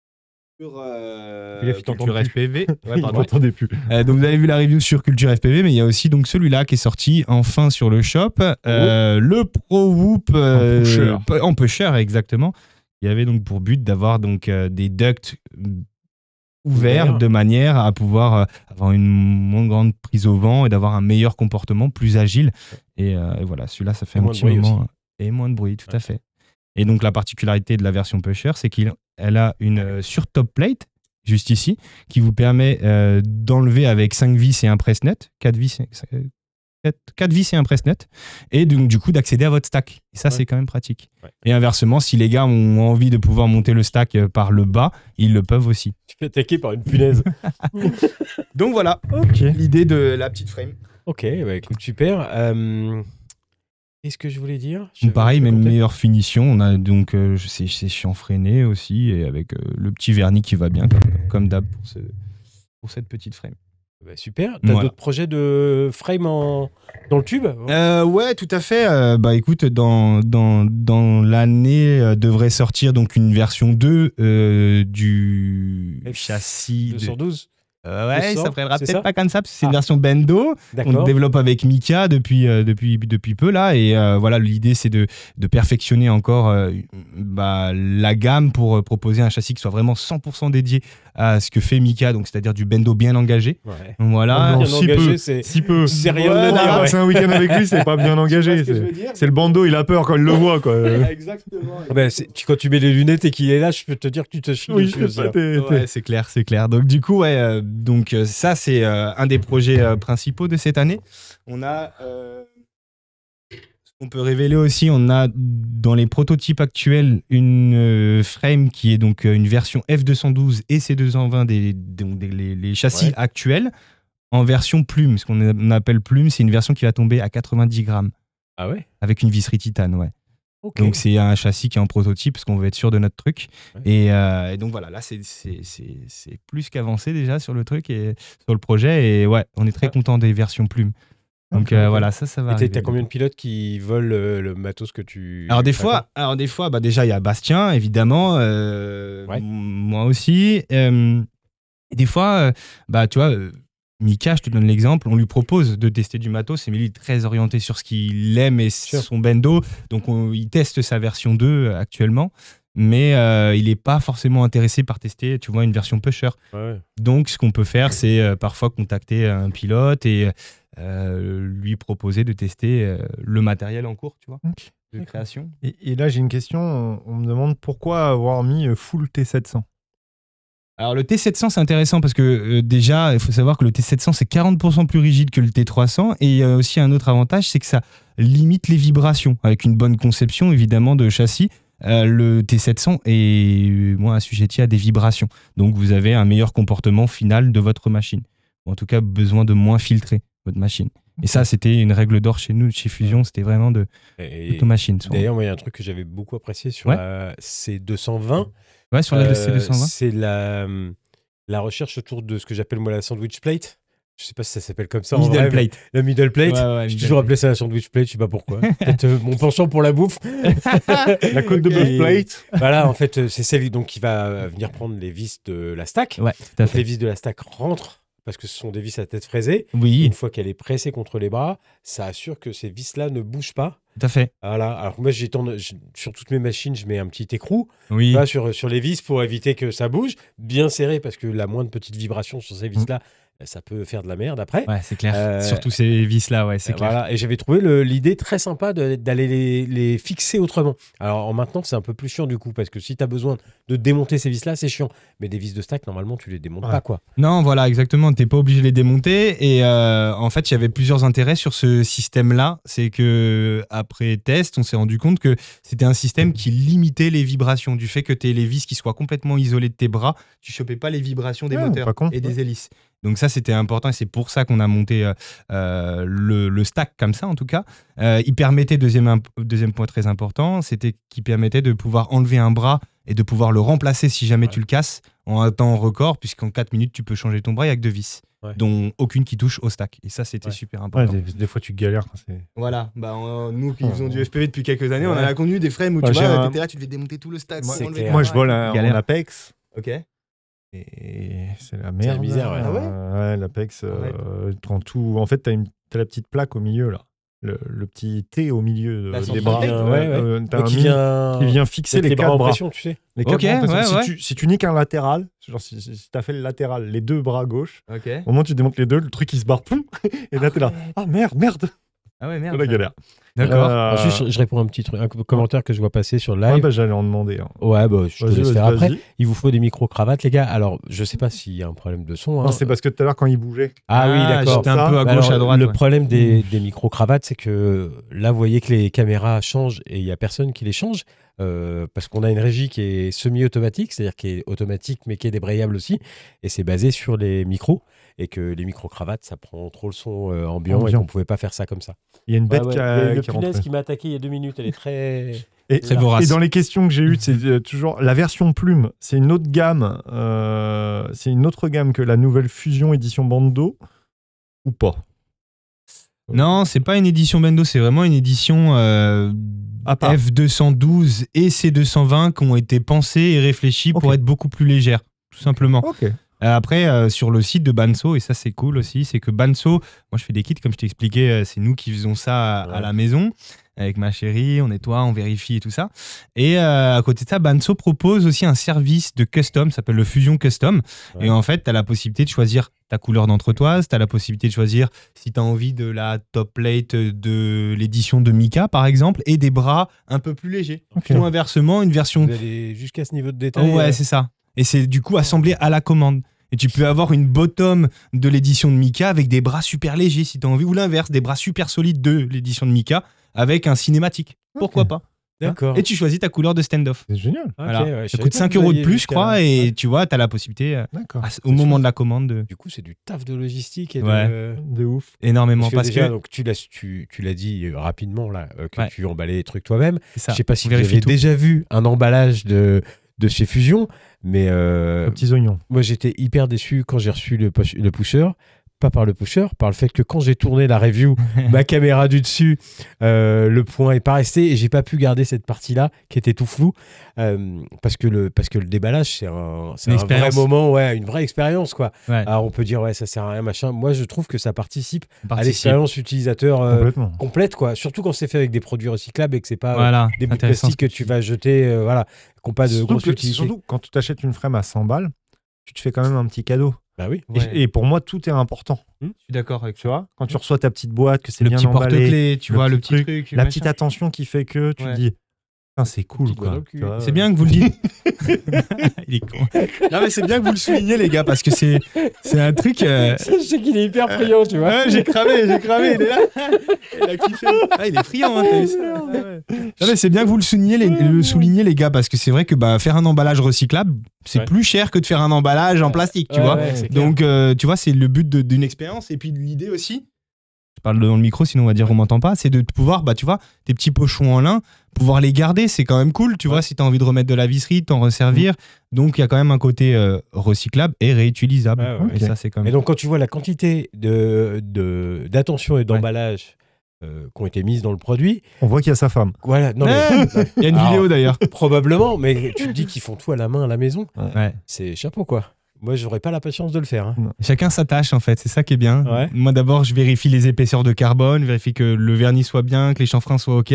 sur euh,
Fais gaffe, il t'entend
Culture
plus.
FPV. Ouais,
Il
pardon.
m'entendait plus.
Euh, donc vous avez vu la review sur Culture FPV, mais il y a aussi donc celui-là qui est sorti enfin sur le shop, Euh, le Pro Whoop euh,
pusher.
p- en pusher exactement. Il y avait donc pour but d'avoir donc euh, des ducts euh, ouverts
Ouverts.
de manière à pouvoir euh, avoir une moins grande prise au vent et d'avoir un meilleur comportement, plus agile. Et, euh, et voilà, celui-là ça fait
Et
un
moins de
petit
bruit
moment et moins de bruit, tout à
Ouais.
fait. Et donc la particularité de la version pusher, c'est qu'il elle a une euh, surtop plate juste ici qui vous permet euh, d'enlever avec 5 vis et un press-net, 4 vis, 4 vis et un press-net, et donc du coup d'accéder à votre stack. Et ça,
Ouais.
c'est quand même pratique.
Ouais.
Et inversement, si les gars ont envie de pouvoir monter le stack euh, par le bas, ils le peuvent aussi.
Tu fais attaquer par une punaise.
Donc voilà,
Ok.
l'idée de la petite frame.
ok, bah écoute, super. Euh, Qu'est-ce que je voulais dire J'avais-
Pareil,
j'avais
même
compté.
meilleure finition. On a donc, euh, je sais, c'est chiant freiné aussi, et avec euh, le petit vernis qui va bien, comme, comme d'hab pour, ce- pour cette petite frame.
Bah, super. T'as
Voilà.
d'autres projets de frame en... dans le tube
Euh, ouais, tout à fait. Euh, bah écoute, dans, dans, dans l'année euh, devrait sortir donc une version 2 euh, du
F-
châssis. De...
212
Euh, ouais,
200,
ça s'appellera
c'est
peut-être
ça
pas comme ça, parce que c'est
Ah.
une version bendo. On
D'accord.
développe avec Mika depuis, euh, depuis, depuis peu là. Et euh, voilà, l'idée c'est de, de perfectionner encore euh, bah, la gamme pour euh, proposer un châssis qui soit vraiment 100% dédié à ce que fait Mika, donc c'est-à-dire du bendo bien engagé.
Ouais.
Voilà.
Ah, non,
Bien
si
engagé,
peu.
c'est
Si peu.
c'est rien
Ouais,
de
voilà,
dire.
C'est un week-end avec lui, c'est pas bien engagé.
ce que je
C'est
veux dire
c'est le bandeau, il a peur quand il le voit, quoi.
Exactement.
Ah bah, c'est- tu- quand tu mets les lunettes et qu'il est là, je peux te dire que tu te chies
Oui,
dessus aussi, hein.
c'est pas
là.
t'es-
Ouais,
t'es-
c'est clair, c'est clair. Donc du coup, ouais, euh, donc euh, ça c'est euh, un des projets euh, principaux de cette année. On a, euh, ce qu'on peut révéler aussi, on a dans les prototypes actuels une euh, frame qui est donc euh, une version F212 et C220 des, donc des- les, les châssis
Ouais.
actuels en version plume. Ce qu'on a- on appelle plume, c'est une version qui va tomber à 90 grammes
Ah ouais
avec une visserie titane, ouais.
Ok.
Donc c'est un châssis qui est en prototype parce qu'on veut être sûr de notre truc.
Ouais.
Et, euh, et donc voilà, là c'est- c'est c'est- c'est plus qu'avancé déjà sur le truc et sur le projet. Et ouais, on est très
Ouais. Ah,
content des versions plumes. Donc
Ok.
euh, voilà, ça, ça
Et
va.
t'as-
arriver.
t'as combien de pilotes qui volent euh, le matos que tu.
alors des
t'as
fois, alors des fois, bah déjà il y a Bastien évidemment, euh,
Ouais.
m- moi aussi. euh, et des fois, euh, bah tu vois, euh, Mika, je te donne l'exemple, on lui propose de tester du matos, mais lui il est très orienté sur ce qu'il aime et
Sûr.
son bendo, donc on- il teste sa version 2 actuellement, mais euh, il n'est pas forcément intéressé par tester, tu vois, une version pusher.
Ouais, ouais.
Donc, ce qu'on peut faire, c'est euh, parfois contacter un pilote et euh, lui proposer de tester euh, le matériel en cours, tu vois,
Ok.
de création.
Et, et là, j'ai une question. On, on me demande pourquoi avoir mis euh, full T700
Alors, le T700, c'est intéressant parce que euh, déjà, il faut savoir que le T700, c'est 40% plus rigide que le T300. Et il y a aussi un autre avantage, c'est que ça limite les vibrations avec une bonne conception, évidemment, de châssis. Euh, le T700 est euh, moins assujetti à des vibrations. Donc, vous avez un meilleur comportement final de votre machine. Ou en tout cas, besoin de moins filtrer votre machine. Et ça, c'était une règle d'or chez nous, chez Fusion. C'était vraiment de
Et-
plutôt machine. souvent.
D'ailleurs, moi, il y a un truc que j'avais beaucoup apprécié sur
Ouais.
la C220.
Ouais, sur la
Euh,
C220.
C'est la, la recherche autour de ce que j'appelle moi la sandwich plate. Je sais pas si ça s'appelle comme ça en vrai, mais-
plate.
La middle plate.
Ouais, ouais,
J'ai
middle
toujours
plate.
appelé ça la sandwich plate, je sais pas pourquoi. Peut-être euh, mon penchant pour la bouffe.
La côte de
Ok.
bœuf plate
voilà, en fait, euh, c'est celle donc, qui va euh, venir prendre les vis de la stack.
Ouais, tout à
Donc,
fait.
les vis de la stack rentrent parce que ce sont des vis à tête fraisée. Et
Oui,
une fois qu'elle est pressée contre les bras, ça assure que ces vis-là ne bougent pas.
tout à fait.
Voilà. Alors moi, j'ai tendance- je- sur toutes mes machines, je mets un petit écrou
Oui,
là, sur, sur les vis pour éviter que ça bouge, bien serré, parce que la moindre petite vibration sur ces
Mm.
vis-là, euh, ça peut faire de la merde après.
ouais, c'est clair.
Euh,
Surtout ces vis-là, ouais, c'est
Euh,
clair.
Voilà, et j'avais trouvé le- l'idée très sympa de- d'aller les, les fixer autrement. Alors en maintenant, c'est un peu plus chiant du coup, parce que si tu as besoin de démonter ces vis-là, c'est chiant. Mais des vis de stack, normalement, tu les démontes
Ouais.
pas, quoi.
Non, voilà, exactement. T'es pas obligé de les démonter. Et euh, en fait, il y avait plusieurs intérêts sur ce système-là. C'est que après test, on s'est rendu compte que c'était un système qui limitait les vibrations. Du fait que t'aies les vis qui soient complètement isolées de tes bras, tu chopais pas les vibrations des
Ouais,
moteurs
Ah, pas con.
et des hélices. Donc ça, c'était important. Et c'est pour ça qu'on a monté euh, euh, le, le stack comme ça, en tout cas. Euh, il permettait, deuxième, imp- deuxième point très important, c'était qu'il permettait de pouvoir enlever un bras et de pouvoir le remplacer si jamais
Ouais.
tu le casses en un temps record, puisqu'en 4 minutes, tu peux changer ton bras, il n'y a que deux vis,
Ouais.
dont aucune qui touche au stack. Et ça, c'était
Ouais.
super
Ouais,
important.
des, des fois, tu galères. quoi, c'est-
Voilà, bah, on- nous qui
Ouais.
faisons du FPV depuis quelques années, on en
Ouais.
a connu des frames où
Moi,
tu
j'ai
vois,
un-
t'étais là, tu devais démonter tout le stack.
Moi-
pour enlever
c'est
le
Moi,
bras
je vole
et-
un- en
Galère.
Apex.
Ok.
Et c'est la merde.
misère, ouais. Ah
Ah ouais
Euh, ouais, L'Apex, euh, prends tout. En fait, t'as une... t'as la petite plaque au milieu, là. Le, le petit T au milieu
La
euh, des
centrale.
bras.
Ouais,
ouais.
Euh, t'as
Donc,
un
qui
mini
vient,
qui vient fixer
mettre
les
les bras
quatre
en
bras.
pression, tu sais.
Les quatre
Ok,
bras en pression.
ouais,
si,
ouais.
Tu, si tu niques un latéral, genre si, si t'as fait le latéral, les deux bras gauche,
Ok.
au moment où tu démontes les deux, le truc il se barre, poum, et là t'es là. Ah merde, merde,
Ah ouais,
la
merde.
galère.
D'accord.
Euh,
Alors, juste, je, je réponds à un petit truc, un commentaire que je vois passer sur le
ouais,
live.
bah, j'allais en demander. hein.
Ouais, bah, je te
Vas-y,
laisse
vas-y,
faire après.
vas-y.
Il vous faut des micro-cravates, les gars. Alors, je sais pas s'il y a un problème de son. hein.
Non, c'est parce que tout à l'heure quand il bougeait.
Ah, oui, d'accord.
J'étais un peu à
Bah
gauche,
alors,
à droite.
Le
ouais. Hmm.
problème des, des micro-cravates, c'est que là, vous voyez que les caméras changent et il n'y a personne qui les change. euh, parce qu'on a une régie qui est semi-automatique, c'est-à-dire qui est automatique mais qui est débrayable aussi, et c'est basé sur les micros, et que les micro-cravates, ça prend trop le son euh, ambiant, et
Ambiant.
qu'on ne pouvait pas faire ça comme ça.
Il y a une bête qui, a-
le
qui est rentrée.
qui m'a attaqué il y a deux minutes, elle est très...
Et,
Très vorace.
et dans les questions que j'ai eues, c'est euh, toujours la version plume. C'est une autre gamme. euh, c'est une autre gamme que la nouvelle fusion édition Bando ou pas
Non, c'est pas une édition Bendo, c'est vraiment une édition euh,
À part.
F212 et C220 qui ont été pensées et réfléchies pour
Ok.
être beaucoup plus légères, tout simplement.
Ok.
Euh, Après, euh, sur le site de Banso, et ça c'est cool aussi, c'est que Banso, moi je fais des kits, comme je t'ai expliqué, euh, c'est nous qui faisons ça à, à
Ouais.
la maison, avec ma chérie, on nettoie, on vérifie et tout ça. Et euh, à côté de ça, Banso propose aussi un service de custom, ça s'appelle le Fusion Custom.
Ouais.
Et en fait, tu as la possibilité de choisir ta couleur d'entretoise, tu as la possibilité de choisir si tu as envie de la top plate de l'édition de Mika, par exemple, et des bras un peu plus légers.
Ok.
Ou inversement, une version
Vous allez jusqu'à ce niveau de
Oh
détail.
Hmm.
euh.
ouais, c'est ça. Et c'est du coup assemblé à la commande. Et tu peux avoir une bottom de l'édition de Mika avec des bras super légers si t'as envie, ou l'inverse, des bras super solides de l'édition de Mika avec un cinématique. Pourquoi pas
D'accord.
Et tu choisis ta couleur de stand-off.
C'est génial.
Ok,
voilà.
ouais, je
Ça
savais
coûte
pas
5
que vous
euros de
alliez
plus, je
jusqu'à- Ah,
crois, et tu vois, t'as la possibilité euh,
D'accord.
à- au moment de la commande de
Du coup, c'est du taf de logistique et de...
Ouais.
Ah, De ouf.
Parce
énormément.
que
Parce
déjà,
que,
donc, tu l'as tu, tu l'as dit euh, rapidement là euh, que
Ouais.
tu emballais les trucs toi-même.
c'est ça.
Je sais pas si
on
vous
vérifie
avez
tout.
déjà vu un emballage de de chez Fusion, mais euh,
Aux petits oignons.
moi j'étais hyper déçu quand j'ai reçu le, push- le pusher. Pas par le pusher, par le fait que quand j'ai tourné la review, ma caméra du dessus, euh, le point est pas resté et j'ai pas pu garder cette partie-là qui était tout floue euh, parce que le parce que le déballage c'est un, c'est un
Une
vrai
expérience.
moment, ouais, une vraie expérience quoi.
Ouais.
Alors on peut dire ouais ça sert à rien machin. Moi je trouve que ça participe à
Participe.
l'expérience utilisateur euh,
Complètement.
complète, quoi. Surtout quand c'est fait avec des produits recyclables et que c'est pas euh,
Voilà,
des bouts de
intéressant.
plastique que tu vas jeter, euh, voilà, qu'on pas de
surtout,
grosse
que-
utilité.
surtout quand tu t'achètes une frame à 100 balles, tu te fais quand même un petit cadeau.
Bah oui.
Et-
Ouais.
Et, pour moi, tout est important.
Je suis d'accord avec
Tu vois, quand tu reçois ta petite boîte, que c'est
Le
bien
petit
emballé,
porte-clés, tu
le
vois, le
petit
petit truc.
la
machin.
petite attention qui fait que tu
Ouais.
te dis, Putain, c'est cool
Petit
quoi.
bonhomme
Tu vois,
C'est
euh,
bien que vous le dites. Ah Il est con. Non, mais c'est bien que vous le souligniez, les gars, parce que c'est, c'est un truc. euh,
Je sais qu'il est hyper friand, tu vois.
Ouais, j'ai cramé, j'ai cramé, il est là. Il a kiffé. Ah, il est friand, hein, t'as vu ça Non, mais c'est bien que vous le souligniez, les, le souligniez, les gars, parce que c'est vrai que bah, faire un emballage recyclable, c'est
Ouais.
plus cher que de faire un emballage en plastique, tu
Ouais,
vois.
ouais, c'est clair.
Donc, euh, tu vois, c'est le but de- d'une expérience et puis de l'idée aussi. Je parle dans le micro, sinon on va dire qu'on m'entend pas. C'est de pouvoir, bah, tu vois, tes petits pochons en lin, pouvoir les garder, c'est quand même cool, tu vois, si tu as envie de remettre de la visserie, t'en resservir.
Mm.
Donc, il y a quand même un côté euh, recyclable et réutilisable.
Ouais, ouais.
Et ça, c'est quand
Et
même.
donc, quand tu vois la quantité de, de, d'attention et d'emballage euh, qui ont été mises dans le produit,
On voit qu'il y a sa femme.
voilà, non, mais, bah,
Ouais. Il y a une
Alors-
vidéo d'ailleurs.
probablement, mais tu te dis qu'ils font tout à la main à la maison.
Ouais.
C'est chapeau, quoi. Moi, j'aurais pas la patience de le faire. hein.
Chacun sa tâche en fait, c'est ça qui est bien.
Ouais.
Moi d'abord, je vérifie les épaisseurs de carbone, vérifie que le vernis soit bien, que les chanfreins soient OK.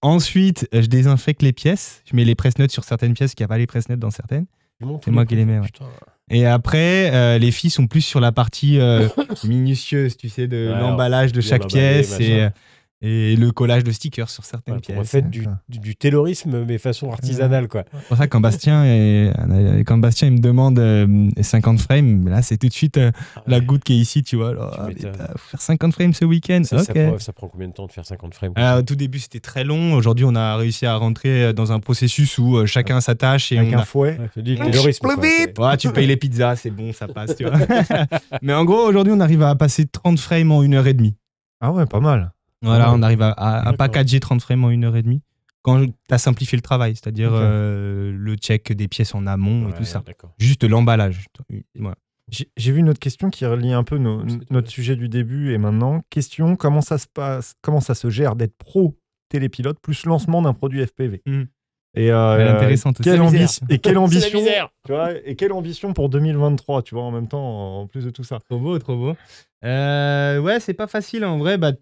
Ensuite, euh, je désinfecte les pièces, je mets les presse-notes sur certaines pièces qu'il n'y a pas les presse-notes dans certaines. C'est moi qui les mets. ouais.
Putain.
Et après, euh, les filles sont plus sur la partie euh, minutieuse, tu sais, de
Ouais,
l'emballage de
bien
chaque
emballé,
pièce et,
machin.
et le collage de stickers sur certaines
Ouais, pour moi,
pièces.
faites du, du, du taylorisme, mais façon artisanale, quoi.
C'est pour ça que quand Bastien, est- quand Bastien il me demande euh, 50 frames, là c'est tout de suite euh, la goutte qui est ici, tu vois. Alors,
Ah Tu
ah,
m'étonnes.
putain, faut faire 50 frames ce week-end.
Ça, ça
ok.
prend, ça prend combien de temps de faire 50 frames
Alors, au tout début, c'était très long. Aujourd'hui, on a réussi à rentrer euh, dans un processus où euh, chacun sa tâche et
Avec
on
un
a-
fouet.
Ouais, je te dis, le taylorisme. quoi, c'est-
Ouais, tu payes les pizzas, c'est bon, ça passe, tu vois. Mais en gros, aujourd'hui, on arrive à passer 30 frames en une heure et demie.
Ah ouais, pas mal.
Voilà,
Ouais.
on arrive à, à, à
D'accord.
packager 30 frames en une heure et demie. Quand tu as simplifié le travail, c'est-à-dire
Ok.
euh, le check des pièces en amont et
Ouais,
tout ça.
D'accord.
Juste l'emballage. Voilà.
J'ai j'ai vu une autre question qui relie un peu nos-
C'est-
notre sujet du début et maintenant. Question comment ça se passe Comment ça se gère d'être pro télépilote plus lancement d'un produit FPV
Hmm.
Et euh,
Elle est intéressante,
quelle
c'est la misère.
ambi- et quelle
C'est la
ambition
misère.
tu vois, et quelle ambition pour 2023 tu vois en même temps en plus de tout ça
Trop beau, trop beau. Euh, ouais, c'est pas facile en vrai. Bah,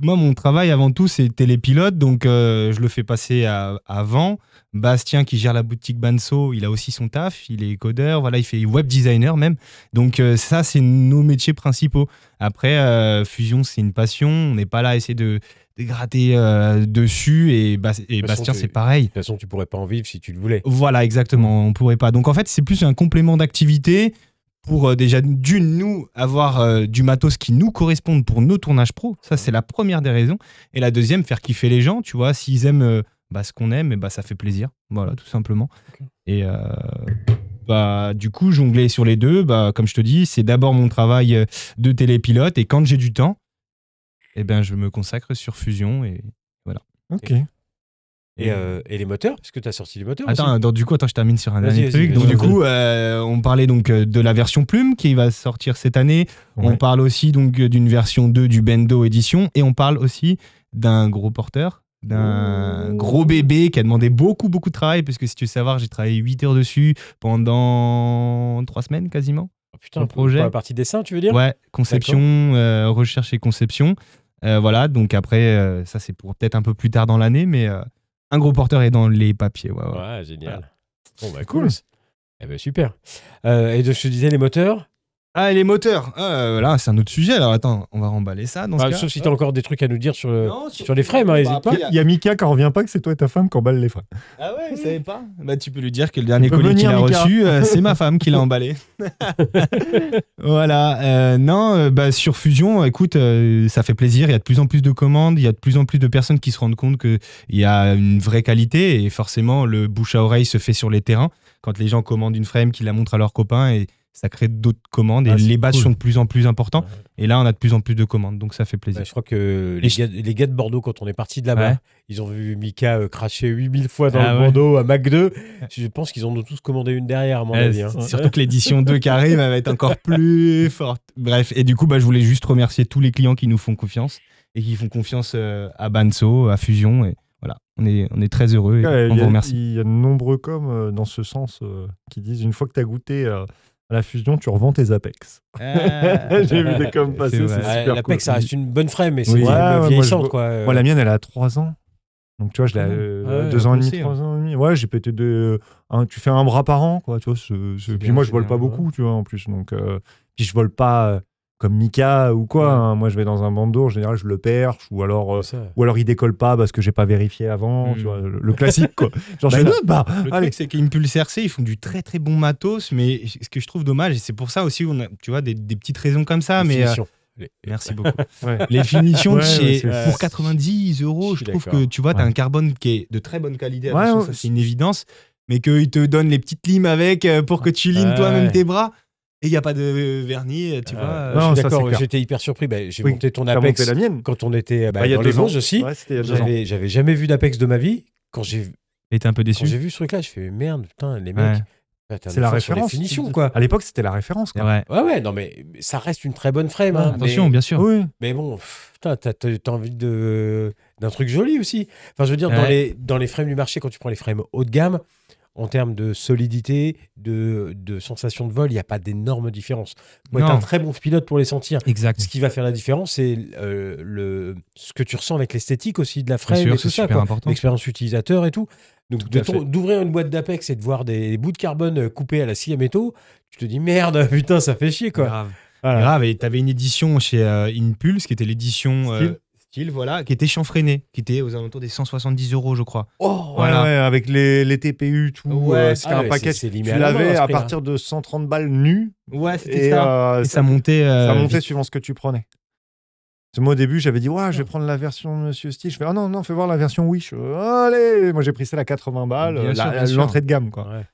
moi, mon travail avant tout, c'est télépilote, donc euh, je le fais passer à- avant. Bastien, qui gère la boutique Banso, il a aussi son taf, il est codeur, voilà, il fait web designer même. Donc euh, ça, c'est nos métiers principaux. Après, euh, Fusion, c'est une passion. On n'est pas là à essayer de, de gratter euh, dessus. Et, Bas-
De
et
toute façon,
Bastien,
tu-
c'est pareil.
De toute façon, tu pourrais pas en vivre si tu le voulais.
Voilà, exactement. On pourrait pas. Donc en fait, c'est plus un complément d'activité pour euh, déjà d'une nous avoir euh, du matos qui nous corresponde pour nos tournages pro. Ça c'est la première des raisons. Et la deuxième, faire kiffer les gens. Tu vois, s'ils aiment euh, bah, ce qu'on aime, et bah ça fait plaisir. Voilà, tout simplement. Et euh, bah du coup, jongler sur les deux. Bah comme je te dis, c'est d'abord mon travail euh, de télépilote. Et quand j'ai du temps, eh ben je me consacre sur Fusion et
ok
Et, euh, et les moteurs Parce que tu as sorti les moteurs aussi.
Attends, donc, du coup, attends, je termine sur un
Vas-y,
dernier
vas-y,
truc.
vas-y,
Donc, du
vas-y.
coup, euh, on parlait donc euh, de la version plume qui va sortir cette année. On
Ouais.
parle aussi donc euh, d'une version 2 du Bendo édition et on parle aussi d'un gros porteur, d'un
Oh.
gros bébé qui a demandé beaucoup, beaucoup de travail. Parce que si tu veux savoir, j'ai travaillé 8 heures dessus pendant 3 semaines quasiment.
Oh, putain,
le
pour-
projet.
Pour la partie dessin, tu veux dire
Ouais, conception, euh, recherche et conception. Euh, voilà, donc après, euh, ça c'est pour peut-être un peu plus tard dans l'année, mais euh, un gros porteur est dans les papiers. ouais, ouais.
Ouais, génial. Bon, bah cool.
Cool.
Eh ben super. Euh, et donc, je te disais les moteurs.
Ah, et les moteurs euh, Là, c'est un autre sujet. Alors, attends, on va remballer ça dans ce
Bah,
cas. Euh,
sauf
euh,
si tu as encore des trucs à nous dire sur le.
Non,
sur les frames, hein,
Bah,
hésite
après,
pas.
il y a-
il y a Mika qui en revient pas que c'est toi et ta femme qui emballent les frais
Ah ouais, vous savez pas Bah, tu peux lui dire que le dernier
peut
colis qu'il
venir,
a
Mika.
reçu, euh, c'est ma femme qui l'a emballé. voilà. euh, non, euh, bah, sur Fusion, écoute, euh, ça fait plaisir. Il y a de plus en plus de commandes. Il y a de plus en plus de personnes qui se rendent compte qu'il y a une vraie qualité. Et forcément, le bouche à oreille se fait sur les terrains. Quand les gens commandent une frame, qu'ils la montrent à leurs copains et ça crée d'autres commandes.
Ah,
et
c'est
les batchs
cool.
sont de plus en plus importants. Et là, on a de plus en plus de commandes. Donc, ça fait plaisir.
Bah, je crois que les
je-
gars, les gars de Bordeaux, quand on est parti de là-bas,
Ouais.
ils ont vu Mika euh, cracher 8000 fois dans
Ah
le
ouais.
Bordeaux à Mac 2. Je pense qu'ils en ont tous commandé une derrière, à mon
Euh,
avis. hein.
c'est- Surtout que l'édition 2 qui arrive, elle va être encore plus forte. Bref, et du coup, bah, je voulais juste remercier tous les clients qui nous font confiance et qui font confiance euh, à Banso, à Fusion. Et voilà, on est, on est très heureux et
Ouais,
on
il y a-
vous remercie.
Il y a de nombreux coms euh, dans ce sens euh, qui disent une fois que tu as goûté euh, à la fusion, tu revends tes Apex. J'ai vu des coms
C'est
passer,
vrai.
c'est
Ah. Ouais,
super
la
cool.
PEC, ça reste une bonne frame, mais c'est
Oui.
une
Ouais,
frame
ouais, moi,
vieillissante,
je-
quoi. euh,
Moi, la mienne, elle a 3 ans. Donc, tu vois, je l'ai
Ah ouais.
euh,
Ah ouais,
deux ans et demi,
aussi,
trois ans et demi. Ouais, j'ai pété deux. un- tu fais un bras par an, quoi. Tu vois, c'est- c'est-
C'est
puis
bien,
moi, je
c'est
vole
bien,
pas
ouais.
beaucoup, tu vois, en plus. Donc, euh, puis je vole pas euh, comme Mika ou quoi. hein. Moi, je vais dans un bandeau, en général, je le perche ou alors. euh,
ça.
ou alors il décolle pas parce que j'ai pas vérifié avant,
Mm.
tu vois, le, le classique quoi. Genre je fais,
là,
Ah, bah,
Le
allez.
truc, c'est qu'Impulse RC, ils font du très très bon matos, mais ce que je trouve dommage, et c'est pour ça aussi, on a, tu vois, des, des petites raisons comme
ah,
ça, mais. euh,
Finition. Les-
Merci beaucoup.
Ouais.
Les finitions
Ouais,
de chez-
ouais, c'est-
pour 90 euros,
Je
je,
suis
trouve
d'accord.
que tu vois, t'as
Ouais.
un carbone qui est de très bonne qualité.
Ouais,
attention,
ouais,
ça, c'est
c'est-
une évidence, mais qu'ils te donnent les petites limes avec euh, pour que tu limes
Ouais,
toi-même
ouais.
tes bras. Et il n'y a pas de euh, vernis, euh, tu
Euh,
vois. euh,
je
ah, non,
suis
ça, c'est
d'accord,
clair.
j'étais hyper surpris. Bah, j'ai
Oui,
monté ton
T'as
Apex
monté la mienne.
quand on était bah,
Bah, il y a
dans les
deux ans.
Vosges aussi.
Ouais, c'était il y a deux ans.
J'avais j'avais jamais vu d'Apex de ma vie. Quand j'ai
Et t'es un peu
quand
déçu.
j'ai vu ce truc-là, je fais merde, putain, les
Ouais.
mecs. putain, t'as
C'est la
un effort sur les
référence.
finitions, quoi.
À l'époque, c'était la référence. Quoi.
Ouais.
Ouais, ouais, non, mais ça reste une très bonne frame. hein,
Attention,
mais-
bien sûr.
Oui.
Mais bon, pff, putain, t'as t'as- t'as envie de d'un truc joli aussi. Enfin, je veux dire, dans,
Ouais.
les, dans les frames du marché, quand tu prends les frames haut de gamme, en termes de solidité, de, de sensation de vol, il n'y a pas d'énorme différence. Il faut être
Non.
un très bon pilote pour les sentir.
Exact.
Ce qui va faire la différence, c'est euh, le, ce que tu ressens avec l'esthétique aussi de la
Bien
frame
sûr,
et
c'est
tout ça.
super
quoi.
important.
L'expérience utilisateur et tout. Donc,
Tout à
de ton- d'ouvrir une boîte d'Apex et de voir des, bouts de carbone euh, coupés à la scie à métaux, tu te dis merde, putain, ça fait chier quoi.
Grave.
Voilà.
Grave. Et t'avais une édition chez euh, Impulse qui était l'édition euh,
Style.
style, voilà, qui était chanfreinée, qui était aux alentours des 170 euros, je crois.
Oh,
Ouais,
Voilà.
ouais, avec les, les TPU, tout.
Ouais,
euh, c'était
Ah
un
ouais,
paquet.
c'est- c'est
tu
limé à la main, à
l'avais
ce
à,
prix-là.
partir de 130 balles nues.
Ouais,
Et, euh,
Et
ça,
ça montait. euh,
ça montait
vite.
suivant ce que tu prenais. Parce que Moi, au début, j'avais dit, ouais, je vais
Ah.
prendre la version Monsieur Stitch. Je fais, ah non, non, fais voir la version Wish. Euh, Allez Moi, j'ai pris celle à 80 balles,
Bien
euh,
sûr,
la-
bien sûr.
l'entrée de gamme, quoi.
Ouais.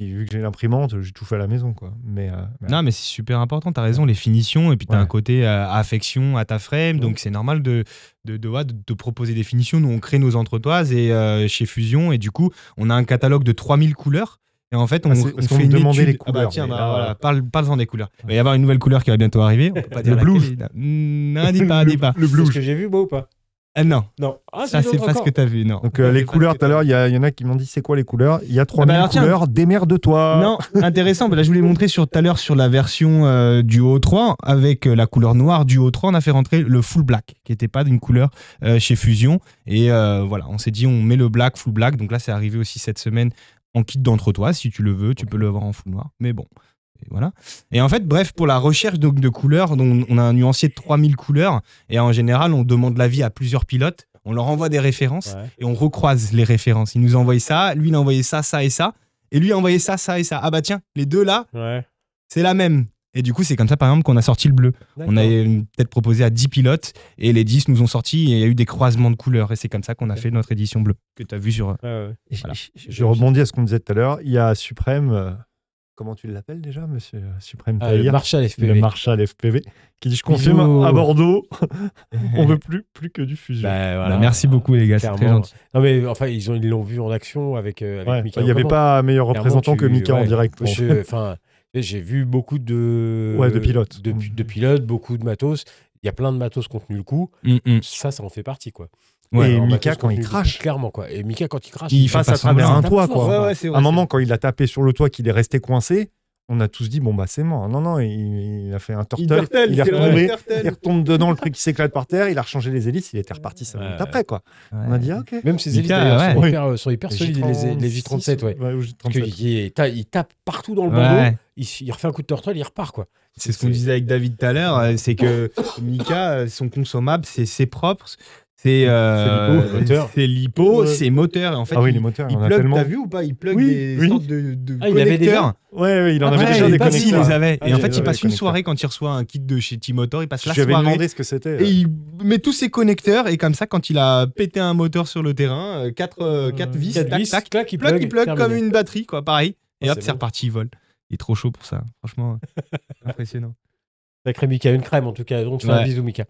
Et vu que j'ai l'imprimante, j'ai tout fait à la maison, quoi. Mais, euh, mais-
Non, mais c'est super important, t'as raison, les finitions, et puis t'as
Ouais.
un côté euh, affection à ta frame,
Ouais.
donc c'est normal de, de, de, ouais, de- de proposer des finitions. Nous, on crée nos entretoises et, euh, chez Fusion, et du coup, on a un catalogue de 3000 couleurs. Et en fait, on,
Ah, c'est-
on
parce qu'on
fait
me
une
demandait
étude-
les
Ah bah
couleurs,
tiens,
mais
bah,
là,
voilà,
euh,
parle, parle-en des couleurs. Il va y avoir une nouvelle couleur qui va bientôt arriver. On peut pas dire
Le
laquelle.
blues.
Mm, Non, dis pas, dis pas.
Le
C'est
blues.
ce que j'ai vu, moi ou pas
Ah, non,
Non. Ah,
ça, c'est pas ce que t'as vu, non.
Donc, euh, les
C'est pas ce
couleurs,
que
tout à l'heure, il y, a- il y en a qui m'ont dit, c'est quoi les couleurs Il y a 3000
bah alors, tiens.
couleurs, démerde-toi
Non, intéressant. Bah Là, je voulais montrer sur tout à l'heure sur la version euh, du O3 avec euh, la couleur noire du O3. On a fait rentrer le full black qui n'était pas d'une couleur euh, chez Fusion. Et euh, voilà, on s'est dit on met le black, full black. Donc là, c'est arrivé aussi cette semaine en kit d'entre-toi. Si tu le veux, tu peux le avoir en full noir. Mais bon. Et voilà. Et en fait, bref, pour la recherche donc, de couleurs, donc, on a un nuancier de 3000 couleurs. Et en général, on demande l'avis à plusieurs pilotes. On leur envoie des références et on recroise les références. Il nous a envoyé ça, lui il a envoyé ça, ça et ça, et lui a envoyé ça, ça et ça. Ah bah tiens, les deux là,
Ouais.
c'est la même. Et du coup, c'est comme ça, par exemple, qu'on a sorti le bleu. On a euh, peut-être proposé à 10 pilotes, et les 10 nous ont sorti, et il y a eu des croisements de couleurs, et c'est comme ça qu'on a fait notre édition bleue, que tu as vu sur... Voilà.
Je rebondis à ce qu'on disait tout à l'heure. Il y a Suprême, euh, comment tu l'appelles déjà, monsieur euh, Suprême
Ah, le
Tahir,
Marshall FPV.
le Marshall FPV, qui dit Je confirme,
Bisous.
à Bordeaux, on veut plus, plus que du fusion.
Bah,
Bah,
voilà.
merci beaucoup, les gars, c'est
Clairement.
très gentil.
Non, mais enfin, ils ont- ils l'ont vu en action avec, euh, avec
Ouais,
Mika
Il n'y avait
Obama.
pas meilleur
Clairement,
représentant
tu-
que Mika en
ouais.
direct.
Moi, je- Enfin, j'ai vu beaucoup de.
Ouais, de pilotes. Mm.
De, pi- de pilotes, beaucoup de matos. Il y a plein de matos qui ont tenu le coup.
Mm, mm.
Ça, ça en fait partie, quoi.
Ouais,
Et
Alors,
Mika,
matos qui
quand
ont
il
tenu le coup,
crache,
Clairement, quoi. Et Mika, quand il crache,
Il
il
fait
passe
pas
à travers
semblant.
un
tape
toit,
fort.
quoi.
Ouais, ouais, c'est
à un
vrai.
moment, quand il a tapé sur le toit, qu'il est resté coincé, on a tous dit Bon, bah, c'est mort. Non, non, il, il a fait un turtle. il est retombé. Il retombe dedans, le truc qui s'éclate par terre, il a rechangé les hélices, il était reparti ça
Ouais,
minutes
ouais.
après quoi. On a dit ah, ok.
Même ces hélices,
Mika,
d'ailleurs, sont,
ouais.
hyper, euh, sont hyper solides, les, les J37, ouais.
ou
Parce
J37.
qu'il est- ta- il tape partout dans le bandeau,
Ouais.
il, il refait un coup de turtle, il repart, quoi.
C'est ce qu'on disait avec David tout à l'heure, euh, c'est que Mika, euh, son consommable, c'est ses propres, c'est euh,
C'est lipo, moteur.
c'est lipo,
Ouais.
c'est moteur. En fait,
Ah oui,
il-
les moteurs, il
il
y en a
plug,
tellement.
t'as vu ou pas Il plug
Oui,
des
oui.
sortes de, de
Ah, il avait déjà
connecteurs.
Ouais, ouais, il en
Ah,
avait
ouais,
déjà
il
des
est pas
si, il les
connecteurs.
avait.
Ah,
Et en
j'avais
fait,
des
il passe une
connecteurs.
soirée quand il reçoit un kit de chez T-Motor, il passe la
Je lui avais
soirée.
demandé ce que c'était.
euh.
Et il met tous ses connecteurs et comme ça, quand il a pété un moteur sur le terrain, 4 quatre, euh, quatre vis,
Quatre
tac,
vis,
tac,
clac, il
plug,
plug,
il plug comme
terminé.
une batterie, quoi, pareil. Et
Ah,
hop,
c'est
c'est
bon.
reparti, il vole. Il est trop chaud pour ça, franchement, impressionnant.
Sacré Mika, une crème en tout cas. On te fait
Ouais.
un bisou, Mika.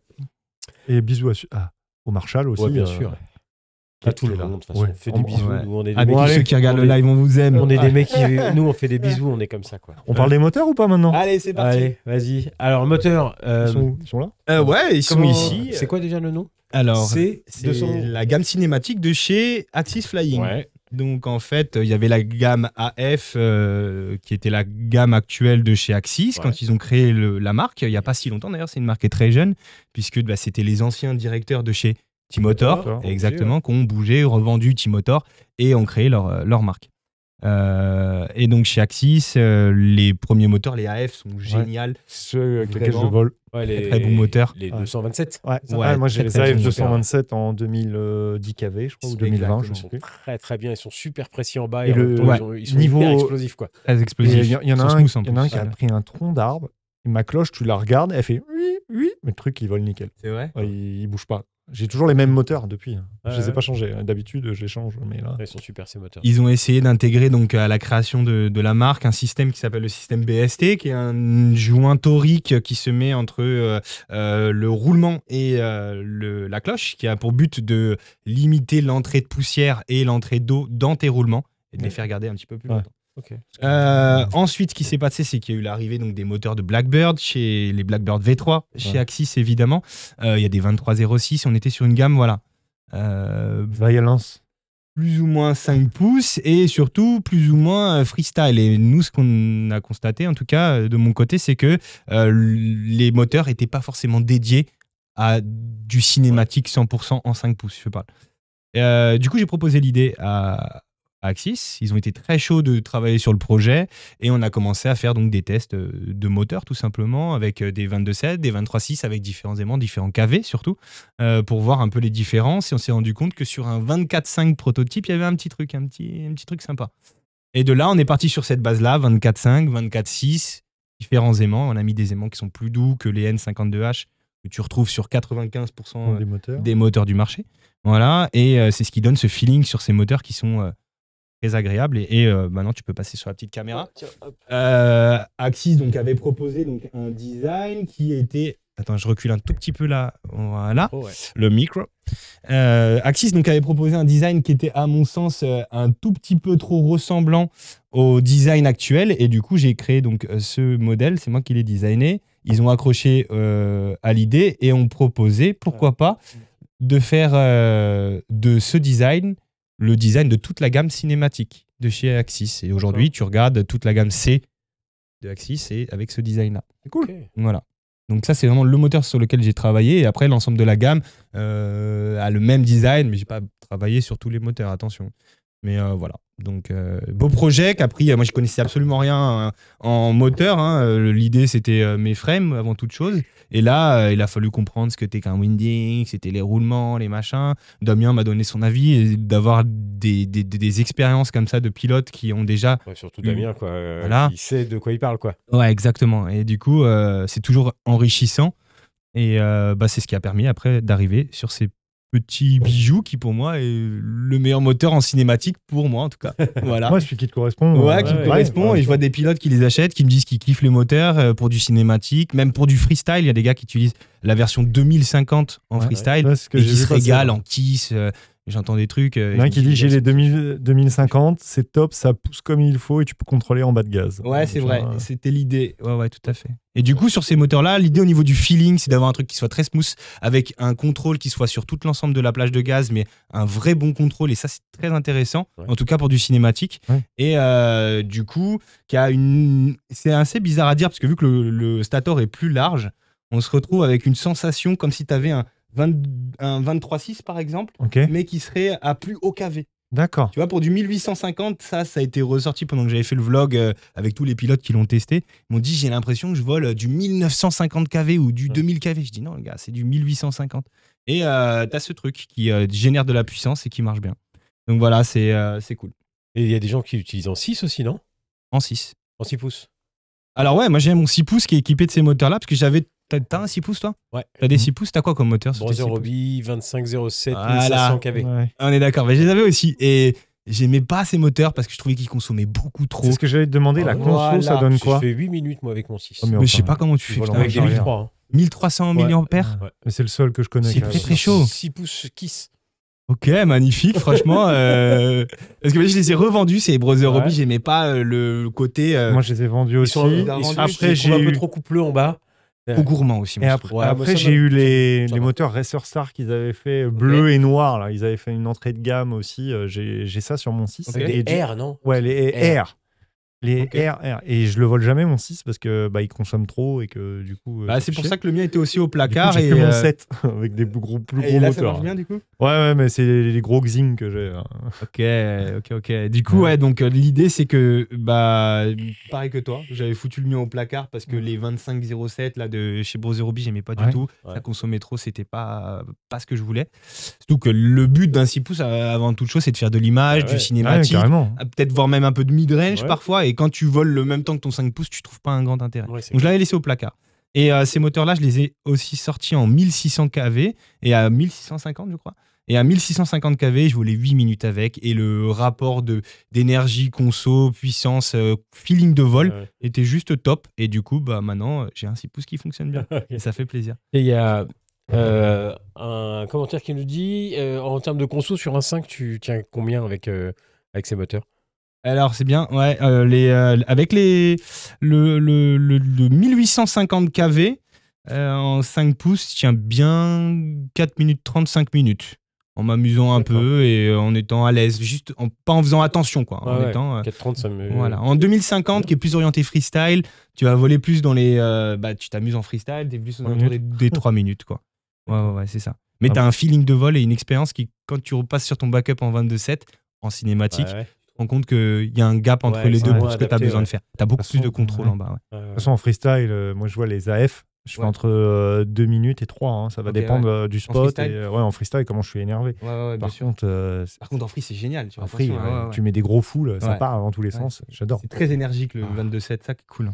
Et bisous à su- ah, au Marshall aussi.
Ouais, bien
euh,
sûr.
qui
À tout le
était là.
monde, de toute façon.
Ouais.
On fait des
On-
bisous.
ouais.
Nous, on est des,
Ah, mais
on
tous
est-
ceux qui regardent
on
le
est-
live, on vous aime.
On est des mecs qui. Nous, on fait des bisous, on est comme ça, quoi.
On parle des moteurs ou pas maintenant
Allez, c'est parti.
Allez, vas-y. Alors, moteur. euh,
Ah, ils, sont, ils sont là
Euh, ouais, ils sont
comment-
ici.
C'est quoi déjà le nom
Alors,
C'est
c'est
200.
la gamme cinématique de chez Axis Flying.
Ouais.
Donc, en fait, il y avait la gamme AF euh, qui était la gamme actuelle de chez Axis
Ouais.
quand ils ont créé le- la marque. Il n'y a pas si longtemps d'ailleurs, c'est une marque qui est très jeune puisque bah, c'était les anciens directeurs de chez T-Motor,
T-Motor,
exactement, qui ont bougé, revendu T-Motor et ont créé leur, euh, leur marque. Euh, et donc chez Axis, euh, les premiers moteurs, les AF, sont géniaux.
Ceux avec lesquels je
Vraiment.
vole.
Ouais, les,
très bon moteur.
Les
Ouais.
227.
Ouais,
Ouais,
ouais, moi
très,
j'ai les
très
AF
bon
227 en 2010 kV, je crois, ou 2020, je
Ils
sais
sont
plus.
très très bien, ils sont super précis en bas
Et
et, en
le-
même temps,
ouais,
ils, ont- ils sont
niveau-
hyper explosifs quoi.
Très
Et Il
explosifs.
y, en- il y en a
Ils sont
un,
smooth, en
il y en a
plus.
un qui a pris un tronc d'arbre. et Ma cloche, tu la regardes, elle fait oui, oui, mais le truc il vole nickel.
C'est vrai.
Ouais, il, il bouge pas. J'ai toujours les mêmes moteurs depuis. hein.
Ouais,
je les ai
ouais.
pas changés. hein. D'habitude, je les change, mais là.
Ouais, Ils sont super ces moteurs.
Ils ont essayé d'intégrer donc à la création de, de la marque un système qui s'appelle le système BST, qui est un joint torique qui se met entre euh, euh, le roulement et euh, le- la cloche, qui a pour but de limiter l'entrée de poussière et l'entrée d'eau dans tes roulements et de les
Ouais.
faire garder un petit peu plus
Ouais.
longtemps.
Ok.
Euh, ensuite, ce qui s'est passé, c'est qu'il y a eu l'arrivée donc des moteurs de Blackbird chez les Blackbird V3, chez
Ouais.
Axis évidemment. Euh, Il y a des 2306, on était sur une gamme voilà. Euh,
Violence.
plus ou moins 5 pouces et surtout plus ou moins euh, freestyle. Et nous, ce qu'on a constaté, en tout cas euh, de mon côté, c'est que euh, les moteurs n'étaient pas forcément dédiés à du cinématique 100% en 5 pouces, je parle. Euh, du coup, j'ai proposé l'idée à, à Axis. Ils ont été très chauds de travailler sur le projet et on a commencé à faire donc des tests euh, de moteurs tout simplement avec euh, des 22.7, des 23.6 avec différents aimants, différents KV surtout euh, pour voir un peu les différences et on s'est rendu compte que sur un 24.5 prototype, il y avait un petit truc, un petit, un petit truc sympa. Et de là, on est parti sur cette base-là, 24.5, 24.6, différents aimants. On a mis des aimants qui sont plus doux que les N52H que tu retrouves sur 95%
Des moteurs.
des moteurs du marché. Voilà, et euh, c'est ce qui donne ce feeling sur ces moteurs qui sont euh, très agréables. Et, et, euh, maintenant, tu peux passer sur la petite caméra.
Tiens, hop.
Euh, Axis donc, avait proposé donc, un design qui était. Attends, je recule un tout petit peu là. Voilà,
Oh, ouais.
le micro. Euh, Axis donc, avait proposé un design qui était, à mon sens, euh, un tout petit peu trop ressemblant au design actuel. Et du coup, j'ai créé donc, euh, ce modèle. C'est moi qui l'ai designé. Ils ont accroché euh, à l'idée et ont proposé, pourquoi pas, de faire euh, de ce design le design de toute la gamme cinématique de chez Axis. Et aujourd'hui, tu regardes toute la gamme C de Axis et avec ce design-là.
Cool.
Voilà. Donc ça, c'est vraiment le moteur sur lequel j'ai travaillé. Et après, l'ensemble de la gamme euh, a le même design, mais j'ai pas travaillé sur tous les moteurs, attention. Mais euh, voilà. Donc, euh, beau projet qui a pris. Moi, je connaissais absolument rien euh, en moteur. hein. Euh, L'idée, c'était euh, mes frames avant toute chose. Et là, euh, il a fallu comprendre ce que était qu'un winding, c'était les roulements, les machins. Damien m'a donné son avis. Et d'avoir des, des- des- des expériences comme ça de pilotes qui ont déjà
Ouais, surtout Damien, quoi. euh,
Voilà.
Il sait de quoi il parle, quoi.
Ouais, exactement. Et du coup, euh, c'est toujours enrichissant. Et euh, bah, c'est ce qui a permis après d'arriver sur ces petits bijoux qui, pour moi, est le meilleur moteur en cinématique, pour moi en tout cas. Voilà.
Ouais, celui qui te correspond.
Ouais,
euh,
qui me
ouais,
correspond.
ouais.
et je vois des pilotes qui les achètent, qui me disent qu'ils kiffent les moteurs euh, pour du cinématique, même pour du freestyle. Il y a des gars qui utilisent la version 2050 en
Ouais,
freestyle
ouais, c'est ce que
et
j'ai
qui
vu
se
passer.
régalent en kiss. euh, J'entends des trucs. euh,
Il
et
y en a
je
un
me
qui
dis,
dit j'ai
yes.
les 2000 2050, c'est top, ça pousse comme il faut et tu peux contrôler en bas de gaz.
Ouais, c'est
Genre,
vrai.
euh,
C'était l'idée. Ouais, ouais, tout à fait. Et du coup, sur ces moteurs-là, l'idée au niveau du feeling, c'est d'avoir un truc qui soit très smooth, avec un contrôle qui soit sur tout l'ensemble de la plage de gaz, mais un vrai bon contrôle. Et ça, c'est très intéressant,
Ouais.
en tout cas pour du cinématique.
Ouais.
Et euh, du coup, qui a une. C'est assez bizarre à dire, parce que vu que le, le stator est plus large, on se retrouve avec une sensation comme si tu avais un, 20 un 23.6 par exemple,
Ok,
mais qui serait à plus haut KV.
d'accord.
Tu vois, pour du 1850, ça, ça a été ressorti pendant que j'avais fait le vlog euh, avec tous les pilotes qui l'ont testé. Ils m'ont dit, j'ai l'impression que je vole euh, du 1950 kV ou du 2000 kV. Je dis, non, les gars, c'est du 1850. Et euh, t'as ce truc qui euh, génère de la puissance et qui marche bien. Donc voilà, c'est euh, c'est cool.
Et il y a des gens qui l'utilisent en 6 aussi, non
En 6.
En 6 pouces.
Alors ouais, moi j'ai mon 6 pouces qui est équipé de ces moteurs-là, parce que j'avais... T'as t'as un 6 pouces, toi
Ouais.
T'as
Mhm.
des 6 pouces T'as quoi comme moteur sur tes
Bronzer
6 pouces
Robbie 2507
Voilà.
1500 kV.
Ouais.
Ah, On est d'accord, mais je les avais aussi. Et j'aimais pas ces moteurs parce que je trouvais qu'ils consommaient beaucoup trop.
C'est ce que j'allais te demander, la conso,
Voilà.
ça donne
J'ai
quoi
fait 8 minutes, moi, avec mon 6.
Oh, mais
Mais je sais
enfin,
pas comment tu
tu
fais.
voles en
putain.
avec des
j'en ai
1003. hein.
1300
Ouais.
milliampères.
Mais c'est le seul que je connais.
C'est
quand
très,
même.
très chaud.
6 pouces Kiss.
Ok, magnifique, franchement. euh, Parce que je les ai revendus, ces Brother
Ouais.
Hobby, j'aimais pas euh, le côté euh,
Moi, je les ai vendus
Ils
aussi.
sont, ils
Aussi,
sont- je les trouve
après,
j'ai
un peu
eu-
trop coupleux en bas.
au gourmand aussi.
Et
moi, je ah,
après,
Ouais, moi,
après,
ça
j'ai
va.
eu les,
Ça
les
va.
moteurs Racer Star qu'ils avaient fait bleu et noir. Là. Ils avaient fait une entrée de gamme aussi. euh, J'ai j'ai ça sur mon 6.
Ok.
Et du-
Les R, non
Ouais, les R. Les
Ok.
R, R. Et je le vole jamais, mon 6, parce que bah, il consomme trop et que du coup. euh,
trouve. Bah, c'est pour ça que le mien était aussi au placard.
J'ai
et,
que mon
euh,
7 avec des plus gros, plus
et
gros
là, ça
moteurs.
marche bien, du coup
Ouais, ouais, mais c'est les, les gros Xing que j'ai. hein.
Ok, ok, ok. Du coup, ouais, donc euh, l'idée, c'est que, bah, pareil que toi, j'avais foutu le mien au placard parce que les 2507 là, de chez Brother Hobby, j'aimais pas du
Ouais.
tout.
Ouais.
Ça consommait trop, c'était pas, pas ce que je voulais. Surtout que le but d'un 6 pouces, euh, avant toute chose, c'est de faire de l'image,
Bah
du
ouais.
Ouais,
cinématique,
carrément.
Ah, peut-être voir même un peu de mid-range
Ouais.
parfois. Et quand tu voles le même temps que ton 5 pouces, tu trouves pas un grand intérêt.
Ouais, c'est
Donc je l'avais laissé au placard. Et euh, ces moteurs-là, je les ai aussi sortis en 1600 kV et à 1650, je crois. Et à 1650 kV, je volais 8 minutes avec. Et le rapport de d'énergie, conso, puissance, euh, feeling de vol
Ouais.
était juste top. Et du coup, bah, maintenant, euh, j'ai un 6 pouces qui fonctionne bien.
Euh,
Et ça fait plaisir.
Et il y a euh, un commentaire qui nous dit euh, en termes de conso, sur un 5, tu tiens combien avec, euh, avec ces moteurs
Alors c'est bien, ouais, euh, les, euh, avec les, le, le, le- le 1850 kV euh, en 5 pouces, je tiens bien 4 minutes 35 minutes. en m'amusant un
D'accord.
peu et euh, en étant à l'aise, juste en, pas en faisant attention quoi. en
Ouais, ouais.
étant, euh,
4,30, ça me.
voilà. En 2050, qui est plus orienté freestyle, tu vas voler plus dans les. euh, bah, tu t'amuses en freestyle, t'es plus
Trois Ah
autour des, des 3 minutes, quoi. Ouais, ouais, ouais, c'est ça. Mais t'as un feeling de vol et une expérience qui, quand tu repasses sur ton backup en 22-7, en cinématique,
Ouais, ouais.
tu te rends compte qu'il y a un gap entre
Ouais,
les
c'est
deux
vraiment
pour ce que t'as
adapté,
besoin
ouais.
de faire. T'as beaucoup
De toute
plus de
façon,
contrôle
ouais.
en bas.
Ouais,
ouais.
ouais.
toute façon, en freestyle, euh, moi je vois les AF, je fais
Ouais.
entre 2 minutes et 3. Ça va
Ok,
dépendre euh, du spot.
freestyle
et, euh, ouais, en freestyle, comment je suis énervé. Par contre, euh, c'est-
Par contre, en free, c'est génial. Tu
en
vois,
free,
Ah, attention,
ouais,
ouais, ouais,
tu mets des gros foules, ça
Ouais.
part dans tous les
Ouais.
sens.
ouais.
J'adore.
C'est très énergique le
Ah.
22-7, ça qui est cool.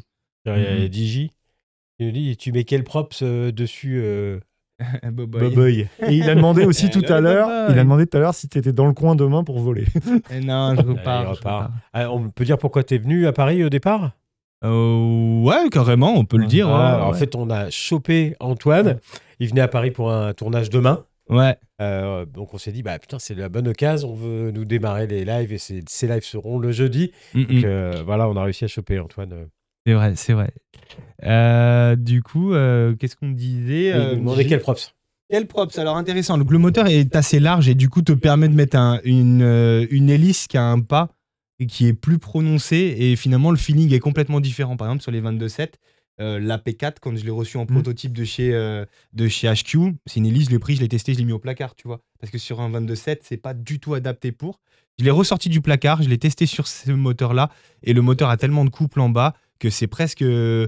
Il y a Digi. Il nous dit Tu mets quel props euh, dessus euh,
Boboy.
Boboy. Et il a demandé aussi
Hello,
tout à l'heure,
Eh, Boboy.
il a demandé tout à l'heure si t'étais dans le coin demain pour voler.
Eh Non, je repars. je
repart.
repars.
Ah, On peut dire pourquoi tu es venu à Paris au départ
Euh, ouais, carrément, on peut le dire. hein.
Ah,
ouais,
En
ouais.
fait, on a chopé Antoine. Il venait à Paris pour un tournage demain.
Ouais.
Euh, donc on s'est dit, bah putain, c'est la bonne occasion, on veut nous démarrer les lives et ces, ces lives seront le jeudi.
Mm, mm.
Donc euh, voilà, on a réussi à choper Antoine. euh.
C'est vrai, c'est vrai. Euh, du coup, euh, qu'est-ce qu'on disait
Et
euh,
euh, il nous demandait
J'ai-
quel props.
quel props Alors intéressant. Donc, le moteur est assez large et du coup te permet de mettre un- une, euh, une hélice qui a un pas et qui est plus prononcé et finalement le feeling est complètement différent. Par exemple sur les 22.7, euh, la P4 quand je l'ai reçu en prototype de chez euh, de chez HQ, c'est une hélice, je l'ai pris, je l'ai testé, je l'ai mis au placard, tu vois. Parce que sur un 22.7, c'est pas du tout adapté pour. Je l'ai ressorti du placard, je l'ai testé sur ce moteur-là et le moteur a tellement de couple en bas que c'est presque euh,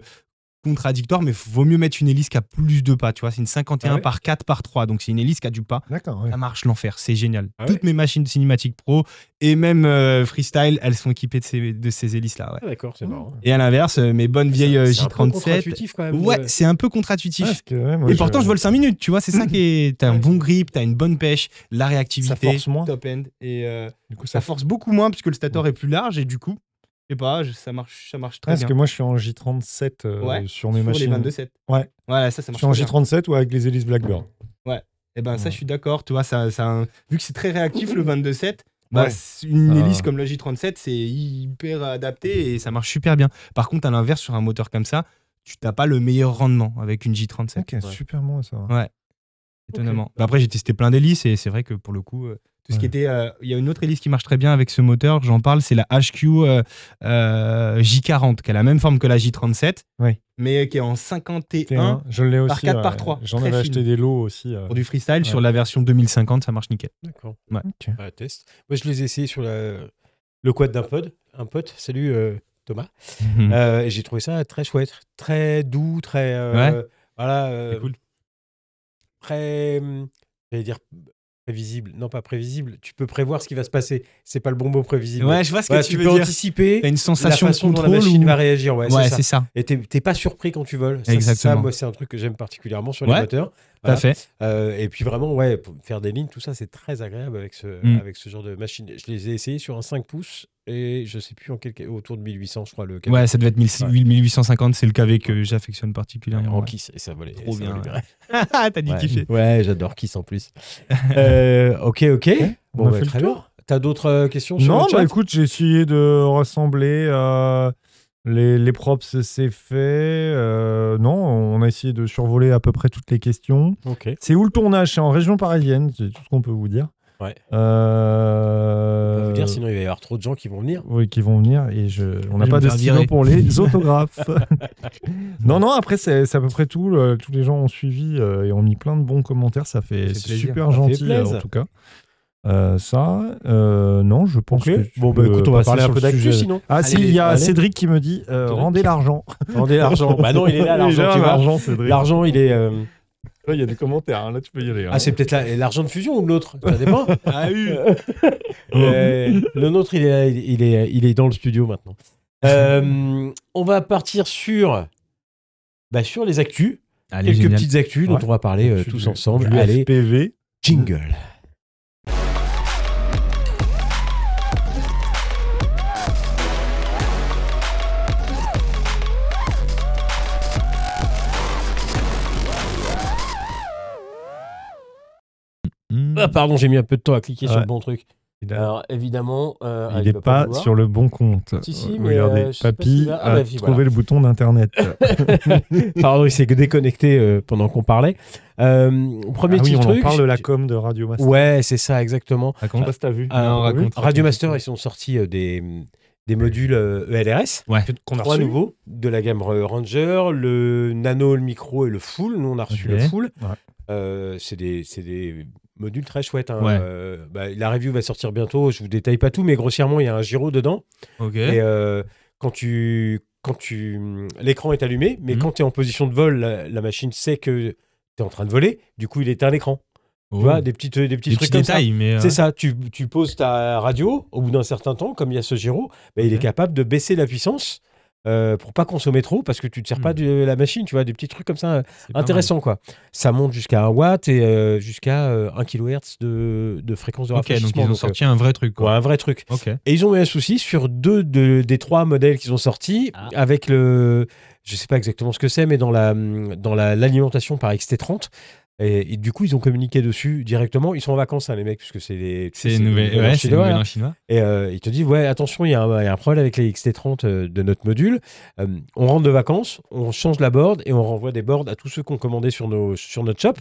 contradictoire, mais vaut mieux mettre une hélice qui a plus de pas, tu vois. C'est une 51
Ah ouais
par 4 par 3, donc c'est une hélice qui a du pas.
D'accord. ouais.
Ça marche l'enfer, c'est génial.
Ah
Toutes mes machines cinématiques pro et même euh, freestyle, elles sont équipées de ces, de ces hélices-là. ouais.
Ah, d'accord, c'est marrant.
Et à l'inverse, euh, mes bonnes vieilles euh,
C'est un peu
J37.
contre-intuitif, quand même.
Ouais,
euh.
c'est un peu contre-intuitif.
Ah, Parce que, ouais, moi,
et pourtant, je vole 5 minutes, tu vois, c'est ça qui est. T'as un
Ouais.
bon grip, t'as une bonne pêche, la
Ça
réactivité,
force moins.
top end. Et euh,
Du coup,
ça force beaucoup moins puisque le stator est plus large et du coup, je sais pas, je- ça marche, ça marche très
Ah, Parce
bien.
que moi, je suis en J37 euh,
Ouais,
sur
Sur
mes
les
machines.
22-7.
Ouais.
Ouais, ça, ça
je
marche
suis en
très bien.
J37 ou avec les hélices Blackbird.
Eh ben ça,
Ouais.
je suis d'accord. Tu vois, ça, ça, a un- vu que c'est très réactif le 22.7, bah,
Ouais.
c'est une
Ça-
hélice comme le J37, c'est hyper adapté et ça marche super bien. Par contre, à l'inverse, sur un moteur comme ça, tu n'as pas le meilleur rendement avec une J37,
Ok, super moins ça.
étonnamment. Bah, après, j'ai testé plein d'hélices et c'est vrai que pour le coup, euh, tout ce qui
Ouais.
était. euh, Il y a une autre hélice qui marche très bien avec ce moteur, j'en parle, c'est la HQ euh, euh, J40, qui a la même forme que la J37,
Ouais.
mais qui est en 51
T1, je l'ai aussi.
par quatre,
ouais.
par trois.
J'en
Très
avais
fine.
acheté des lots aussi. euh.
pour du freestyle. Sur la version 2050, ça marche nickel.
D'accord.
Ok.
Bah, test. Moi, je les ai essayés sur la- le quad d'un pod, un pote. Salut euh, Thomas.
Mmh.
Mhm.
Euh, et J'ai trouvé ça très chouette, très doux, très. euh, Voilà. euh,
C'est cool.
très, hum, j'allais dire prévisible, non pas prévisible, tu peux prévoir ce qui va se passer. C'est pas le bon mot prévisible.
Euh, Ouais, je vois ce que
Voilà,
tu
tu,
veux
peux
dire.
anticiper
T'as une
la
sensation
façon
de
dont la
contrôle
machine
ou-
va réagir. Ouais,
Ouais,
c'est ça.
c'est ça.
Et t'es t'es pas surpris quand tu voles. Ça, c'est-
Exactement.
Ça, moi, c'est un truc que j'aime particulièrement sur
Ouais.
les moteurs.
Tout à
Voilà.
fait.
Euh, et puis vraiment, ouais, pour faire des lignes, tout ça, c'est très agréable avec ce,
Mm.
avec ce genre de machine. Je les ai essayés sur un 5 pouces et je sais plus en quel, autour de 1800, je crois le.
Ouais, ça devait être 1000 1850, c'est le KV que j'affectionne particulièrement.
en
ouais.
kiss et ça volait.
Trop
ça
bien,
volait
ouais. Ah, T'as dit
Ouais,
kiffer.
Ouais, j'adore Kiss en plus. Euh, ok, ok.
on
Bon,
a
bah,
fait le
très
tour.
bien. T'as d'autres euh, questions sur
Non,
le chat
bah écoute, j'ai essayé de rassembler euh, les, les props, c'est fait. Euh, non, on a essayé de survoler à peu près toutes les questions.
Ok.
C'est où le tournage C'est en région parisienne, c'est tout ce qu'on peut vous dire.
Ouais.
Euh,
On va vous dire, sinon il va y avoir trop de gens qui vont venir.
Oui, qui vont venir et je, on n'a
Je
pas
vais me
de
faire
stylo
virer.
pour les autographes. non, non, après, c'est c'est à peu près tout. le- tous les gens ont suivi euh, et ont mis plein de bons commentaires. Ça fait
Ça fait plaisir.
super
Ça fait
gentil, euh, en
plaisir.
tout cas. Euh, ça, euh, non, je pense que. tu
Bon, bah
peux
écoute, on va
passer
parler un
sur
peu
le
d'actu
sujet.
sinon.
Ah, si,
Allez,
il y a
allez.
Cédric qui me dit euh,
Cédric.
rendez l'argent.
Rendez l'argent. bah non, il est là, l'argent. tu vois.
l'argent, Cédric.
L'argent, il est. euh,
Là, il y a des commentaires. hein, Là, tu peux y aller. hein.
Ah, c'est peut-être la- l'argent de fusion ou l'autre Ça dépend.
Ah, eu.
Euh, le nôtre, il est, là, il il est, il est dans le studio maintenant. Euh, on va partir sur, bah, sur les actus.
Allez,
quelques
génial.
petites actus dont
Ouais.
on va parler euh,
Du-
tous
du-
ensemble.
du
Allez,
FPV.
jingle.
Mm.
Ah, pardon, j'ai mis un peu de temps à cliquer sur
Hmm. Ah,
Ouais.
Ah. le bon truc.
Il, a-
Alors évidemment, euh, ah,
il est
va
pas
vouloir.
sur le bon compte.
Si, si,
Euh,
mais,
Regardez,
euh, je sais pas
papy
s'il va-
a
ah, bah, si,
trouvé
voilà.
le bouton d'internet.
Pardon, il s'est déconnecté euh, pendant qu'on parlait. Euh, premier
Ah oui,
petit
on en
truc.
parle de la com de Radio Master.
Ouais, c'est ça exactement.
Je sais pas si t'as vu.
Euh,
Non, raconte.
Radio Master, ils sont sortis euh, des des modules euh, ELRS.
Que- qu'on a
Trois
reçu.
nouveaux de la gamme euh, Ranger, le Nano, le Micro et le Full. Nous, on a reçu
Ok.
le Full.
Ouais.
Euh, c'est des, c'est des modules très chouettes. hein.
Ouais.
Euh, bah, la review va sortir bientôt. Je vous détaille pas tout, mais grossièrement, il y a un gyro dedans.
Ok.
Et euh, quand tu, quand tu, l'écran est allumé, mais
Mhm.
quand tu es en position de vol, la, la machine sait que tu es en train de voler. Du coup, il éteint l'écran.
Oh.
Tu vois, des petites, des petits
Des
trucs comme
petits détails, mais.
ça.
euh,
C'est ça. Tu, tu poses ta radio. Au bout d'un certain temps, comme il y a ce gyro, bah, il est
Ok.
capable de baisser la puissance. euh, pour pas consommer trop parce que tu ne te sers pas
Mhm.
de la machine tu vois des petits trucs comme ça euh,
c'est pas
intéressants quoi ça monte jusqu'à 1 watt et euh, jusqu'à euh, 1 kHz de, de fréquence de
mal. Ok,
rafraîchissement
donc ils ont
donc, euh,
sorti un vrai truc,
ouais,
quoi.
un vrai truc
Ok.
et ils ont eu un souci sur deux de- des trois modèles qu'ils ont sortis
Ah.
avec le, je sais pas exactement ce que c'est, mais dans la dans la- l'alimentation par XT30. Et, et du coup, ils ont communiqué dessus directement. Ils sont en vacances, hein, les mecs, puisque c'est les. tu sais,
C'est
le
nouvelle.
nouvel an
Ouais, c'est
chinois,
nouvelle
là.
en chinois.
Et euh, ils te disent, ouais, attention, il y, a un il y a un problème avec les XT30 euh, de notre module. Euh, on rentre de vacances, on change la board et on renvoie des boards à tous ceux qui ont commandé sur, nos, sur notre shop.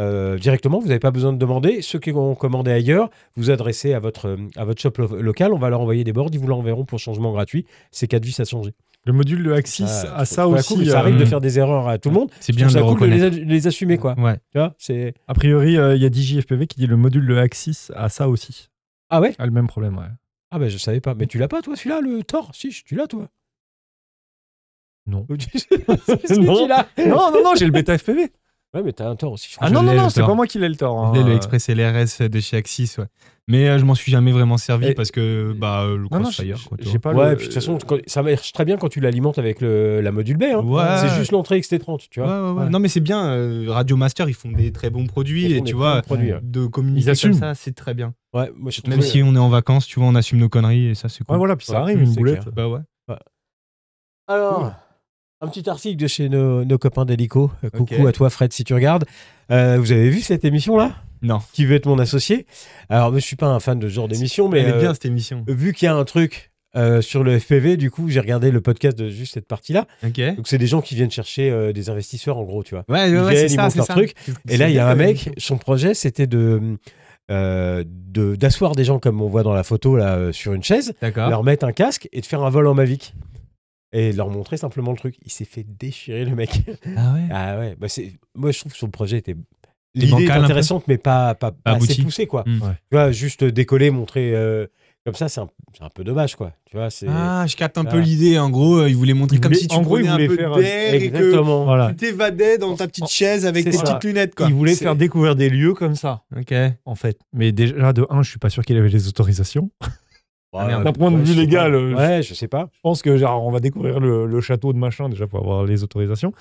Euh, directement, vous n'avez pas besoin de demander. Ceux qui ont commandé ailleurs, vous adressez à votre, euh, à votre shop lo- local, on va leur envoyer des boards, ils vous l'enverront pour changement gratuit. C'est quatre vis à changer.
Le module de Axis
Ça,
a
je
ça
trouve
aussi.
cool, mais ça
euh,
arrive de
euh,
faire des erreurs à tout le monde.
C'est
Je
bien
trouve
de le
ça cool de les,
reconnaître.
a- les assumer, quoi.
Ouais.
Tu vois, c'est...
A priori, euh, il y a DJFPV qui dit le module de Axis a ça aussi.
Ah ouais
A le même problème, ouais.
Ah ben je savais pas. Mais tu l'as pas, toi, celui-là, le Thor Si, tu l'as, toi
Non.
Si,
Non.
tu l'as
Non, non, non, j'ai le bêta FPV.
Ouais, mais t'as un tort aussi. je crois.
Ah
Ah, Je
non, non,
l'ai,
non,
le
c'est
Thor.
pas moi qui l'ai le tort.
Ah.
hein.
Je l'ai, le Express LRS de chez Axis, ouais. Mais euh, je m'en suis jamais vraiment servi
Et-
parce que bah, euh, le
Non, non, j'ai
Crossfire, quoi. tu
j'ai
vois.
pas
ouais,
le-
puis de toute façon, quand- ça marche très bien quand tu l'alimentes avec le, la module B. hein.
Ouais.
C'est juste l'entrée XT30, tu vois.
Ouais, ouais, ouais. Non, mais c'est bien. euh, Radio Master, ils font des très bons produits
Ils font
et
des
tu vois,
bons produits, ouais.
de communiquer
assument.
comme ça, c'est très bien.
Ouais, moi je trouve
Même si on est en vacances, tu vois, on assume nos conneries et ça, c'est cool.
Ouais, voilà, puis ça
Ouais,
arrive, une
c'est
boulette.
clair.
Bah ouais.
Alors,
Cool.
un petit article de chez nos, nos copains d'Hélico. Euh, Coucou
Ok.
à toi, Fred, si tu regardes. Euh, vous avez vu cette émission-là
Non.
Qui veut être mon associé Alors, moi, je suis pas un fan de ce genre d'émission, mais
Elle est
euh,
bien cette émission.
vu qu'il y a un truc euh, sur le FPV, du coup, j'ai regardé le podcast de juste cette partie-là.
Ok. Ouais,
Donc, c'est des gens qui viennent chercher euh, des investisseurs, en gros, tu vois.
ouais, ouais,
viennent,
c'est
ils
ça,
montent
c'est
leur
ça.
truc. Et
C'est
là, il y a
bien
un
comme
mec,
émission.
son projet, c'était de euh, de- d'asseoir des gens comme on voit dans la photo là euh, sur une chaise,
D'accord.
leur mettre un casque et de faire un vol en Mavic et de leur montrer simplement le truc. Il s'est fait déchirer le mec.
Ah ouais.
ah ouais, bah c'est moi je trouve que son projet était l'idée est
bancal, un peu.
intéressante mais pas pas, pas assez
abouti.
poussée quoi.
Mm.
Ouais.
Tu vois, juste décoller, montrer euh, comme ça, c'est un, c'est un peu dommage quoi. Tu vois, c'est
Ah, je capte un peu
Ah.
l'idée. En gros, euh, il voulait montrer
Il
comme
voulait-
si tu
en gros, il
prenais un
voulait
peu
faire un-
d'air et que
exactement.
Voilà.
tu t'évadais dans ta petite chaise avec
c'est
tes
ça.
petites lunettes, quoi.
Il voulait
C'est-
faire découvrir des lieux comme ça,
Ok.
en fait. Mais déjà, de un, je suis pas sûr qu'il avait les autorisations.
Ouais,
Ah, merde.
D'un point de
ouais,
vue
je sais
légal,
pas.
euh,
Ouais, je sais pas.
Je pense que genre, on va découvrir le, le château de machin, déjà, pour avoir les autorisations.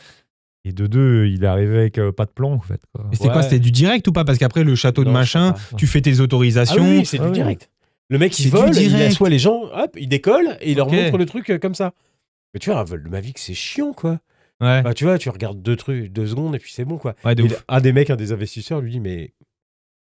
Et de deux, il est arrivé avec euh, pas de plan, en fait. quoi.
Mais c'était
Ouais.
quoi C'était du direct ou pas Parce qu'après, le château de
Non, je sais
machin,
pas.
tu fais tes
Ah
autorisations.
oui, oui, c'est
Ah
du
oui.
direct. Le mec,
C'est
il
du
vole, il
direct.
assoit les gens, hop, il décolle et il leur
Ok.
montre le truc euh, comme ça. Mais tu vois, un vol de Mavic, c'est chiant, quoi.
Ouais,
Bah, tu vois, tu regardes deux trucs, deux secondes et puis c'est bon, quoi.
ouais, de
Et
ouf.
un des mecs, un des investisseurs, lui dit, mais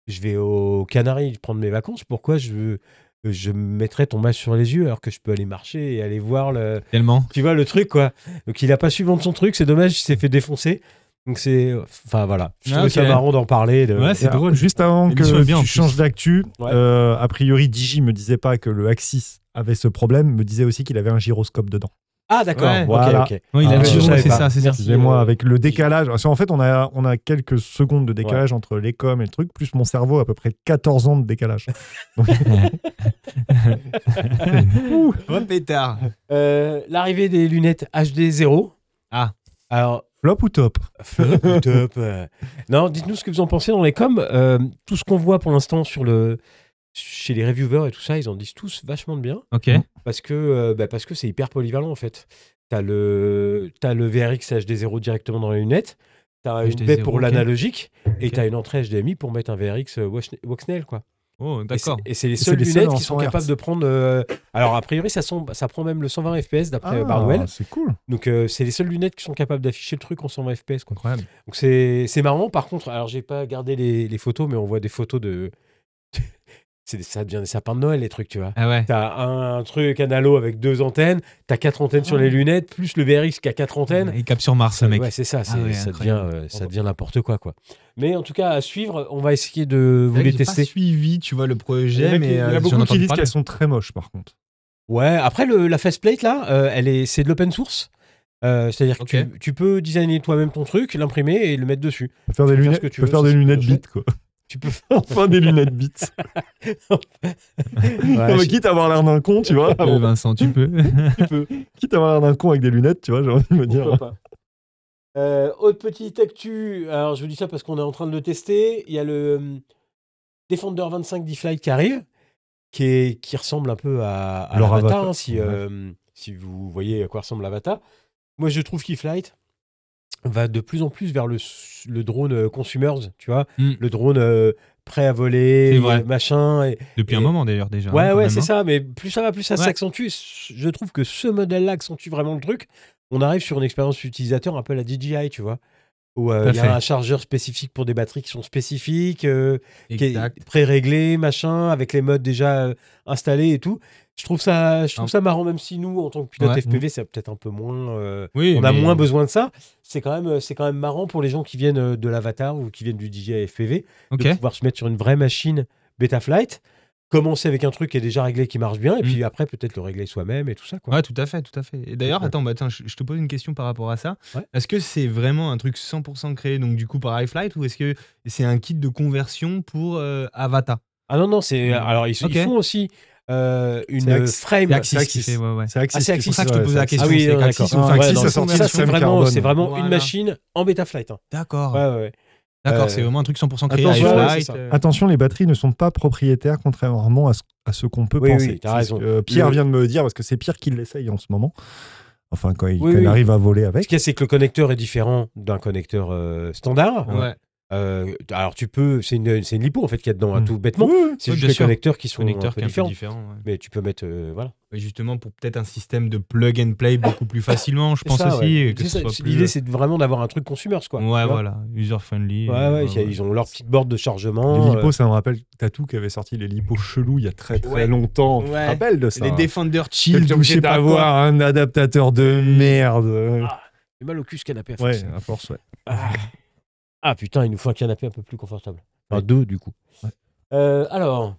je vais aux Canaries prendre mes vacances, pourquoi je, je me mettrais ton masque sur les yeux alors que je peux aller marcher et aller voir le,
Tellement.
tu vois, le truc, quoi. Donc, il a pas su vendre son truc, c'est dommage, il s'est fait défoncer. Donc, c'est. Enfin, voilà. Je
Ah,
trouvais ça
ok.
marrant d'en parler. de-
Ouais, c'est
Alors,
drôle.
Juste avant
L'émission
que
est bien, en
tu
plus.
changes d'actu,
Ouais.
euh, a priori, Digi me disait pas que le Axis avait ce problème, me disait aussi qu'il avait un gyroscope dedans.
Ah, d'accord.
Ouais.
ok,
Voilà.
ok.
Non, il
Ah,
a le
je
jour,
savais
c'est
pas.
ça, c'est ça.
Merci.
Excusez-moi,
euh,
avec le décalage. Parce qu'en fait, on a, on a quelques secondes de décalage entre les coms et le truc, plus mon cerveau a à peu près 14 ans de décalage.
Oh, pétard.
Euh, L'arrivée des lunettes HD0.
Ah.
Alors,
Flop ou top
flop ou top euh, Non, dites-nous ce que vous en pensez dans les coms. Euh, tout ce qu'on voit pour l'instant sur le chez les reviewers et tout ça, ils en disent tous vachement de bien
Ok.
parce que euh, bah, parce que c'est hyper polyvalent en fait. T'as le t'as le VRX HD0 directement dans les lunettes. T'as une baie
HD0,
pour
ok.
l'analogique et
Ok.
t'as une entrée HDMI pour mettre un VRX euh, Wachne- Waxnell quoi. Et
Oh,
c'est-
d'accord.
Et c'est les
c'est
seules
les seuls
lunettes
en
qui sont
100 Hz.
capables de prendre. euh, Alors a priori ça, sont- ça prend même le 120 fps
Ah.
d'après euh, Barnwell.
c'est cool.
Donc euh, c'est les seules lunettes qui sont capables d'afficher le truc en 120 fps. quoi.
Incroyable.
Donc c'est c'est marrant. Par contre, alors j'ai pas gardé les, les photos, mais on voit des photos de c'est des- ça devient des sapins de Noël, les trucs, tu vois.
Ah ouais.
T'as un, un truc, un halo avec deux antennes, t'as quatre antennes sur
Ah.
les lunettes, plus le VRX qui a quatre antennes.
Il capte sur Mars, le ah, mec.
Ouais, c'est ça, c'est-
Euh, ouais,
ça, devient,
incroyable.
euh, ça devient n'importe quoi, quoi. Mais en tout cas, à suivre, on va essayer de vous les
J'ai
tester.
pas suivi, tu vois, le
Il y en
projet,
a qui-
mais
il y en a
euh, j'en
beaucoup
entends
qui disent
parler.
qu'elles sont très moches, par contre.
Ouais, après, le- la faceplate, là, euh, elle est, c'est de l'open source. Euh, c'est-à-dire que
Ok.
tu, tu peux designer toi-même ton truc, l'imprimer et le mettre dessus.
Tu peux faire des
Tu peux faire
lunettes,
ce que tu
tu peux
veux,
faire
ça,
des
c'est
lunettes
bien
bites, quoi.
Tu peux
Enfin, des lunettes bites.
Ouais,
Non, mais
je-
quitte à avoir l'air d'un con, tu vois.
Euh, Vincent,
Hum.
tu peux.
Quitte à avoir l'air d'un con avec des lunettes, tu vois, j'ai envie de me dire.
Pourquoi pas
Euh, autre petite actu, alors je vous dis ça parce qu'on est en train de le tester. Il y a le hum, Defender 25 D-Flight qui arrive, qui, est- qui ressemble un peu à, à
Leur
l'Avatar,
avatar,
hein, si,
ouais.
euh, si vous voyez à quoi ressemble l'Avatar. Moi, je trouve qu'E-Flight va de plus en plus vers le, s- le drone euh, consumers, tu vois,
Mm.
le drone euh, prêt à
C'est
voler,
vrai.
machin. et-
Depuis un
Et-
moment, d'ailleurs, déjà. hein,
Ouais,
quand
ouais,
même,
c'est
hein.
ça. Mais plus ça va, plus ça
Ouais.
s'accentue. Je trouve que ce modèle-là accentue vraiment le truc. On arrive sur une expérience utilisateur un peu à la DJI, tu vois. Où euh,
Tout à
il y
fait.
a un chargeur spécifique pour des batteries qui sont spécifiques, euh, qui
Exact.
est pré-réglé, machin, avec les modes déjà euh, installés et tout. Je trouve ça, je trouve
Un-
ça marrant, même si nous, en tant que pilote
Hein. Ouais. Mmh.
FPV, c'est peut-être un peu moins. euh,
Oui,
on a
mais-
moins besoin de ça. C'est quand même, euh, c'est quand même marrant pour les gens qui viennent euh, de l'avatar ou qui viennent du DJI FPV
Ok.
de pouvoir se mettre sur une vraie machine Betaflight, commencer avec un truc qui est déjà réglé, qui marche bien, et
Mm.
puis après peut-être le régler soi-même et tout ça. Quoi.
Ouais, tout à fait, tout à fait. Et d'ailleurs,
cool.
attends, bah, tiens, je, je te pose une question par rapport à ça.
Ouais.
Est-ce que c'est vraiment un truc 100% créé donc du coup par iFlight ou est-ce que c'est un kit de conversion pour euh, Avata
Ah non, non, c'est.
Mm.
Alors ils, ils
Ok.
font aussi euh, une
C'est Axis.
frame.
C'est
c'est
Axis qui
Axis.
fait, ouais, ouais.
C'est Axis.
Ah, c'est
qui
Axis,
font
c'est
pour ça que je te posais la question.
Ah oui,
c'est
euh,
Axis
d'accord.
ou
Ah,
Axis
ouais,
a
non,
Axis
sorti
ça,
le
c'est
système
vraiment,
carbone.
c'est vraiment une
Voilà.
machine en Betaflight. hein.
D'accord.
Ouais, ouais, ouais.
D'accord,
Euh,
c'est vraiment un truc 100% créé
attention, ouais, c'est
iFlight.
ça.
euh,
Attention, les batteries ne sont pas propriétaires, contrairement à ce, à ce qu'on peut
Oui,
penser.
oui, t'as
C'est ce
raison.
que Pierre
Le-
vient de me dire, parce que c'est Pierre qui l'essaye en ce moment. Enfin, quand il,
Oui,
quand il
oui.
arrive à voler
Ce
avec.
qu'il y a, c'est que le connecteur est différent d'un connecteur euh, standard.
Ouais.
Euh, alors tu peux, c'est une, c'est une lipo en fait qu'il y a dedans, hein,
Mm.
tout bêtement. C'est juste
Oui, bien
les
sûr.
connecteurs qui sont
Connecteur
un peu
qui est un peu
différents.
différent. ouais.
Mais tu peux mettre, euh, voilà.
Et justement pour peut-être un système de plug and play beaucoup plus facilement, je
C'est
pense
ça,
aussi.
ouais.
et que
C'est
ce
ça,
soit
c'est-
plus- euh,
L'idée, c'est de- vraiment d'avoir un truc consumers, quoi. Tu vois
Ouais, voilà, euh, user friendly.
Ouais, ouais, ils- ils ont leur petite borne de
Les
chargement. euh,
lipos, ça me rappelle Tatou qui avait sorti les lipos chelous il y a très très
Ouais.
longtemps. Tu te
Ouais.
rappelles de ça hein
Defender
T'es
Chill,
obligé d'avoir un adaptateur de merde.
Ah, J'ai mal au cul ce canapé. à force.
Ouais, à force, ouais.
Ah. Ah, putain, il nous faut un canapé un peu plus confortable. Enfin, deux du coup.
Ouais.
Euh, alors,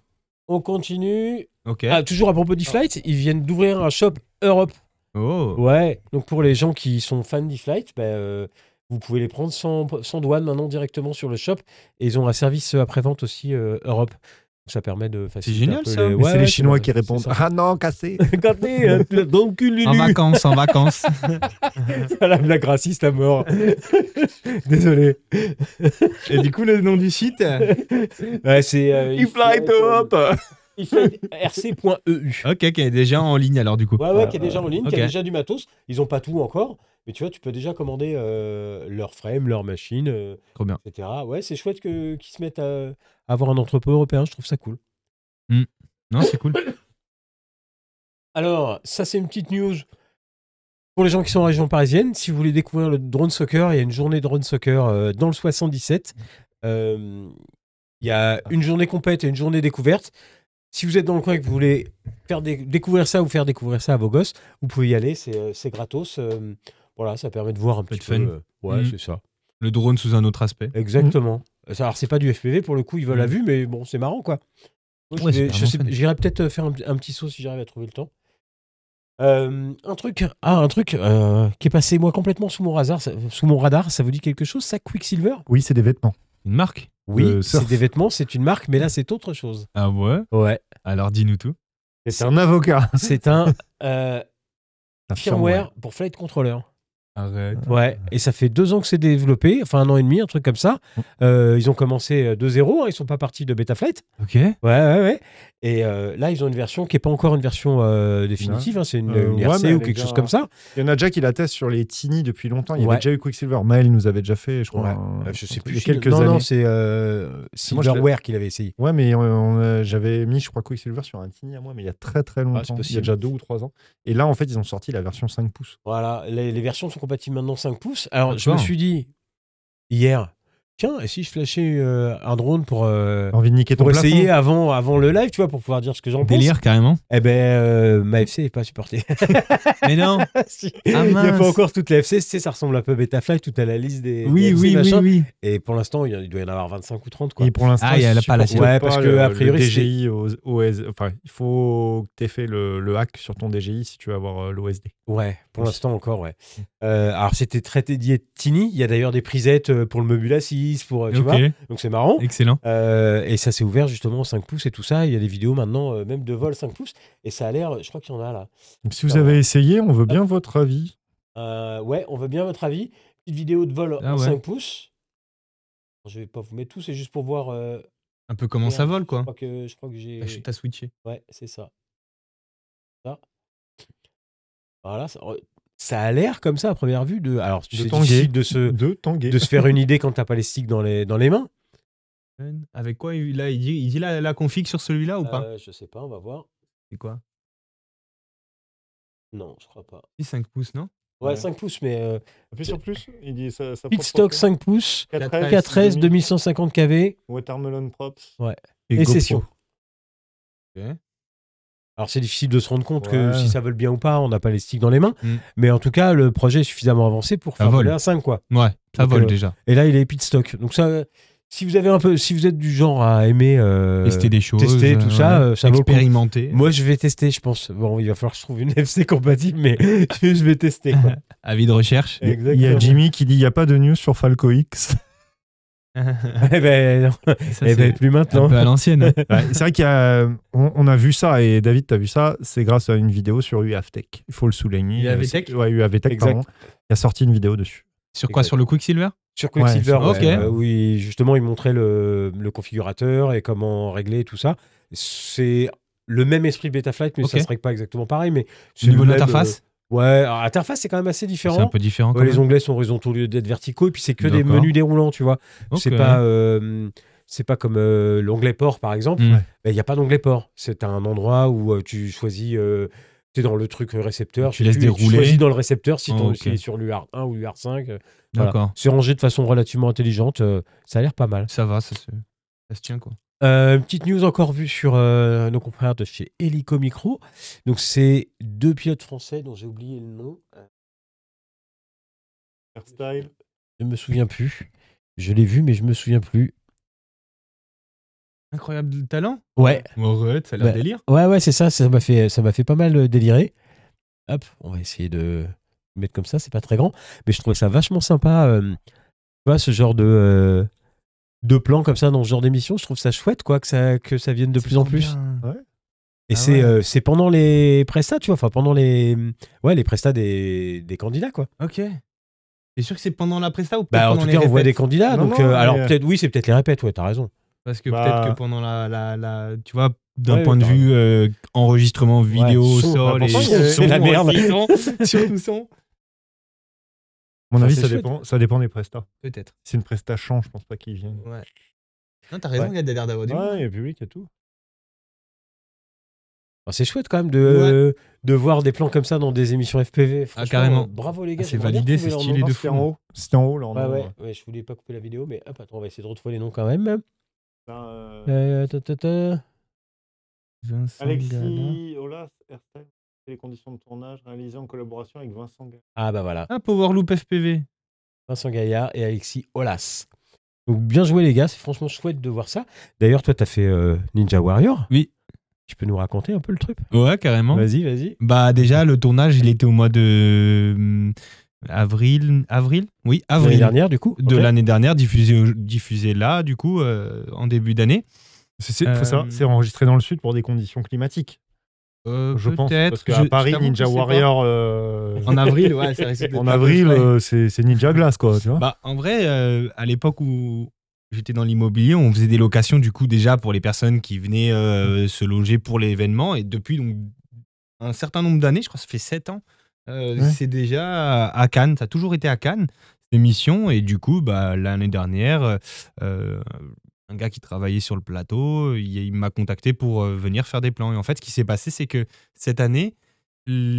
on continue.
Ok.
Ah, toujours à propos d'E-Flight, ils viennent d'ouvrir un shop Europe.
Oh.
Ouais. Donc pour les gens qui sont fans d'E-Flight, bah, euh, vous pouvez les prendre sans, sans douane maintenant directement sur le shop. Et ils ont un service après-vente aussi euh, Europe. Donc, ça permet de faciliter
génial,
un peu
ça.
les-
Mais
Mais
Ouais,
c'est
ouais,
les Chinois
vrai,
qui
c'est
répondent
ça.
Ah non, cassé
Regardez, euh, dans le cul,
En
Lulu.
vacances, en vacances.
Ah, la blague raciste à mort. Désolé.
Et du coup, le nom du site
Ouais, c'est. euh, il-
fly to Europe
il fait rc.eu.
Ok, ok, déjà en ligne alors du coup.
E Ouais, ouais, qui est déjà en ligne, qui
Ok.
a déjà du matos. Ils n'ont pas tout encore, mais tu vois, tu peux déjà commander euh, leur frame, leur machine, euh,
Trop bien.
etc. Ouais, c'est chouette que- qu'ils se mettent à, à avoir un entrepôt européen, je trouve ça cool.
Non, c'est cool.
Alors, ça, c'est une petite news. Pour les gens qui sont en région parisienne, si vous voulez découvrir le drone soccer, il y a une journée drone soccer euh, dans le 77. Euh, il y a une journée complète et une journée découverte. Si vous êtes dans le coin et que vous voulez faire dé- découvrir ça ou faire découvrir ça à vos gosses, vous pouvez y aller, c'est euh, c'est gratos. Euh, voilà, ça permet de voir un petit
de
peu.
fun.
euh, ouais,
Mhm.
c'est ça.
Le drone sous un autre aspect.
Exactement. Mm. Alors, c'est pas du FPV pour le coup, ils veulent la
Mhm.
vue, mais bon, c'est marrant quoi. Moi, je
Ouais, c'est
vais-
vraiment
je sais-
fun.
J'irai peut-être euh, faire un, un petit saut si j'arrive à trouver le temps. Euh, un truc, ah, un truc euh, qui est passé moi complètement sous mon, radar, ça, sous mon radar, ça vous dit quelque chose Ça, Quicksilver
Oui, c'est des vêtements.
Une marque
Oui,
Le surf.
c'est des vêtements, c'est une marque, mais là c'est autre chose.
Ah ouais
Ouais.
Alors dis-nous tout.
C'est un avocat.
C'est un euh,
Un
firmware pour Flight Controller.
Arrête.
Ouais, et ça fait deux ans que c'est développé, enfin un an et demi, un truc comme ça. Euh, ils ont commencé euh, de zéro, hein, ils sont pas partis de Betaflight.
Ok.
Ouais, ouais, ouais. Et euh, là, ils ont une version qui n'est pas encore une version euh, définitive, hein, c'est une,
Euh,
une
ouais,
RC
mais elle
ou
est
quelque
déjà-
chose comme ça.
Il y en a déjà qui la testent sur les Tiny depuis longtemps. Il y
Ouais.
avait déjà eu Quicksilver. Maël nous avait déjà fait, je crois.
Ouais.
un-
Euh, je sais plus.
Il y a
si-
quelques
non,
années.
non, c'est euh,
Moi, je l'ai-
Silverware qu'il avait essayé.
Ouais, mais on- on, euh, j'avais mis, je crois, Quicksilver sur un Tiny à moi, mais il y a très très longtemps. il y a
Ah, possible.
déjà deux ou trois ans. Et là, en fait, ils ont sorti la version 5 pouces.
Voilà, les, les versions sont compatibles maintenant 5 pouces. Alors, je me
D'accord.
suis dit, hier, tiens, et si je flashais euh, un drone pour, euh,
T'as envie de niquer ton
pour
plafond
essayer avant, avant le live, tu vois, pour pouvoir dire ce que j'en pense
Délire carrément.
Eh ben, euh, ma FC n'est pas supportée.
Mais non.
Si.
Ah,
il n'y a
mince.
pas encore toute la FC, tu sais, ça ressemble un peu à Betafly, tout à la liste des. des
Oui,
FC,
oui, oui,
machin.
oui.
Et pour l'instant, il y en- il doit y en avoir 25 ou 30, quoi.
Et pour l'instant,
Ah, il y a
ils
la- pas la-
supportent
Ouais, parce
pas
que,
le-
a
le
priori,
DGI, aux- OS, enfin, il faut que tu aies fait le, le hack sur ton DGI si tu veux avoir euh, l'OSD.
Ouais, pour l'instant encore, ouais. Euh, alors, c'était très dédié Tiny. Il y a d'ailleurs des prisettes euh, pour le Mobile 6, pour. euh, Tu vois
Ok,
Donc, c'est marrant.
excellent.
Euh, et ça s'est ouvert justement aux 5 pouces et tout ça. Il y a des vidéos maintenant, euh, même de vol 5 pouces. Et ça a l'air, je crois qu'il y en a là.
Donc, si
Ah
vous
ouais.
avez essayé, on veut bien votre avis.
Euh, ouais, on veut bien votre avis. Petite vidéo de vol
Ah
en
ouais.
5 pouces. Je vais pas vous mettre tout, c'est juste pour voir. euh,
Un peu comment ça vole,
Je
quoi.
crois que, je crois que j'ai.
Bah, je- T'as switché.
Ouais, c'est ça. Ça. Voilà, ça, oh, ça a l'air comme ça à première vue de. Alors,
De
c'est
tanguer.
difficile de se,
De tanguer.
de se faire une idée quand t'as pas les sticks dans les, dans les mains.
Avec quoi il- là, il dit, il dit la, la config sur celui-là ou pas
Euh, je sais pas, on va voir.
C'est quoi
Non, je crois pas.
Il dit 5 pouces, non
Ouais,
Ouais.
5 pouces, mais. Euh,
Appuie sur plus. Il dit ça. ça
Pitstock 5 pouces, 4S 2150 kV,
Watermelon Props.
Ouais.
GoPro.
et session.
Ok.
Alors c'est difficile de se rendre compte que
Ouais.
si ça vole bien ou pas, on n'a pas les sticks dans les mains.
Mm.
Mais en tout cas, le projet est suffisamment avancé pour
Ça
faire
vole.
voler un 5 quoi.
Ouais, ça
Donc,
vole
euh,
déjà.
Et là, il est pitstock. Donc ça, euh, si vous avez un peu, si vous êtes du genre à aimer euh,
Tester des choses.
tester tout
euh,
ça,
voilà.
euh, ça vaut le coup.
Expérimenter.
moi je vais tester, je pense. Bon, il va falloir que je trouve une FC compatible, mais je vais tester. Quoi.
Avis de recherche.
Il y a Jimmy qui dit il n'y a pas de news sur Falco X.
Ça,
eh ben, non. Eh
c'est
ben, plus
un
maintenant.
peu à l'ancienne.
Ouais, c'est vrai qu'on on a vu ça, et David, tu as vu ça, c'est grâce à une vidéo sur UAVTech. Il faut le souligner.
UAVTech?
Euh, Ouais, UAVTech,
Exact.
pardon. Il a sorti une vidéo dessus.
Sur quoi Sur le Quicksilver
Sur Quicksilver,
Ouais, sur-
ouais,
ok.
euh, oui, justement, il montrait le, le configurateur et comment régler tout ça. C'est le même esprit de Betaflight, mais
Ok.
ça ne se règle pas exactement pareil. Mais
Au niveau de
le même,
l'interface
euh, Ouais, alors, l'interface, c'est quand même assez
C'est
différent.
un peu différent.
Ouais,
quand
les
même.
onglets sont horizontaux au lieu d'être verticaux, et puis c'est que des
D'accord.
menus déroulants, tu vois.
Ok.
C'est pas. euh, c'est pas comme euh, l'onglet port par exemple,
Mm.
Ben, il n'y a pas d'onglet port. C'est un endroit où euh, tu choisis, tu es dans le truc récepteur, je
Tu
sais
laisses
plus, et
dérouler.
Tu choisis dans le récepteur si
Oh,
ton-
ok.
s'il est sur l'UR1 ou l'UR5. euh, voilà.
D'accord.
c'est rangé de façon relativement intelligente. euh, ça a l'air pas mal.
Ça va, ça se, ça se tient quoi.
Euh, petite news encore vue sur euh, nos confrères de chez Helico Micro. Donc, c'est deux pilotes français dont j'ai oublié le nom. Euh, Je me souviens plus. Je l'ai vu, mais je me souviens plus.
Incroyable talent
Ouais,
Ouais, ça a l'air
Bah,
délire.
ouais, ouais, c'est ça. Ça m'a fait, ça m'a fait pas mal euh, délirer. Hop, on va essayer de le mettre comme ça. C'est pas très grand, mais je trouvais ça vachement sympa. euh, tu vois, ce genre de euh, de plan comme ça dans ce genre d'émission, je trouve ça chouette, quoi, que ça que ça vienne de plus en plus. Et
Ah
c'est
ouais.
euh, c'est pendant les prestats, tu vois, enfin pendant les ouais les prestats des, des candidats quoi.
Ok. T'es sûr que c'est pendant la presta ou peut-être
Bah en
pendant
tout
les
cas on voit des
répètes
candidats,
Non,
donc
non,
euh,
mais,
alors
euh,
peut-être oui c'est peut-être les répètes, ouais t'as raison.
Parce que
Bah.
peut-être que pendant la, la, la- tu vois, d'un
Ouais,
point de
t'as
vue euh, enregistrement vidéo,
son,
sol
bah,
et
important,
son,
c'est la
aussi,
merde.
son, surtout son.
À mon
Ça,
avis,
c'est
ça
chouette.
dépend, ça dépend des prestats.
Peut-être.
C'est une presta champ, je pense pas qu'ils viennent.
Ouais. Non, t'as raison,
Ouais.
il y a des l'air d'avoir du monde.
Ouais, il y a public et tout.
Alors, c'est chouette quand même de de voir des plans comme ça dans des émissions FPV. Franchement,
carrément.
euh, Bravo les gars.
Ah, c'est
j'aimerais bien
validé,
trouver
c'est
leur
stylé
nom.
de
C'était
fou.
en haut. C'était en haut, là. en
Ouais,
haut,
ouais,
ouais.
euh, ouais, je voulais pas couper la vidéo, mais hop, attends, on va essayer de retrouver les noms quand même.
Putain, euh,
Euh, ta, ta, ta.
Vincent Gallin.
Alexis Olas, Airstyle, les conditions de tournage réalisées en collaboration avec Vincent Gall.
Ah bah voilà,
Ah, Powerloop FPV.
Vincent Gaillard et Alexis Olas. Donc bien joué les gars, c'est franchement chouette de voir ça. D'ailleurs, toi, t'as fait euh, Ninja Warrior.
Oui.
Tu peux nous raconter un peu le truc
Ouais, carrément.
Vas-y, vas-y.
Bah déjà le tournage il était au mois de hum, avril avril oui
L'année
avril
dernière, du coup.
de
ok.
l'année dernière diffusé au- diffusé là du coup euh, en début d'année
C'est- C'est faut savoir,
Euh,
c'est enregistré dans le sud pour des conditions climatiques,
Euh,
je pense.
peut-être,
Parce
je-
qu'à
je
Paris,
t'avoue que
Ninja
je sais pas.
Warrior, euh,
en avril ouais ça risque d'être
en
un peu
avril,
frais.
euh, c'est c'est Ninja Glace, quoi. Tu vois
bah en vrai euh, à l'époque où j'étais dans l'immobilier on faisait des locations du coup déjà pour les personnes qui venaient euh, se loger pour l'événement et depuis donc un certain nombre d'années je crois que ça fait 7 ans euh,
Ouais.
c'est déjà à Cannes ça a toujours été à Cannes émission. Et du coup, bah, l'année dernière, euh, un gars qui travaillait sur le plateau, il, il m'a contacté pour euh, venir faire des plans. Et en fait, ce qui s'est passé, c'est que cette année,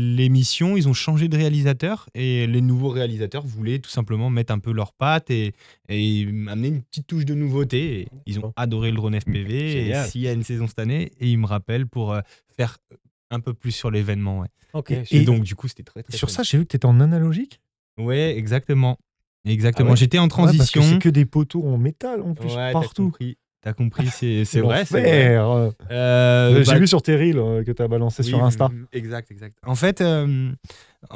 l'émission, ils ont changé de réalisateur et les nouveaux réalisateurs voulaient tout simplement mettre un peu leurs pattes et, et amener une petite touche de nouveauté. Et ils ont adoré le drone FPV. Et
Génial.
s'il y a une saison cette année, et ils me rappellent pour euh, faire un peu plus sur l'événement. ouais.
Ok.
Et, donc, du coup, c'était très, très
Sur
cool.
ça, j'ai vu que t'étais en analogique.
Ouais, exactement. Exactement.
Ah ouais.
J'étais en
Ouais, parce que
transition.
c'est que des poteaux en métal en plus
Ouais, T'as
partout.
compris, T'as compris, c'est c'est vrai. c'est vrai.
L'enfer.
Euh,
Euh, J'ai
bah,
vu sur tes reels euh, que t'as balancé sur
Oui,
Insta.
mm, Exact, exact. En fait, euh,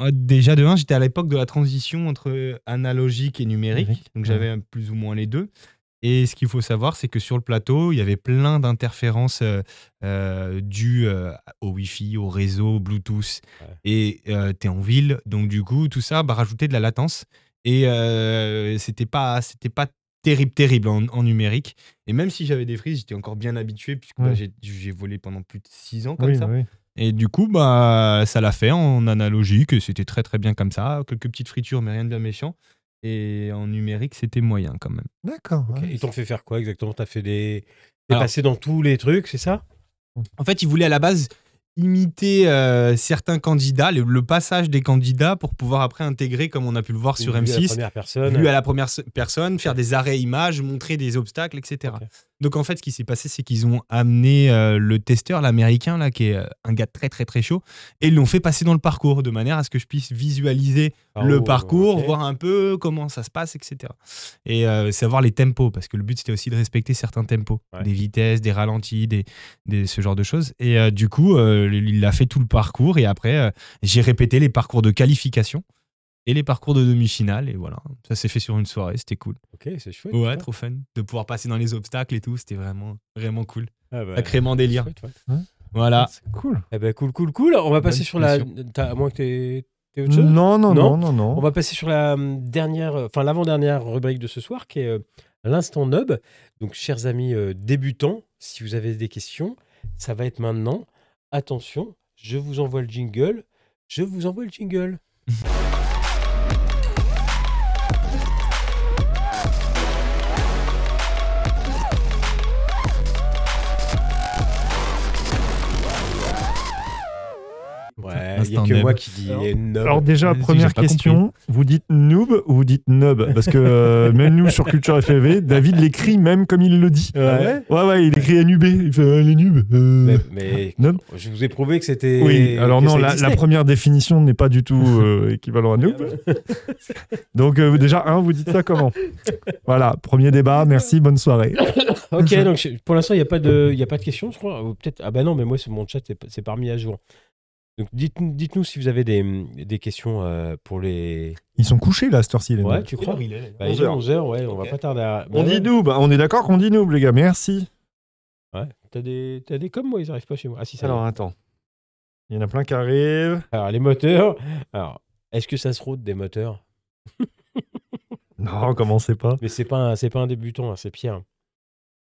euh, déjà de un, j'étais à l'époque de la transition entre analogique et numérique,
Numérique,
donc j'avais euh, plus ou moins les deux. Et ce qu'il faut savoir, c'est que sur le plateau, il y avait plein d'interférences euh, euh, dues euh, au Wi-Fi, au réseau, au Bluetooth.
Ouais.
Et euh, t'es en ville, donc du coup, tout ça bah, rajoutait de la latence. Et euh, c'était pas, c'était pas terrible, terrible en, en numérique. Et même si j'avais des frises, j'étais encore bien habitué puisque bah,
Ouais.
j'ai- j'ai volé pendant plus de six ans comme
Oui,
ça.
oui.
Et du coup, bah, ça l'a fait en analogique, et c'était très très bien comme ça. Quelques petites fritures, mais rien de bien méchant. Et en numérique, c'était moyen quand même.
D'accord.
Ok,
ouais.
Ils t'ont fait faire quoi exactement T'as fait des. T'es
Alors-
passé dans tous les trucs, c'est ça
En fait, ils voulaient à la base imiter euh, certains candidats, le, le passage des candidats pour pouvoir après intégrer, comme on a pu le voir sur
Vu à la
M6,
première personne.
vu à la première se- personne, faire des arrêts images, montrer des obstacles, etc.
Ok.
Donc en fait, ce qui s'est passé, c'est qu'ils ont amené euh, le testeur, l'américain, là, qui est euh, un gars très très très chaud, et ils l'ont fait passer dans le parcours, de manière à ce que je puisse visualiser
Ah,
le
oh,
parcours,
ok.
voir un peu comment ça se passe, etc. Et euh, savoir les tempos, parce que le but c'était aussi de respecter certains tempos,
Ouais.
des vitesses, des ralentis, des, des- ce genre de choses. Et euh, du coup, euh, il a fait tout le parcours, et après, euh, j'ai répété les parcours de qualification et les parcours de demi-finale, et voilà, ça s'est fait sur une soirée, c'était cool.
Ok, c'est chouette.
Ouais,
putain.
trop fun. De pouvoir passer dans les obstacles et tout, c'était vraiment, vraiment cool.
Ah bah,
Sacrément délire.
chouette, ouais.
Voilà.
C'est cool.
Eh ben, cool, cool, cool. On va passer
Bonne Hmm.
sur la.
finition.
t'as- À moins que t'aies t'aies autre chose
Non, non,
Non
non, non, non.
On va passer sur la hum, dernière, enfin l'avant-dernière rubrique de ce soir, qui est euh, l'instant nub. Donc, chers amis euh, débutants, si vous avez des questions, ça va être maintenant. Attention, je vous envoie le jingle. Je vous envoie le jingle. Ouais, il n'y a
Instant
que
nub.
moi qui dis
Alors-
nub.
Alors déjà,
Vas-y, j'ai
première
pas
question, vous dites noob ou vous dites nub Parce que euh, même nous sur Culture FFV, David l'écrit même comme il le dit.
Ah Ouais.
ouais, ouais, il écrit NUB, il fait euh, les nubes. euh.
Mais, mais
Nub.
je vous ai prouvé que c'était.
Oui, alors
que
non,
ça
la,
existait. Ah
la première définition n'est pas du tout euh, équivalent à noob. Donc euh, déjà, un, vous dites ça comment Voilà, premier débat, merci, bonne soirée.
Ok, donc je- pour l'instant, il n'y a, pas de- il y a pas de questions, je crois. Ou peut-être. Ah bah non, mais moi, c'est mon chat, c'est pas- c'est pas remis à jour. Donc dites- dites-nous si vous avez des, des questions euh, pour les.
Ils sont couchés là, à cette heure-ci, les
Ouais,
mecs.
tu crois
est
bah, Il
11
est
heures.
11h, ouais, on va pas tarder à.
On
Bah,
dit noob, on est d'accord qu'on dit noob, les gars, merci.
Ouais. T'as des, t'as des comme moi, ils arrivent pas chez moi. Ah si, ça.
Alors
Alors,
attends, il y en a plein qui arrivent.
alors les moteurs. Alors, est-ce que ça se route des moteurs
Non, commencez pas.
Mais c'est pas, un- c'est pas un débutant, hein, c'est Pierre.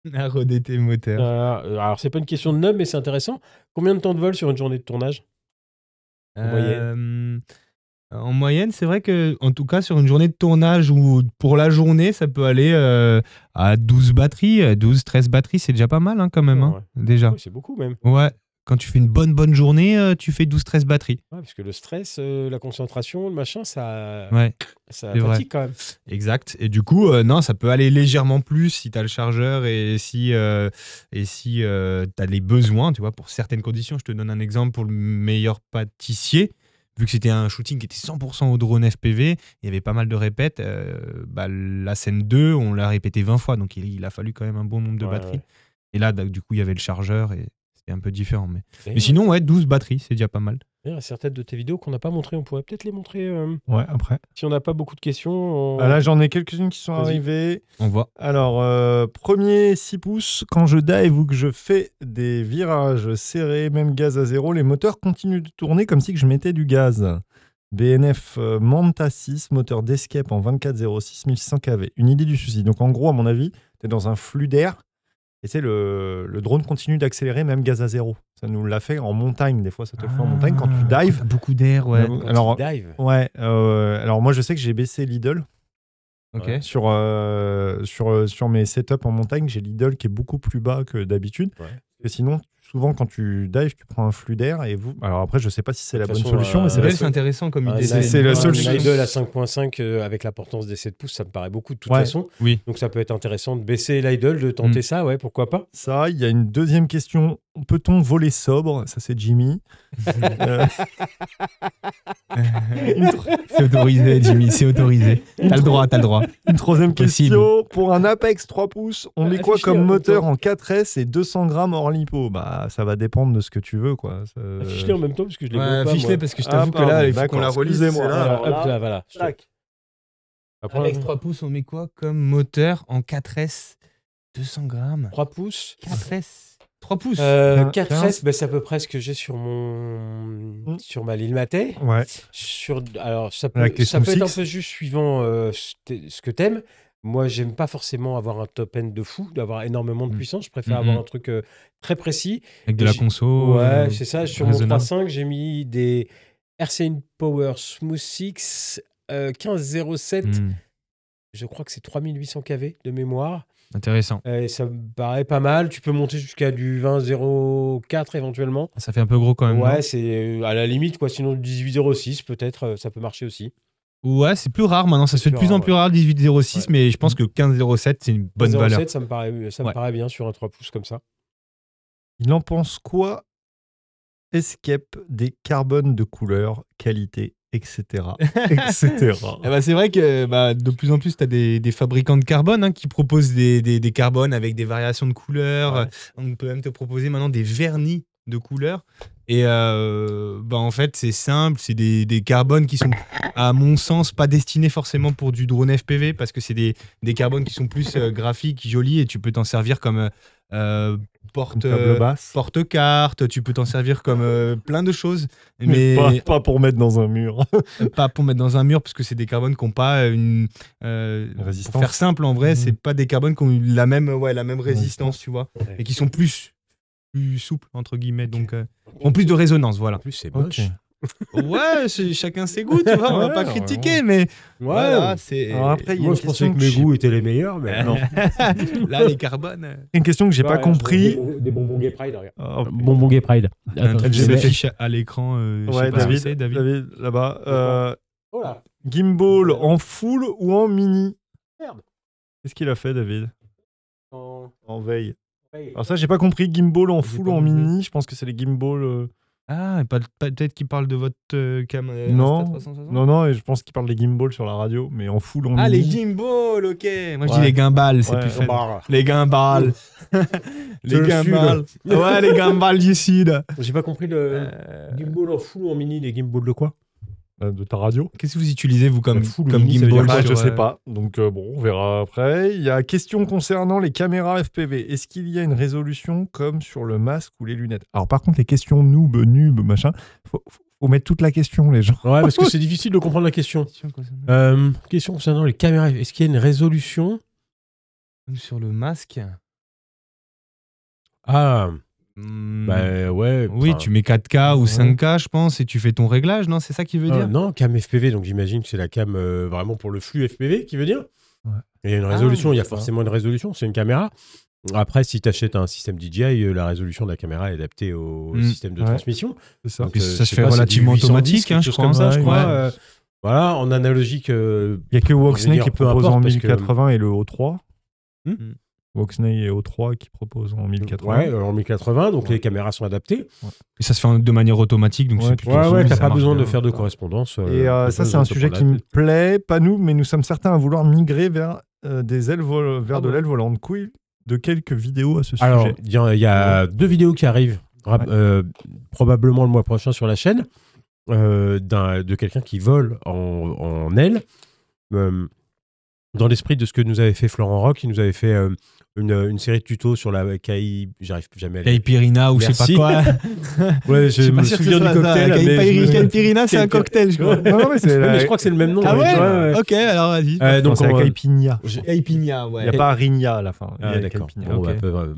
À redetter moteur.
Euh, alors, c'est pas une question de nob, mais c'est intéressant. Combien de temps de vol sur une journée de tournage en
Euh, en moyenne, c'est vrai que, en tout cas, sur une journée de tournage ou pour la journée, ça peut aller euh, à 12 batteries. euh, 12, 13 batteries, c'est déjà pas mal hein, quand même. hein, Déjà.
Ouais, C'est beaucoup même.
Ouais. Quand tu fais une bonne, bonne journée, euh, tu fais 12, 13 batteries.
Ouais, parce que le stress, euh, la concentration, le machin, ça,
Ouais.
ça
c'est
fatigue
vrai.
quand même.
Exact. Et du coup, euh, non, ça peut aller légèrement plus si tu as le chargeur et si euh, et si tu as les besoins, tu vois, pour certaines conditions. Je te donne un exemple pour le meilleur pâtissier. Vu que c'était un shooting qui était 100% au drone FPV, il y avait pas mal de répètes. euh, bah, la scène 2, on l'a répété 20 fois, donc il, il a fallu quand même un bon nombre de
Ouais,
batteries.
ouais.
Et là, bah, du coup, il y avait le chargeur et c'était un peu différent. Mais, mais
D'ailleurs,
sinon, ouais, 12 batteries, c'est déjà pas mal.
d'ailleurs, certaines de tes vidéos qu'on n'a pas montrées, on pourrait peut-être les montrer euh,
Ouais, après.
si on n'a pas beaucoup de questions. on-
Ah, là, j'en ai quelques-unes qui sont
Vas-y.
arrivées.
On voit.
Alors, euh, premier 6 pouces, quand je dive ou que je fais des virages serrés, même gaz à zéro, les moteurs continuent de tourner comme si que je mettais du gaz. BNF euh, Manta 6, moteur d'escape en 2406 1600 kV. Une idée du souci. Donc, en gros, à mon avis, tu es dans un flux d'air et c'est le, le drone continue d'accélérer, même gaz à zéro. Ça nous l'a fait en montagne. Des fois, ça te le fait en montagne quand tu
Ah,
dives.
Beaucoup d'air, ouais.
Bah,
quand
alors-
ils dive.
Ouais, euh, alors moi, je sais que j'ai baissé l'idle
Ok.
Ouais.
sur, euh, sur, euh, sur mes setups en montagne, j'ai l'idle qui est beaucoup plus bas que d'habitude.
Ouais.
Parce que sinon, tu souvent, quand tu dives, tu prends un flux d'air et vous. Alors après, je sais pas si c'est la
toute
bonne
façon,
solution,
euh,
mais c'est la
Bell,
Ah, C'est
seule-
intéressant comme
Ah,
idée.
c'est- c'est la
un
seule
Lidl
solution.
à 5.5 euh, avec la portance des 7 pouces, ça me paraît beaucoup de toute
Ouais.
façon.
Oui. Mm.
Donc ça peut être intéressant de baisser l'idle, de tenter ça, ouais, pourquoi pas.
Ça, il y a une deuxième question. Peut-on voler sobre Ça, c'est Jimmy. Euh, une, tro-
C'est autorisé, Jimmy, c'est autorisé. T'as le droit, t'as le droit.
une troisième
Possible.
question. Pour un Apex 3 pouces, on met quoi
Affiché en
comme
même
moteur en 4S et 200 grammes hors lipo Bah, ça va dépendre de ce que tu veux, quoi. Ça-
Affiche-les en même temps, parce que je les vois pas.
Fiche-les
moi.
Euh, parce que je
Ah,
t'avoue que
pardon,
là, il faut
d'accord,
qu'on la relise.
excusez-moi.
c'est là.
Alors,
Hop là, voilà. je te-
Tac.
Après,
Avec 3 pouces, on met quoi comme moteur en 4S 200 grammes
3 pouces.
4S 3 pouces
Euh,
Quin-
4S, ben, c'est à peu près ce que j'ai sur mon
Mm.
sur ma Lille Maté.
Ouais.
Sur alors ça
La
peut,
question
ça peut être un
six.
peu juste suivant euh, ce t'es- ce que t'aimes. Moi, j'aime pas forcément avoir un top end de fou, d'avoir énormément de
Mm.
puissance. Je préfère
Mhm.
Mm-hmm.
avoir un truc euh, très précis.
Avec de la
j'ai-
Oh,
conso.
Ouais,
euh,
c'est ça. Sur mon
raisonnable.
3.5, j'ai mis des RC1 Power Smooth 6 euh, 1507.
Mm.
Hmm,
Je crois que c'est 3800 kV de mémoire.
Intéressant.
Et ça me paraît pas mal. Tu peux monter jusqu'à du 20.04 éventuellement.
Ça fait un peu gros quand même.
ouais, c'est euh, à la limite, quoi. Sinon, du 18.06, peut-être, euh, ça peut marcher aussi.
non Ouais, c'est plus rare maintenant. Ça se fait de
plus
plus en
rare,
plus rare, 18,06,
Ouais.
mais je pense que 15,07, c'est une bonne
0,7,
valeur.
ça me paraît, euh, ça
Ouais.
me paraît bien sur un 3 pouces comme ça.
Il en pense quoi Escape des carbones de couleur, qualité, etc. etc.
Eh ben, c'est vrai que bah, de plus en plus, tu as des, des fabricants de carbone hein, qui proposent des, des, des carbones avec des variations de couleurs.
Ouais.
On peut même te proposer maintenant des vernis de couleurs. Et euh, bah, en fait, c'est simple. C'est des, des carbones qui sont, à mon sens, pas destinés forcément pour du drone FPV parce que c'est des, des carbones qui sont plus euh, graphiques, jolis et tu peux t'en servir comme euh, euh,
Une
porte.
table basse.
Porte-carte, tu peux t'en servir comme euh, plein de choses,
Mais
mais,
pas, pas pour mettre dans un mur.
pas pour mettre dans un mur parce que c'est des carbones qui n'ont pas une euh,
Une résistance.
Pour faire simple en vrai,
Mhm.
c'est pas des carbones qui ont eu la même ouais la même résistance, tu vois,
Ouais.
et qui sont plus plus souples entre guillemets, donc euh, en plus de résonance, voilà.
En plus, c'est
moche. Ok.
ouais, c'est- chacun ses goûts, tu vois, on va
Ouais,
pas
ouais,
critiquer, mais
Ouais.
voilà, c'est
Alors après, il y a
Moi,
une
je pensais
question
que
que
mes
je-
goûts étaient les meilleurs, mais non.
là les carbones. euh,
Une question que j'ai pas compris.
Des bonbons Gay Pride, regarde.
Oh,
Bonbons Gay Pride.
Un truc qui
Ah, David.
s'affiche à l'écran, euh, je sais
ouais,
pas ce que
David,
c'est,
David,
David.
là-bas. Euh,
Oh là.
gimbal en full ou en mini
Merde.
Qu'est-ce qu'il a fait, David
En-
En veille.
Hey.
Alors ça, j'ai pas compris. Gimbal en
J'ai
full
pas
ou en
non plus.
mini Je pense que c'est les gimbal. euh,
Ah, pas- pas- peut-être qu'il parle de votre euh, cam. euh,
Non.
Insta360.
Non, non, et je pense qu'il parle des gimbal sur la radio, mais en full en
Ah, les
mini.
gimbals, ok. Moi, je
Ouais.
dis les gimbals, c'est
Ouais,
plus fun.
Bah,
Les gimbals.
Te
les
le
gimbals. Ouais, les gimbals du sud.
J'ai pas compris le gimbal en full ou en mini, les gimbals de quoi
Euh, de ta radio.
Qu'est-ce que vous utilisez, vous, comme,
Bah, full ou
comme
mini, ça veut
gimbal
dire quoi,
sur,
Je sais
euh,
pas. Donc euh, bon, on verra après. Il y a question concernant les caméras FPV. Est-ce qu'il y a une résolution comme sur le masque ou les lunettes Alors par contre, les questions noob, noob, machin, faut, faut mettre toute la question, les gens.
Ouais, parce que c'est difficile de comprendre la question. Euh, question concernant les caméras. Est-ce qu'il y a une résolution
Sur le masque.
Ah,
Hmm.
bah ouais.
oui,
enfin,
tu mets 4K ou 5K, je pense, et tu fais ton réglage, non C'est ça qu'il veut
Ah,
dire
Non, cam FPV, donc j'imagine que c'est la cam euh, vraiment pour le flux FPV qui veut dire.
Ouais.
Il y a une résolution, il y a
d'accord.
forcément une résolution, c'est une caméra. Après, si tu achètes un système DJI, euh, la résolution de la caméra est adaptée au
Mm,
système de
ouais.
transmission.
C'est ça.
Donc,
Et
euh,
ça
je
se
sais
fait
pas, c'est
relativement
du 810,
automatique, hein,
quelque
je
chose comme
crois.
ça, je
Ouais.
crois. euh, voilà, en analogique, euh,
Il n'y a que
Je veux
Woxney
dire,
qui
peu
propose
importe,
en
parce que-
1080 et le O3.
Hmm
Woxney et O3 qui proposent en 1080.
ouais, euh, en 1080, donc
Ouais.
les caméras sont adaptées.
Et ça se fait en- de manière automatique, donc
Ouais,
c'est plutôt
Ouais, ouais,
souple,
t'as
ça
pas
marche
besoin
bien.
de faire de correspondance. euh,
Et euh,
pas
ça, c'est
besoin
un
de se
sujet
prendre
qui
la
me
tête.
plaît. Pas nous, mais nous sommes certains à vouloir migrer vers euh, des ailes vol- vers
Ah
de
bon
l'aile volante. Quid de quelques vidéos à ce
Alors,
sujet
il y a, il y a deux vidéos qui arrivent rap-
Ouais.
euh, probablement le mois prochain sur la chaîne euh, d'un- de quelqu'un qui vole en, en aile. Euh, dans l'esprit de ce que nous avait fait Florent Rock, il nous avait fait euh, une, une série de tutos sur la KI. J'arrive jamais à la-
Caipirina ou je sais pas
Merci.
quoi.
Ouais,
Je
je
sais
me
pas sûr que
souviens
ce
du
soit ça.
cocktail. mais je me-
Caipiri- Caipirina, c'est un
Caipiri-
cocktail, je crois.
Non, non, mais c'est
Non, mais
la-
je crois que c'est le même nom.
Ah
ouais,
ouais
ouais, ouais.
Ok, alors vas-y.
Euh, donc,
c'est la
on-
Caipirinha.
je-
Caipirina,
Il
ouais.
n'y a pas Rigna à la fin. Il y
Ah,
a
d'accord.
Caipirinha.
Bon,
ok.
bah, peu- euh,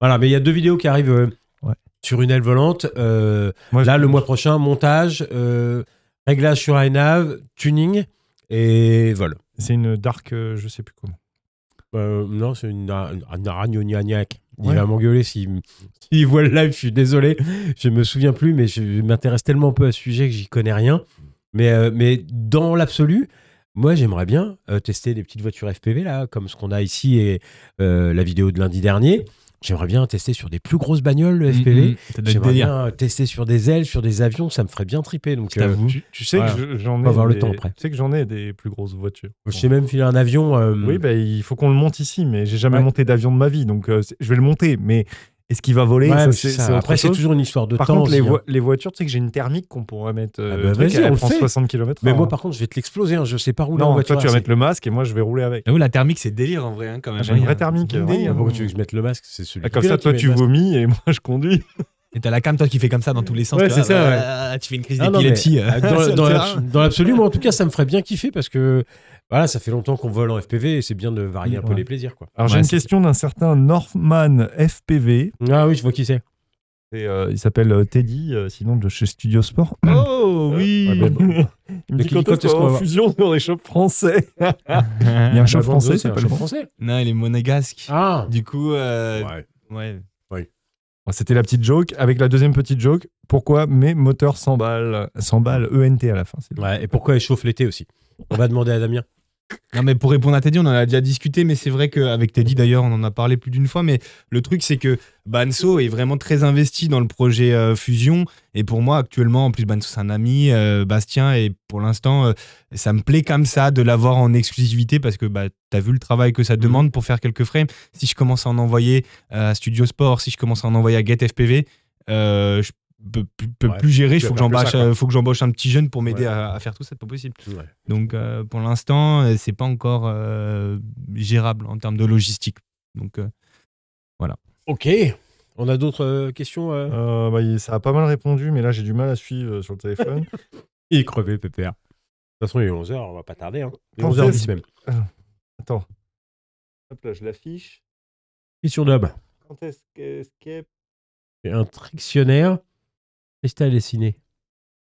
voilà, mais il y a deux vidéos qui arrivent euh,
Ouais.
sur une aile volante. euh,
Moi,
Là,
je-
le mois prochain, montage, euh, réglage sur iNav, tuning et vol.
C'est une Dark, euh, je sais plus comment.
Euh, non, c'est une, une, une aragnoniac. Il
Ouais.
va m'engueuler s'il m- s'il voit le live, je suis désolé. Je me souviens plus, mais je, je m'intéresse tellement peu à ce sujet que j'y connais rien. Mais, euh, mais dans l'absolu, moi, j'aimerais bien euh, tester des petites voitures FPV, là, comme ce qu'on a ici et euh, la vidéo de lundi dernier. J'aimerais bien tester sur des plus grosses bagnoles le FPV.
Mhm. Ça doit être
J'aimerais
délire.
bien tester sur des ailes, sur des avions, ça me ferait bien triper. Donc, euh,
T'avoues.
Tu, tu sais
Voilà.
que je- j'en ai.
va avoir le
des-
temps après.
Tu sais que j'en ai des plus grosses voitures.
je sais même filer un avion. euh,
Oui, bah, il faut qu'on le monte ici, mais j'ai jamais
Ouais.
monté d'avion de ma vie, donc euh, c'est- je vais le monter. Mais est-ce qu'il va voler
ouais,
ça,
mais
c'est-
c'est ça.
c'est autre
Après, c'est
chose.
toujours une histoire de
Par
temps.
contre, les,
aussi, hein.
vo- les voitures, tu sais que j'ai une thermique qu'on pourrait mettre. euh,
Ah bah
le truc,
vas-y, on
elle
le
prend
fait.
60 km.
Mais moi, par contre, je vais te l'exploser. hein. Je sais pas rouler en
non,
voiture.
toi, tu vas
assez.
mettre le masque et moi, je vais rouler avec.
J'avoue, la thermique, c'est délire en vrai, hein, quand même.
J'ai une
hein.
vraie thermique.
Une
euh,
délire.
vraiment.
Pourquoi tu veux que je mette le masque C'est celui
Ah, Comme
qui est là
ça,
qui
toi,
met le
tu
masque.
vomis et moi, je conduis.
Et t'as la cam, toi, qui fait comme ça dans tous les sens.
Ouais,
tu vois,
c'est ça,
bah,
ouais.
bah, bah, Tu fais une crise
Ah, non, mais-
d'épilepsie. euh.
Ah, dans,
sur
dans
le
l'abs-
terrain.
dans l'absolu, moi en tout cas, ça me ferait bien kiffer parce que voilà, ça fait longtemps qu'on vole en FPV et c'est bien de varier un peu
Ouais.
les plaisirs. Quoi.
Alors,
Ouais,
j'ai une
c'est-
question d'un certain Norman FPV.
Ah oui, je vois qui c'est.
Et, euh, il s'appelle euh, Teddy, euh, sinon de chez Studio Sport.
Oh oui
Ouais, mais bon.
Ah Il me
De
dit
qui-
quand
quand
est-ce
est-ce qu'on va
qu'on
voir
fusion dans les shops français. Il y a un shop
Bah, Gonzo,
français,
c'est
c'est
un
pas
chef
le français.
français.
Non, il est monégasque.
Ah
Du coup, euh,
Ouais.
ouais.
Bon, C'était la petite joke. Avec la deuxième petite joke, pourquoi mes moteurs s'emballent 100 balles ENT à la fin c'est-
Ouais, Et pourquoi échauffe l'été aussi On va demander à Damien.
Non, mais pour répondre à Teddy, on en a déjà discuté, mais c'est vrai qu'avec Teddy, d'ailleurs, on en a parlé plus d'une fois. Mais le truc, c'est que Banso est vraiment très investi dans le projet euh, Fusion. Et pour moi, actuellement, en plus, Banso, c'est un ami, euh, Bastien. Et pour l'instant, euh, ça me plaît comme ça de l'avoir en exclusivité parce que bah, tu as vu le travail
Mhm.
que ça demande pour faire quelques frames. Si je commence à en envoyer euh, à Studio Sport, si je commence à en envoyer à Get FPV, euh, je peux, plus- peux
Ouais,
plus gérer.
tu
Il
vas
faut que
faire que ça,
j'embauche euh, faut que j'embauche un petit jeune pour m'aider
Ouais.
à, à faire tout ça. C'est pas possible.
Ouais.
Donc euh, pour l'instant, euh, c'est pas encore euh, gérable en termes de logistique. Donc euh,
Ok. On a d'autres euh, questions euh
Euh, bah, il- ça a pas mal répondu, mais là j'ai du mal à suivre euh, sur le téléphone.
Il est crevé, PPR. De toute façon, il est 11h, on va pas tarder. Hein. Il est
Quand
11h10
est-ce-
même.
Attends,
Hop là, je l'affiche.
Question d'Hob.
Quand est-ce que- qu'est
C'est un trictionnaire. Qu'est-ce que t'as dessiné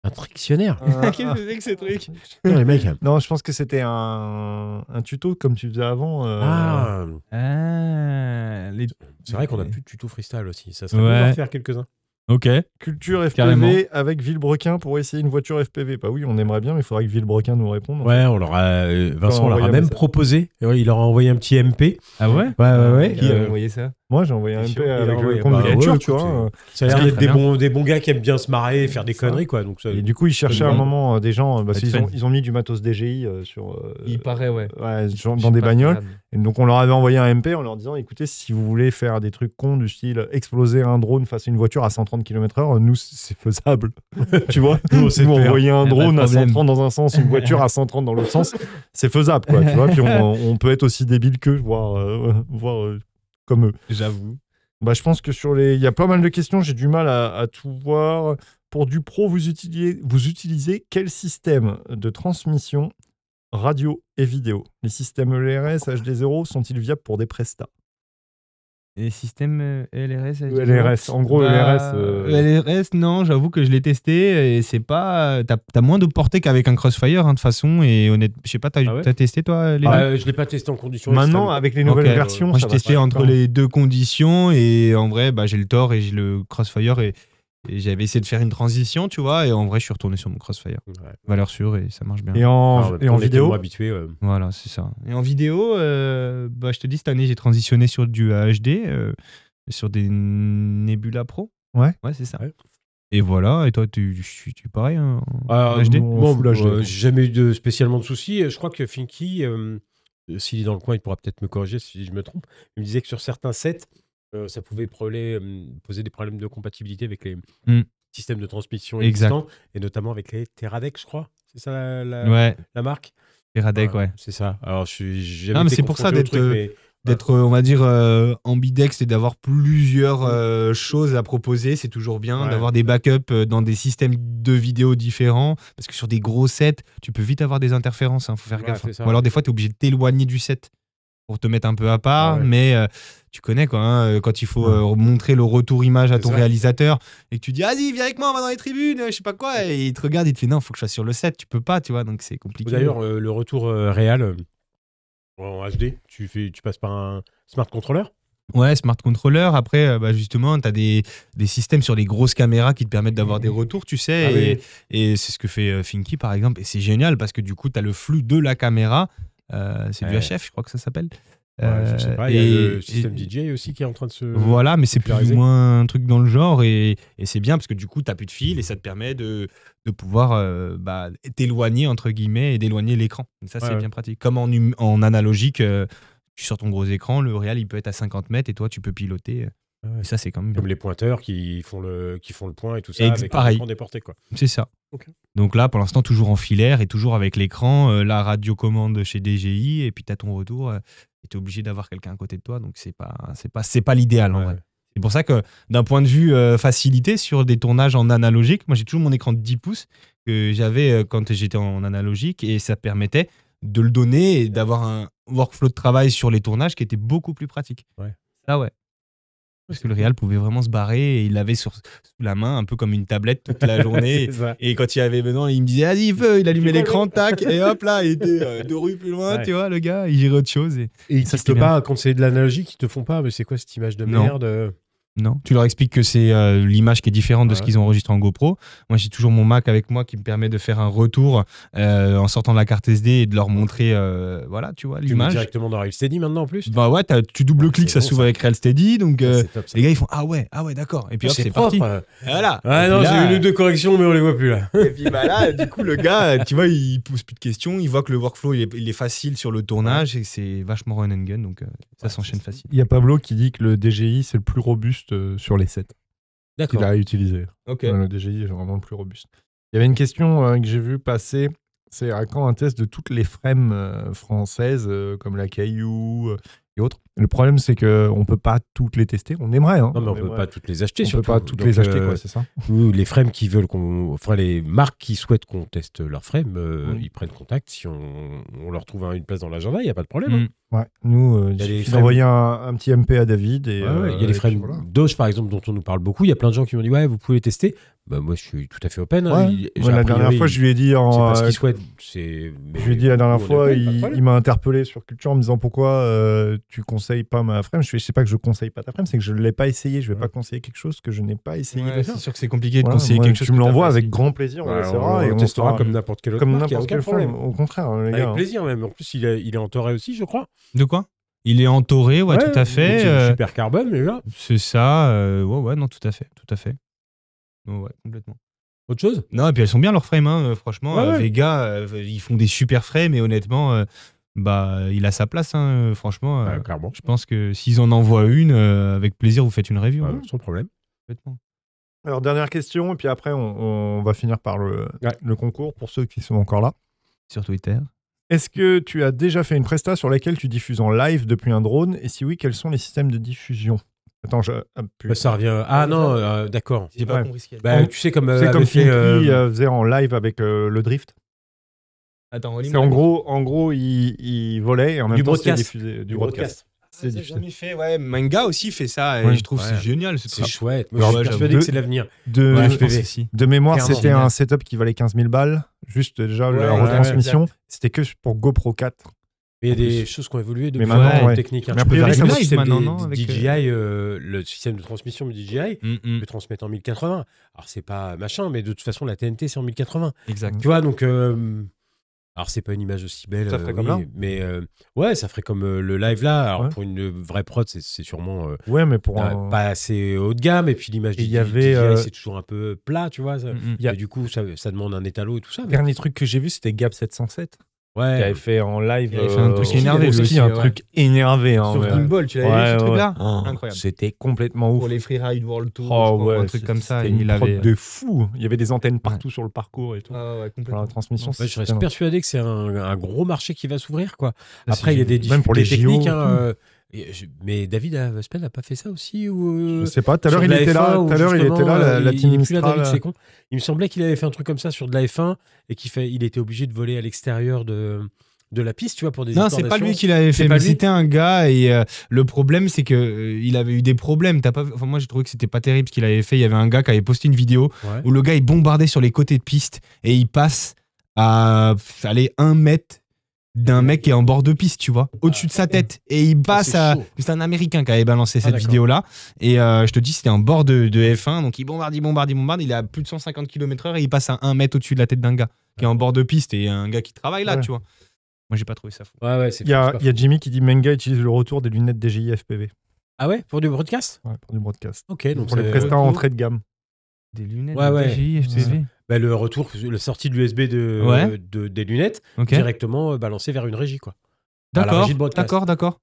Un trictionnaire
Euh,
Ah, que ces trucs
Putain, les mecs.
non, je pense que c'était un, un tuto comme tu faisais avant. euh,
Ah,
ah, les...
c'est vrai qu'on a
Ouais.
plus de tuto freestyle aussi. Ça serait
Ouais.
bien d'en faire quelques-uns.
Ok.
Culture FPV
Carrément.
avec Villebrequin pour essayer une voiture FPV. Bah oui, on aimerait bien, mais il faudrait que Villebrequin nous réponde.
Ouais, on leur a, euh, Vincent
Envoyer
leur a
un
même
message.
proposé. Et ouais, il leur a envoyé un petit MP.
Ah ouais
Ouais, ouais, ouais.
Qui,
Euh,
envoyé ça
Moi j'ai envoyé un
Il
MP
a
avec
envoyé-
le compte
bah
de la voiture,
ouais,
tu
écoute,
vois. euh,
ça a l'air
Parce
d'être
qu'il
des
ferait
bons, des bons gars qui aiment bien se marrer et faire des
Ça.
conneries, quoi. Donc ça-
Et du coup, ils cherchaient à un
Bon.
moment euh, des gens, euh, parce
Être
qu'ils ont,
fun.
ils ont mis du matos DGI euh, sur, euh,
paraît, ouais.
ouais, sur- dans des bagnoles. Et donc on leur avait envoyé un MP en leur disant écoutez, si vous voulez faire des trucs cons du style exploser un drone face à une voiture à 130 km/h, nous c'est faisable. tu vois
Nous, on sait
Nous,
faire.
envoyer un
Y a pas de
drone à
problème.
130 dans un sens, une voiture à 130 dans l'autre sens, c'est faisable quoi. Tu vois Puis on, on peut être aussi débile qu'eux, voire, euh, voire euh, comme eux.
J'avoue.
Bah, je pense que sur les. Il y a pas mal de questions, j'ai du mal à, à tout voir. Pour du pro, vous utilisez, vous utilisez quel système de transmission radio et vidéo Les systèmes E ELRS, HD0 sont-ils viables pour des prestats
Les systèmes euh, LRS
Le LRS, en
Bah, E
gros, le LRS, euh,
le LRS, non, j'avoue que je l'ai testé et c'est pas. T'as as moins de portée qu'avec un Crossfire, hein, de toute façon. Et honnêtement, je sais pas, t'as
Ah ouais
t'as testé toi, les
Ah, euh, je l'ai pas testé en condition
Maintenant, avec les nouvelles
Ok.
versions.
Moi,
ça
je
va
testais
pas
entre
être
les deux conditions et en vrai, bah, j'ai le Thor et j'ai le Crossfire et, et j'avais essayé de faire une transition, tu vois. Et en vrai, je suis retourné sur mon Crossfire. Valeur sûre et ça marche bien.
Et
Ah,
en, et en vidéo
habitué.
Voilà, c'est ça. Et en vidéo, euh, bah, je te dis, cette année, j'ai transitionné sur du HD, euh, sur des Nebula Pro.
Ouais.
Ouais, c'est ça.
Ouais.
Et voilà, et toi, tu, tu, tu pareil hein, en HD
non.
Bon,
Full
bah,
HD,
Ah, euh,
bon.
j'ai jamais eu de, spécialement de soucis. Je crois que Finky, euh, s'il est dans le coin, il pourra peut-être me corriger si je me trompe. Il me disait que sur certains sets, euh, ça pouvait problé- euh, poser des problèmes de compatibilité avec les
Mm.
systèmes de transmission
Exact.
existants, et notamment avec les Teradek, je crois. C'est ça la, la-
Ouais,
la marque
les Radec, ouais.
C'est ça. Alors, je suis j'ai
Non,
jamais
mais
été
c'est pour ça
confronté au truc,
d'être, euh,
mais-
d'être euh, on va dire euh, ambidextre et d'avoir plusieurs euh, choses à proposer c'est toujours bien
Ouais.
d'avoir des backups euh, dans des systèmes de vidéo différents parce que sur des gros sets tu peux vite avoir des interférences hein, faut faire
Ouais,
gaffe
c'est ça.
ou alors des fois tu es obligé de t'éloigner du set pour te mettre un peu à part
Ah ouais.
mais euh, tu connais quoi hein, euh, quand il faut euh, montrer le retour image à
C'est
ton
ça.
réalisateur et que tu dis vas-y viens avec moi on va dans les tribunes euh, je sais pas quoi et il te regarde il te fait non faut que je sois sur le set tu peux pas tu vois donc c'est compliqué
D'ailleurs, euh, le retour euh, réel euh, en HD, tu, fais, tu passes par un smart controller
Ouais, smart controller. Après, euh, bah, justement, tu as des, des systèmes sur les grosses caméras qui te permettent d'avoir des retours, tu sais.
Ah
et et c'est ce que fait euh, Finky, par exemple. Et c'est génial parce que du coup, tu as le flux de la caméra. Euh, c'est
Ouais.
du HF, je crois que ça s'appelle.
Ouais, je sais
Euh,
pas, il y a
et-
le système
et-
DJ aussi qui est en train de se.
Voilà, mais c'est plus
popularisé.
ou moins un truc dans le genre et, et c'est bien parce que du coup, t'as plus de fil et ça te permet de, de pouvoir euh, bah, t'éloigner, entre guillemets, et d'éloigner l'écran. Et Ça, c'est
ouais.
bien pratique. Comme en, hum- en analogique, euh, tu sors ton gros écran, le réel, il peut être à 50 mètres et toi, tu peux piloter. euh,
Ouais, ouais.
Et ça, c'est quand même bien.
Comme les pointeurs qui font le, qui font le point et tout ça.
Ex-
avec un
pareil.
écran déporté, quoi.
C'est ça.
Ok.
Donc là, pour l'instant, toujours en filaire et toujours avec l'écran, euh, la radiocommande chez DGI et puis t'as ton retour. euh, et t'es obligé d'avoir quelqu'un à côté de toi, donc c'est pas, c'est pas, c'est pas l'idéal en
Ouais.
vrai. C'est pour ça que d'un point de vue euh, facilité sur des tournages en analogique, moi j'ai toujours mon écran de 10 pouces que j'avais euh, quand j'étais en analogique et ça permettait de le donner et d'avoir un workflow de travail sur les tournages qui était beaucoup plus pratique.
Ouais.
Ça ouais. Parce que le Real pouvait vraiment se barrer et il l'avait sur sous la main un peu comme une tablette toute la journée.
C'est ça.
Et quand il y avait besoin, il me disait, allez, il veut, il
Tu
allumait
vois,
l'écran, tac, et hop là, il était euh, deux rues plus loin,
Ouais.
tu vois, le gars, il gérait autre chose. Et...
Et ils
Ça,
te
c'était
pas, quand c'est de l'analogie, ils te font pas, mais c'est quoi cette image de
Non.
merde euh,
Non. Tu leur expliques que c'est euh, l'image qui est différente de ce
Ouais.
qu'ils ont enregistré en GoPro. Moi, j'ai toujours mon Mac avec moi qui me permet de faire un retour euh, en sortant de la carte SD et de leur montrer, euh, voilà, tu vois,
Tu mets
l'image.
directement dans Steady maintenant en plus
Bah ouais, t'as- tu double-cliques,
Ouais,
ça
c'est bon,
s'ouvre
ça.
avec RealSteady. Donc, euh,
C'est top ça.
les gars, ils font Ah ouais, ah ouais, d'accord. Et puis hop, c'est
propre.
parti. Voilà.
Ah
Et
non,
puis là,
j'ai eu les deux corrections, mais on les voit plus là.
et puis bah là, du coup, le gars, tu vois, il pose plus de questions. Il voit que le workflow, il est, il est facile sur le tournage et c'est vachement run and gun. Donc, euh, ça
Ouais,
s'enchaîne
c'est ça.
facile.
Il y a Pablo qui dit que le DGI, c'est le plus robuste euh, sur les 7 qu'il a utilisé.
Ok.
Euh, Le DGI est vraiment le plus robuste. Il y avait une question euh, que j'ai vue passer. C'est à quand un test de toutes les frames euh, françaises, euh, comme la Caillou euh, et autres Le problème, c'est qu'on ne peut pas toutes les tester. On aimerait. Hein,
Non, mais on
mais
peut
ouais.
pas toutes les acheter,
on peut
surtout.
pas toutes
Donc,
les acheter,
euh,
quoi, c'est ça
Ou les frames qui veulent qu'on. Enfin, les marques qui souhaitent qu'on teste leurs frames, euh,
Mm.
ils prennent contact. Si on, on leur trouve un- une place dans l'agenda, il n'y a pas de problème.
Mm.
hein.
Ouais. Nous, euh,
y a
il
les
suffit
frames-
d'envoyer un, un petit MP à David. et,
Ouais, ouais, Il
euh,
y a les
et puis
frames
voilà.
Doge, par exemple, dont on nous parle beaucoup. Il y a plein de gens qui m'ont dit Ouais, vous pouvez les tester. Bah, moi, je suis tout à fait open. hein.
Ouais.
Il- j'ai-
Moi,
a
la
priori,
dernière fois,
il-
je lui ai dit
C'est
en.
pas ce
euh,
qu'ils souhaitent. c'est- mais
Je lui ai dit la dernière
nous, on est
fois,
open, pas de
il,
problème.
il m'a interpellé sur Culture en me disant pourquoi euh, tu conseilles pas ma frame. Je fais, je sais pas que je conseille pas ta frame, c'est que je ne l'ai pas essayé. Je vais
Ouais.
pas conseiller quelque chose que je n'ai pas essayé.
Ouais,
de
c'est
faire.
sûr que c'est compliqué de
Voilà,
conseiller
moi,
quelque chose.
Tu me
que t'as
l'envoie
pas
avec
essayé.
grand plaisir, Bah, on
Voilà,
l'essaiera et on
testera
fera
comme n'importe quelle autre
comme
marque, il y a
n'importe
aucun
quelle
problème.
frame. Au contraire, les
Avec
gars. hein.
plaisir même. En plus, il est, il est entouré aussi, je crois.
De quoi Il est entouré, ouais, tout à fait.
C'est du
euh,
super carbone déjà.
C'est ça, euh, ouais, ouais, non, tout à fait, tout à fait. Ouais, ouais, complètement.
Autre chose
Non, et puis elles sont bien leurs frames, hein, euh, franchement.
Ouais,
euh,
ouais.
Vega, euh, ils font des super frames, mais honnêtement, euh, bah, il a sa place, hein, euh, franchement. euh,
Ouais, Bah, Clairement.
je pense que s'ils en envoient une, euh, avec plaisir, vous faites une review. hein,
Ouais, Sans problème.
complètement.
Alors, dernière question, et puis après, on, on va finir par le,
Ouais.
le concours pour ceux qui sont encore là.
Sur Twitter.
Est-ce que tu as déjà fait une presta sur laquelle tu diffuses en live depuis un drone Et si oui, quels sont les systèmes de diffusion Attends, je. ah, putain.
Bah, ça revient. Ah non, euh, d'accord.
J'ai
pas Ouais.
compris ce qu'il y
Bah, tu sais, comme. euh,
C'est comme
avait
si
fait, euh,
faisait en live avec euh, le drift.
Attends,
C'est en gros, en gros, il, il volait et en même
Du
temps c'était
broadcast.
diffusé du,
du
broadcast.
broadcast.
c'est difficile.
Ah, jamais fait, ouais. Manga aussi fait ça, et
Ouais.
je trouve que
Ouais.
c'est génial. ce
C'est
truc.
chouette. Moi, je
Ouais,
suis persuadé
j'avoue.
que c'est l'avenir.
De,
Ouais,
je pense
HPV.
aussi.
de mémoire,
Clairement.
c'était un setup qui valait 15 000 balles. Juste déjà
Ouais,
la
ouais,
retransmission, c'était que pour GoPro 4.
Mais il y a
En
des
plus.
choses qui ont évolué depuis
Mais maintenant,
la
ouais.
technique. hein.
Mais
Je
après,
peux
avec
dire
le
que le système
live
des-
maintenant, avec,
DJI, euh, le système de transmission du DJI,
Mm, mm.
peut transmettre en 1080. Alors, c'est pas machin, mais de toute façon, la TNT, c'est en 1080.
Exact.
Tu vois, donc. euh, alors, c'est pas une image aussi belle.
Ça
euh,
ferait comme là
Mais euh, ouais, ça ferait comme euh, le live là. Alors,
Ouais.
pour une vraie prod, c'est c'est sûrement euh,
Ouais, mais pour
pas-
un-
pas assez haut de gamme. Et puis, l'image
Et
du
il y
du
avait,
DJI,
euh,
c'est toujours un peu plat, tu vois. ça.
Mm, mm.
Il y a-
Et du coup, ça, ça demande un étalo et tout ça. mais-
Dernier truc que j'ai vu, c'était Gab 707 qui
Ouais,
avait fait en live.
Il avait fait un truc
au ski,
énervé,
au
lui
ski,
aussi,
un
ouais.
truc énervé. hein,
Sur
ouais.
Gimbal, tu l'avais
Ouais,
vu ce
ouais.
truc-là
Oh,
Incroyable.
C'était complètement ouf.
Pour les Freeride World Tour,
Oh,
je crois,
ouais,
un truc
c'est-
comme ça.
c'était
et
une
il
prod
avait. euh,
de fou. Il y avait des antennes partout sur le parcours et tout.
Ah ouais,
Pour
complètement.
la transmission,
Ouais, je reste
c'était-
persuadé que c'est un, un gros marché qui va s'ouvrir. quoi.
Là,
Après,
c'est
il y a des
génial.
difficultés
Même pour les JO,
techniques. hein,
tout.
euh, et je- mais David Aspel n'a pas fait ça aussi ou, euh,
Je sais pas, tout à
sur
l'heure il
de la
était là,
F1
tout
où
à l'heure il était
justement,
là, la,
euh,
la
il-
team
il est plus là,
Mistral,
David,
euh,
c'est con. Il me semblait qu'il avait fait un truc comme ça sur de la F1 et qu'il fait, il était obligé de voler à l'extérieur de, de la piste, tu vois, pour des
Non,
histoires
c'est pas lui
d'assurance.
qui l'avait
C'est
fait,
pas
mais
lui.
c'était un gars et euh, le problème c'est que euh, il avait eu des problèmes. T'as pas, vu- enfin, moi j'ai trouvé que c'était pas terrible ce qu'il avait fait. Il y avait un gars qui avait posté une vidéo
Ouais.
où le gars est bombardé sur les côtés de piste et il passe à allez, un mètre d'un mec qui est en bord de piste, tu vois, au-dessus de sa tête. Et il
Ah,
passe à. Ah, C'est un Américain qui avait balancé cette
d'accord.
vidéo-là. Et euh, je te dis, c'était en bord de, de F1. Donc il bombarde, il bombarde, il bombarde. Il est à plus de 150 km/h et il passe à 1 mètre au-dessus de la tête d'un gars qui est en bord de piste et un gars qui travaille là,
Ouais.
tu vois. Moi, j'ai pas trouvé ça fou.
Ouais, ouais, c'est
Il y, a,
c'est pas
il y a Jimmy qui dit Menga utilise le retour des lunettes DJI FPV
faux. Ah ouais Pour du broadcast
ouais, pour du broadcast.
Ok, donc
pour les
c'est- euh,
prestats entrée de gamme.
Des lunettes.
Ouais, ouais.
DJI, FPV.
bah, le retour, la sortie de l'USB de,
Ouais.
de- des lunettes,
Ok.
directement euh, balancée vers une régie, quoi. Par la
D'accord,
régie de broadcast.
d'accord, d'accord.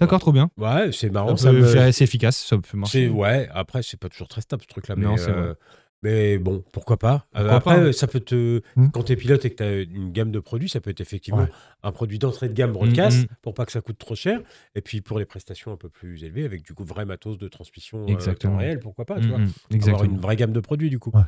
D'accord, trop bien.
Ouais, c'est marrant.
Ça
Ça me-
peut- C'est assez efficace, ça peut
c'est
marcher.
hein.
ouais. Après, c'est pas toujours très stable ce truc-là. Mais,
Non, c'est
euh, mais bon, pourquoi pas. Euh,
Pourquoi
après,
pas,
ça peut te
Mm.
quand t'es pilote et que t'as une gamme de produits, ça peut être effectivement
Ouais. Mmh,
un produit d'entrée de gamme broadcast
Mm, mm.
pour pas que ça coûte trop cher. Et puis pour les prestations un peu plus élevées, avec du coup vrai matos de transmission euh,
Exactement.
temps réel, pourquoi pas. Tu
Mm,
vois
mm,
avoir
Exactement.
une vraie gamme de produits du coup.
Mmh, Ouais.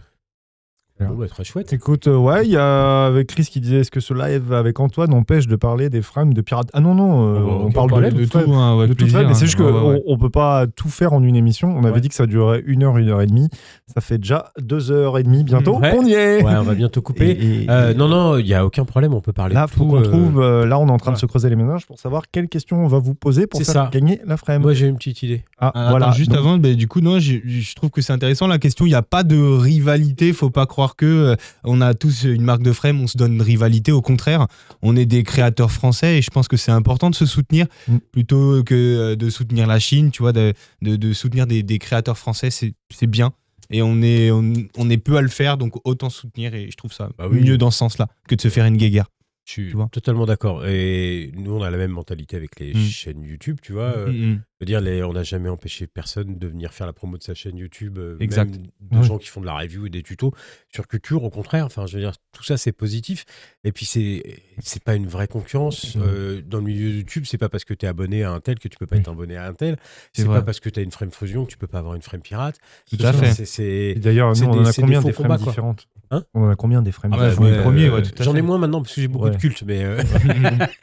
Bon, bah, très chouette.
Écoute, euh, ouais, il y a avec Chris qui disait est-ce que ce live avec Antoine empêche de parler des frames de pirates Ah non, non, euh,
Oh, bah,
on,
on
parle
parlait
de,
de
de
tout,
tout.
hein, avec
De toute
plaisir,
façon, mais c'est
hein.
juste qu'on
Ouais, ouais, ouais.
on peut pas tout faire en une émission. On avait
Ouais.
dit que ça durait une heure, une heure et demie. Ça fait déjà deux heures et demie bientôt
Ouais.
qu'on y est.
Ouais, on va bientôt couper.
Et- et-
Euh, non, non, il n'y a aucun problème, on peut parler.
Là,
de
faut
tout,
qu'on
euh,
trouve. euh, là, on est en train de
ouais.
se creuser les ménages pour savoir quelles questions on va vous poser pour
C'est
faire
ça.
gagner la frame.
Moi, j'ai une petite idée.
Ah,
Ah,
voilà.
attends, juste
Donc,
avant, bah, du coup, non, je, je trouve que c'est intéressant la question. Il n'y a pas de rivalité. Faut pas croire que euh, on a tous une marque de frame, on se donne une rivalité. Au contraire, on est des créateurs français et je pense que c'est important de se soutenir
Mm.
plutôt que euh, de soutenir la Chine. Tu vois, de, de- de soutenir des, des créateurs français, c'est c'est bien. Et on est, on, on est peu à le faire, donc autant soutenir. Et je trouve ça
Bah oui.
mieux dans ce sens-là que de se faire une guéguerre.
Je suis
Tu vois.
totalement d'accord. Et nous, on a la même mentalité avec les
Mm.
chaînes YouTube, tu vois. euh,
Mm, mm.
je veux dire, les- on n'a jamais empêché personne de venir faire la promo de sa chaîne YouTube. euh,
Exact.
Même de
Ouais.
gens qui font de la review et des tutos sur culture, au contraire. Enfin, je veux dire, tout ça, c'est positif. Et puis, c'est c'est pas une vraie concurrence.
Mm.
Euh, dans le milieu de YouTube, c'est pas parce que tu es abonné à un tel que tu peux pas être abonné à un tel.
C'est
C'est
vrai.
pas parce que tu as une frame fusion que tu peux pas avoir une frame pirate.
Tout à fait.
C'est- c'est-
et D'ailleurs, nous,
c'est
on
des-
en a
c'est des
combien
faux
des frames
combats, quoi.
différentes
Hein
On en a combien des frames
Ah bah,
différentes
vous les premiers, ouais, tout à
euh, J'en ai
fait.
moins maintenant parce que j'ai beaucoup de
Ouais.
culte, mais euh,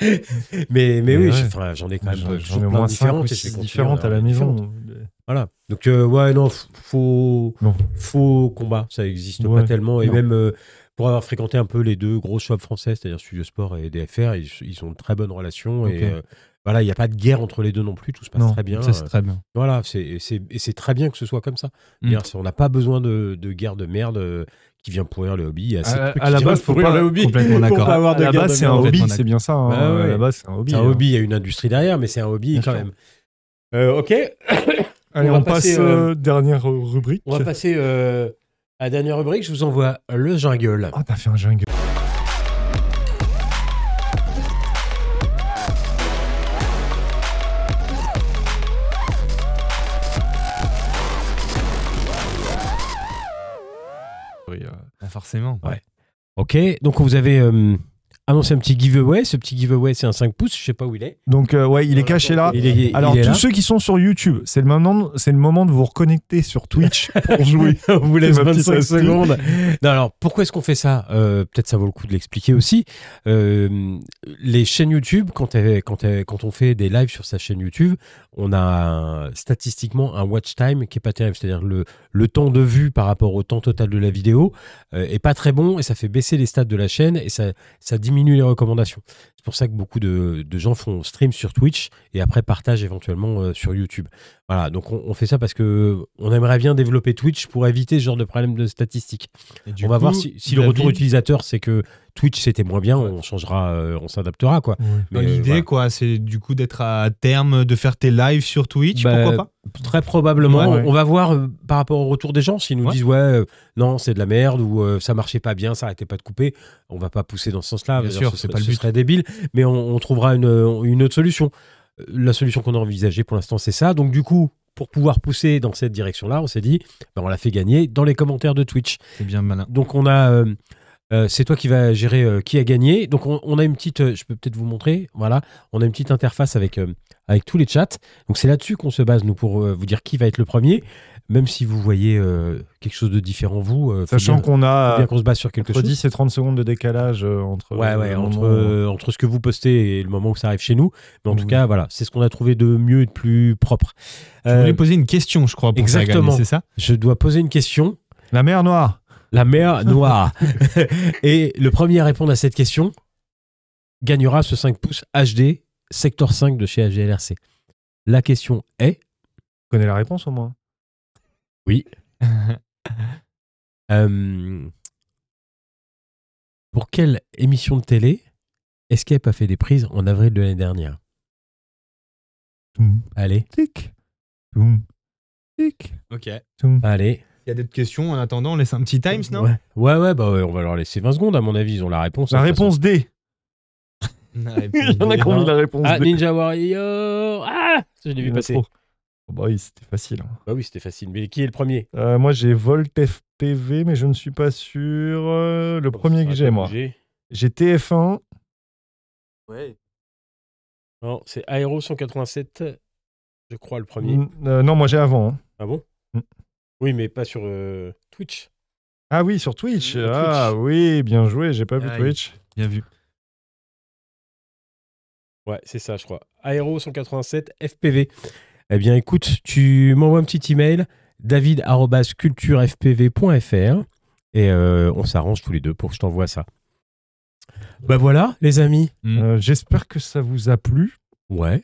mais, mais
Mais
oui,
ouais.
j'ai- enfin, j'en ai quand même
J'en-
toujours
J'en ai au
plein
moins
de
5 ou
différentes et je vais
6
continuer
différentes
d'en
à la
avoir différentes.
maison.
Voilà. Donc euh, ouais, non, f- faux,
Non.
faux combat, ça existe
Ouais.
pas tellement. Et
Non.
même euh, pour avoir fréquenté un peu les deux gros shops français, c'est-à-dire Studio Sport et DFR, ils, ils ont de très bonnes relations
Ok.
et euh, voilà, il n'y a pas de guerre entre les deux non plus, tout se passe
Non,
très bien.
Ça, c'est
Euh,
très bien.
voilà, c'est- et c'est et c'est très bien que ce soit comme ça.
Mm.
C'est-à-dire, c'est- On n'a pas besoin de, de guerre de merde euh, qui vient pourrir le hobby. Il y a assez de
À,
trucs
à
qui
la
viennent
base, faut
pourrir
pas
le hobby.
Complètement
Pour pas
d'accord.
avoir
À
de
la
guerre
base,
de
c'est un
merde.
hobby,
Complètement
c'est bien ça. hein.
Bah ouais.
À la base, c'est un hobby.
C'est un
hein.
hobby, il y a une industrie derrière, mais c'est un hobby
Bien
quand
sûr.
même. Euh, ok,
Allez,
On va
on passe
passer,
euh, dernière rubrique.
on va passer euh, à la dernière rubrique. Je vous envoie le jungle.
Ah, t'as fait un jungle.
Ah, Forcément.
Ok, donc on vous avait euh, annoncé un petit giveaway. Ce petit giveaway, c'est un 5 pouces. Je sais pas où il est.
Donc, euh, ouais, il est caché là.
Il est,
Alors,
il est
tous
là.
ceux qui sont sur YouTube, c'est le, moment- c'est le moment de vous reconnecter sur Twitch pour jouer.
on vous laisse
C'est ma petite
25
astuce.
secondes. Non, alors, pourquoi est-ce qu'on fait ça Euh, Peut-être ça vaut le coup de l'expliquer aussi. Euh, les chaînes YouTube, quand, elles- quand, elles- quand on fait des lives sur sa chaîne YouTube, on a un- statistiquement un watch time qui est pas terrible. C'est-à-dire le, le temps de vue par rapport au temps total de la vidéo euh, est pas très bon et ça fait baisser les stats de la chaîne et ça, ça diminue les recommandations. C'est pour ça que beaucoup de, de gens font stream sur Twitch et après partagent éventuellement euh, sur YouTube. Voilà, donc on, on fait ça parce que on aimerait bien développer Twitch pour éviter ce genre de problème de statistiques.
Et du
on va
coup,
voir si, si le retour
David,
utilisateur c'est que Twitch c'était moins bien, on changera, euh, on s'adaptera quoi. Mais,
Dans
euh,
L'idée,
voilà.
quoi, c'est du coup d'être à terme, de faire tes lives sur Twitch,
Bah,
pourquoi pas
Très probablement,
Ouais, ouais.
on va voir euh, par rapport au retour des gens s'ils nous
Ouais.
disent ouais euh, non c'est de la merde ou euh, ça marchait pas bien, ça arrêtait pas de couper. On va pas pousser dans ce sens-là.
Bien
D'ailleurs,
sûr,
ce
c'est
serait-
pas le
ce
but.
serait débile, mais on, on trouvera une, une autre solution. Euh, La solution qu'on a envisagée pour l'instant c'est ça. Donc du coup. Pour pouvoir pousser dans cette direction-là, on s'est dit, ben, on l'a fait gagner dans les commentaires de Twitch.
C'est bien malin.
Donc on a, euh, euh, c'est toi qui va gérer euh, qui a gagné. Donc on, on a une petite, euh, je peux peut-être vous montrer, voilà, on a une petite interface avec euh, avec tous les chats. Donc c'est là-dessus qu'on se base nous pour euh, vous dire qui va être le premier, même si vous voyez euh, quelque chose de différent vous. euh, faut
Sachant
bien-
qu'on
faut bien
a
qu'on se base sur quelque
entre
chose.
10 et 30 secondes de décalage euh, entre.
Ouais, ouais,
le
entre,
moment où-
euh, entre ce que vous postez et le moment où ça arrive chez nous. Mais en tout
Oui.
cas, voilà, c'est ce qu'on a trouvé de mieux et de plus propre.
Je
Euh,
voulais poser une question, je crois, pour faire gagner,
exactement.
c'est ça
je dois poser une question.
La mer noire.
La mer noire. et le premier à répondre à cette question gagnera ce 5 pouces HD secteur 5 de chez HGLRC La question est
connais la réponse au moins.
euh, pour quelle émission de télé Escape a fait des prises en avril de l'année dernière
Mmh.
Allez,
Tic. Toum. Tic.
Ok. Il
Toum.
allez.
y a d'autres questions en attendant, on laisse un petit times, non
ouais. ouais, ouais, bah ouais, on va leur laisser 20 secondes à mon avis, ils ont la réponse.
La
hein, de toute façon.
réponse D.
Ah,
J'en ai combien la réponse
Ah,
D
Ninja Warrior Ah Ça, Je l'ai vu
Bah, Il y en a
passer.
trop. Oh bah oui, c'était facile. hein.
Bah oui, c'était facile. Mais qui est le premier
Euh, moi, j'ai Volt FPV, mais je ne suis pas sûr. euh,
Oh,
le premier que j'ai, moi. J'ai TF1.
Non, c'est Aero 187, je crois, le premier.
N- euh, non, moi, j'ai avant. hein.
Ah bon
Mm.
Oui, mais pas sur euh, Twitch.
Ah oui, sur Twitch.
Sur
ah oui, bien joué. J'ai pas vu
Aïe.
Twitch.
Bien vu.
Ouais, c'est ça, je crois. Aero 187 FPV. Eh bien, écoute, tu m'envoies un petit email, david.culturefpv.fr, et euh, on s'arrange tous les deux pour que je t'envoie ça. Bah voilà, les amis.
Mm.
Euh, J'espère que ça vous a plu.
Ouais.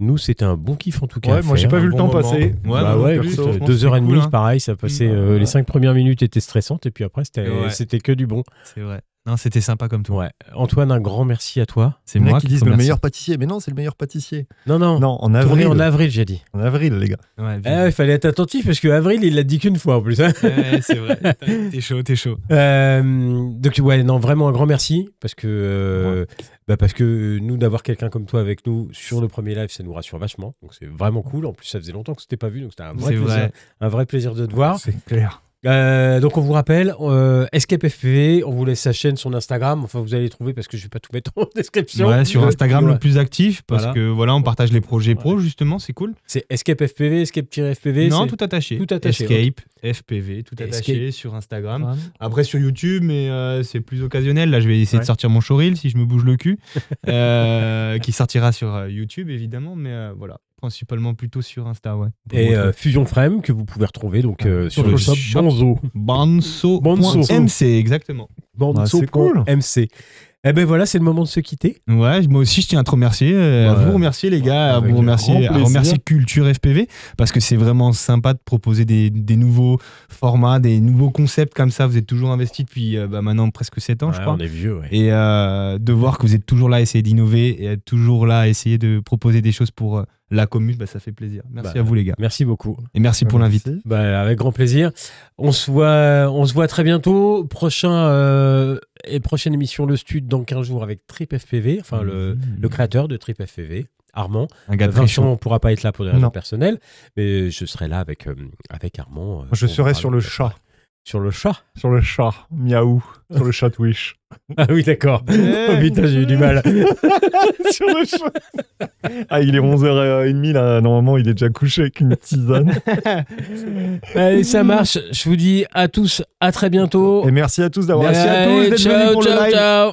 Nous, c'était un bon kiff en tout cas.
Ouais,
à
moi, j'ai
faire. hein.
pas vu
un
le
bon
temps
moment.
passer.
Ouais,
bah
non,
ouais,
perso,
écoute,
franchement, c'était
deux heures et demie,
cool, hein.
pareil, ça passait.
Mm.
euh,
Ouais.
Les cinq premières minutes étaient stressantes et puis après, c'était
Ouais.
c'était que du bon.
C'est vrai. Non, c'était sympa comme tout.
Ouais. Antoine, un grand merci à toi.
C'est
Il y en
moi
a
qui
qui disent
te
le
remercie.
meilleur pâtissier. Mais non, c'est le meilleur pâtissier.
Non, non,
Non, Hein. en
tourné
avril.
en avril, j'ai dit.
En avril, les gars.
Ouais,
Eh, Il
bien vu.
fallait être attentif parce que avril, il l'a dit qu'une fois en plus. hein.
Ouais, c'est vrai. T'as- T'es chaud, t'es chaud.
Euh, donc ouais, non, vraiment un grand merci parce que euh, bah, parce que euh, nous d'avoir quelqu'un comme toi avec nous sur le premier live, ça nous rassure vachement. Donc c'est vraiment cool. En plus, ça faisait longtemps que c'était pas vu, donc c'était un vrai
C'est
plaisir,
vrai.
un vrai plaisir de te voir.
Ah, C'est clair.
Euh, donc on vous rappelle euh, Escape FPV, on vous laisse sa chaîne, son Instagram. Enfin, vous allez les trouver parce que je vais pas tout mettre en description.
Ouais, sur Instagram
Ouais.
le plus actif parce
Voilà.
que voilà, on partage les projets pro justement, c'est cool.
C'est Escape FPV, Escape FPV.
non, tout attaché.
tout attaché,
Escape, FPV, tout
Escape.
attaché sur
Hein
Instagram. Après sur YouTube, mais euh, c'est plus occasionnel. Là, je vais essayer de sortir mon showreel si je me bouge le cul, euh, qui sortira sur euh, YouTube évidemment, mais euh, voilà, principalement plutôt sur Insta, ouais. Ah,
Et euh, Fusion Frame que vous pouvez retrouver donc euh, sur, le shop Bonzo.
Banso.
Banso.
MC exactement.
Bah, c'est cool.
MC. Eh ben voilà, c'est le moment de se quitter.
Ouais, moi aussi je tiens à te remercier, euh, à
Ouais.
vous remercier les gars, à
Avec
vous remercier,
grand
à
plaisir.
remercier Culture FPV parce que c'est vraiment sympa de proposer des, des nouveaux formats, des nouveaux concepts comme ça. Vous êtes toujours investis depuis euh, bah, maintenant presque 7 ans, je
Ouais,
crois.
On est vieux, ouais.
Et euh, de voir que vous êtes toujours là à essayer d'innover et être toujours là à essayer de proposer des choses pour euh, la commune, bah, ça fait plaisir. Merci
Bah,
à vous les gars
Merci beaucoup.
et merci pour l'invite.
Bah, avec grand plaisir. On se voit, on se voit très bientôt. Prochain euh, et prochaine émission le Stud dans 15 jours avec Trip FPV, enfin
Mhm.
le, le créateur de Trip FPV, Armand.
un gars très
Vincent
chaud.
ne pourra pas être là pour des raisons
Non.
personnelles, mais je serai là avec euh, avec Armand. euh,
Je
on
serai
parle-
sur le chat.
Sur le chat.
Sur le chat. Miaou. Sur le chat Wish.
Ah oui, d'accord. Oh putain, j'ai eu du mal.
sur le chat. Ah, il est 11h30 là. Normalement, il est déjà couché avec une tisane.
Allez, ça marche. Je vous dis à tous à très bientôt.
Et merci à tous d'avoir
Allez,
Merci à tous d'être venus
ciao,
pour le
ciao,
live.
ciao.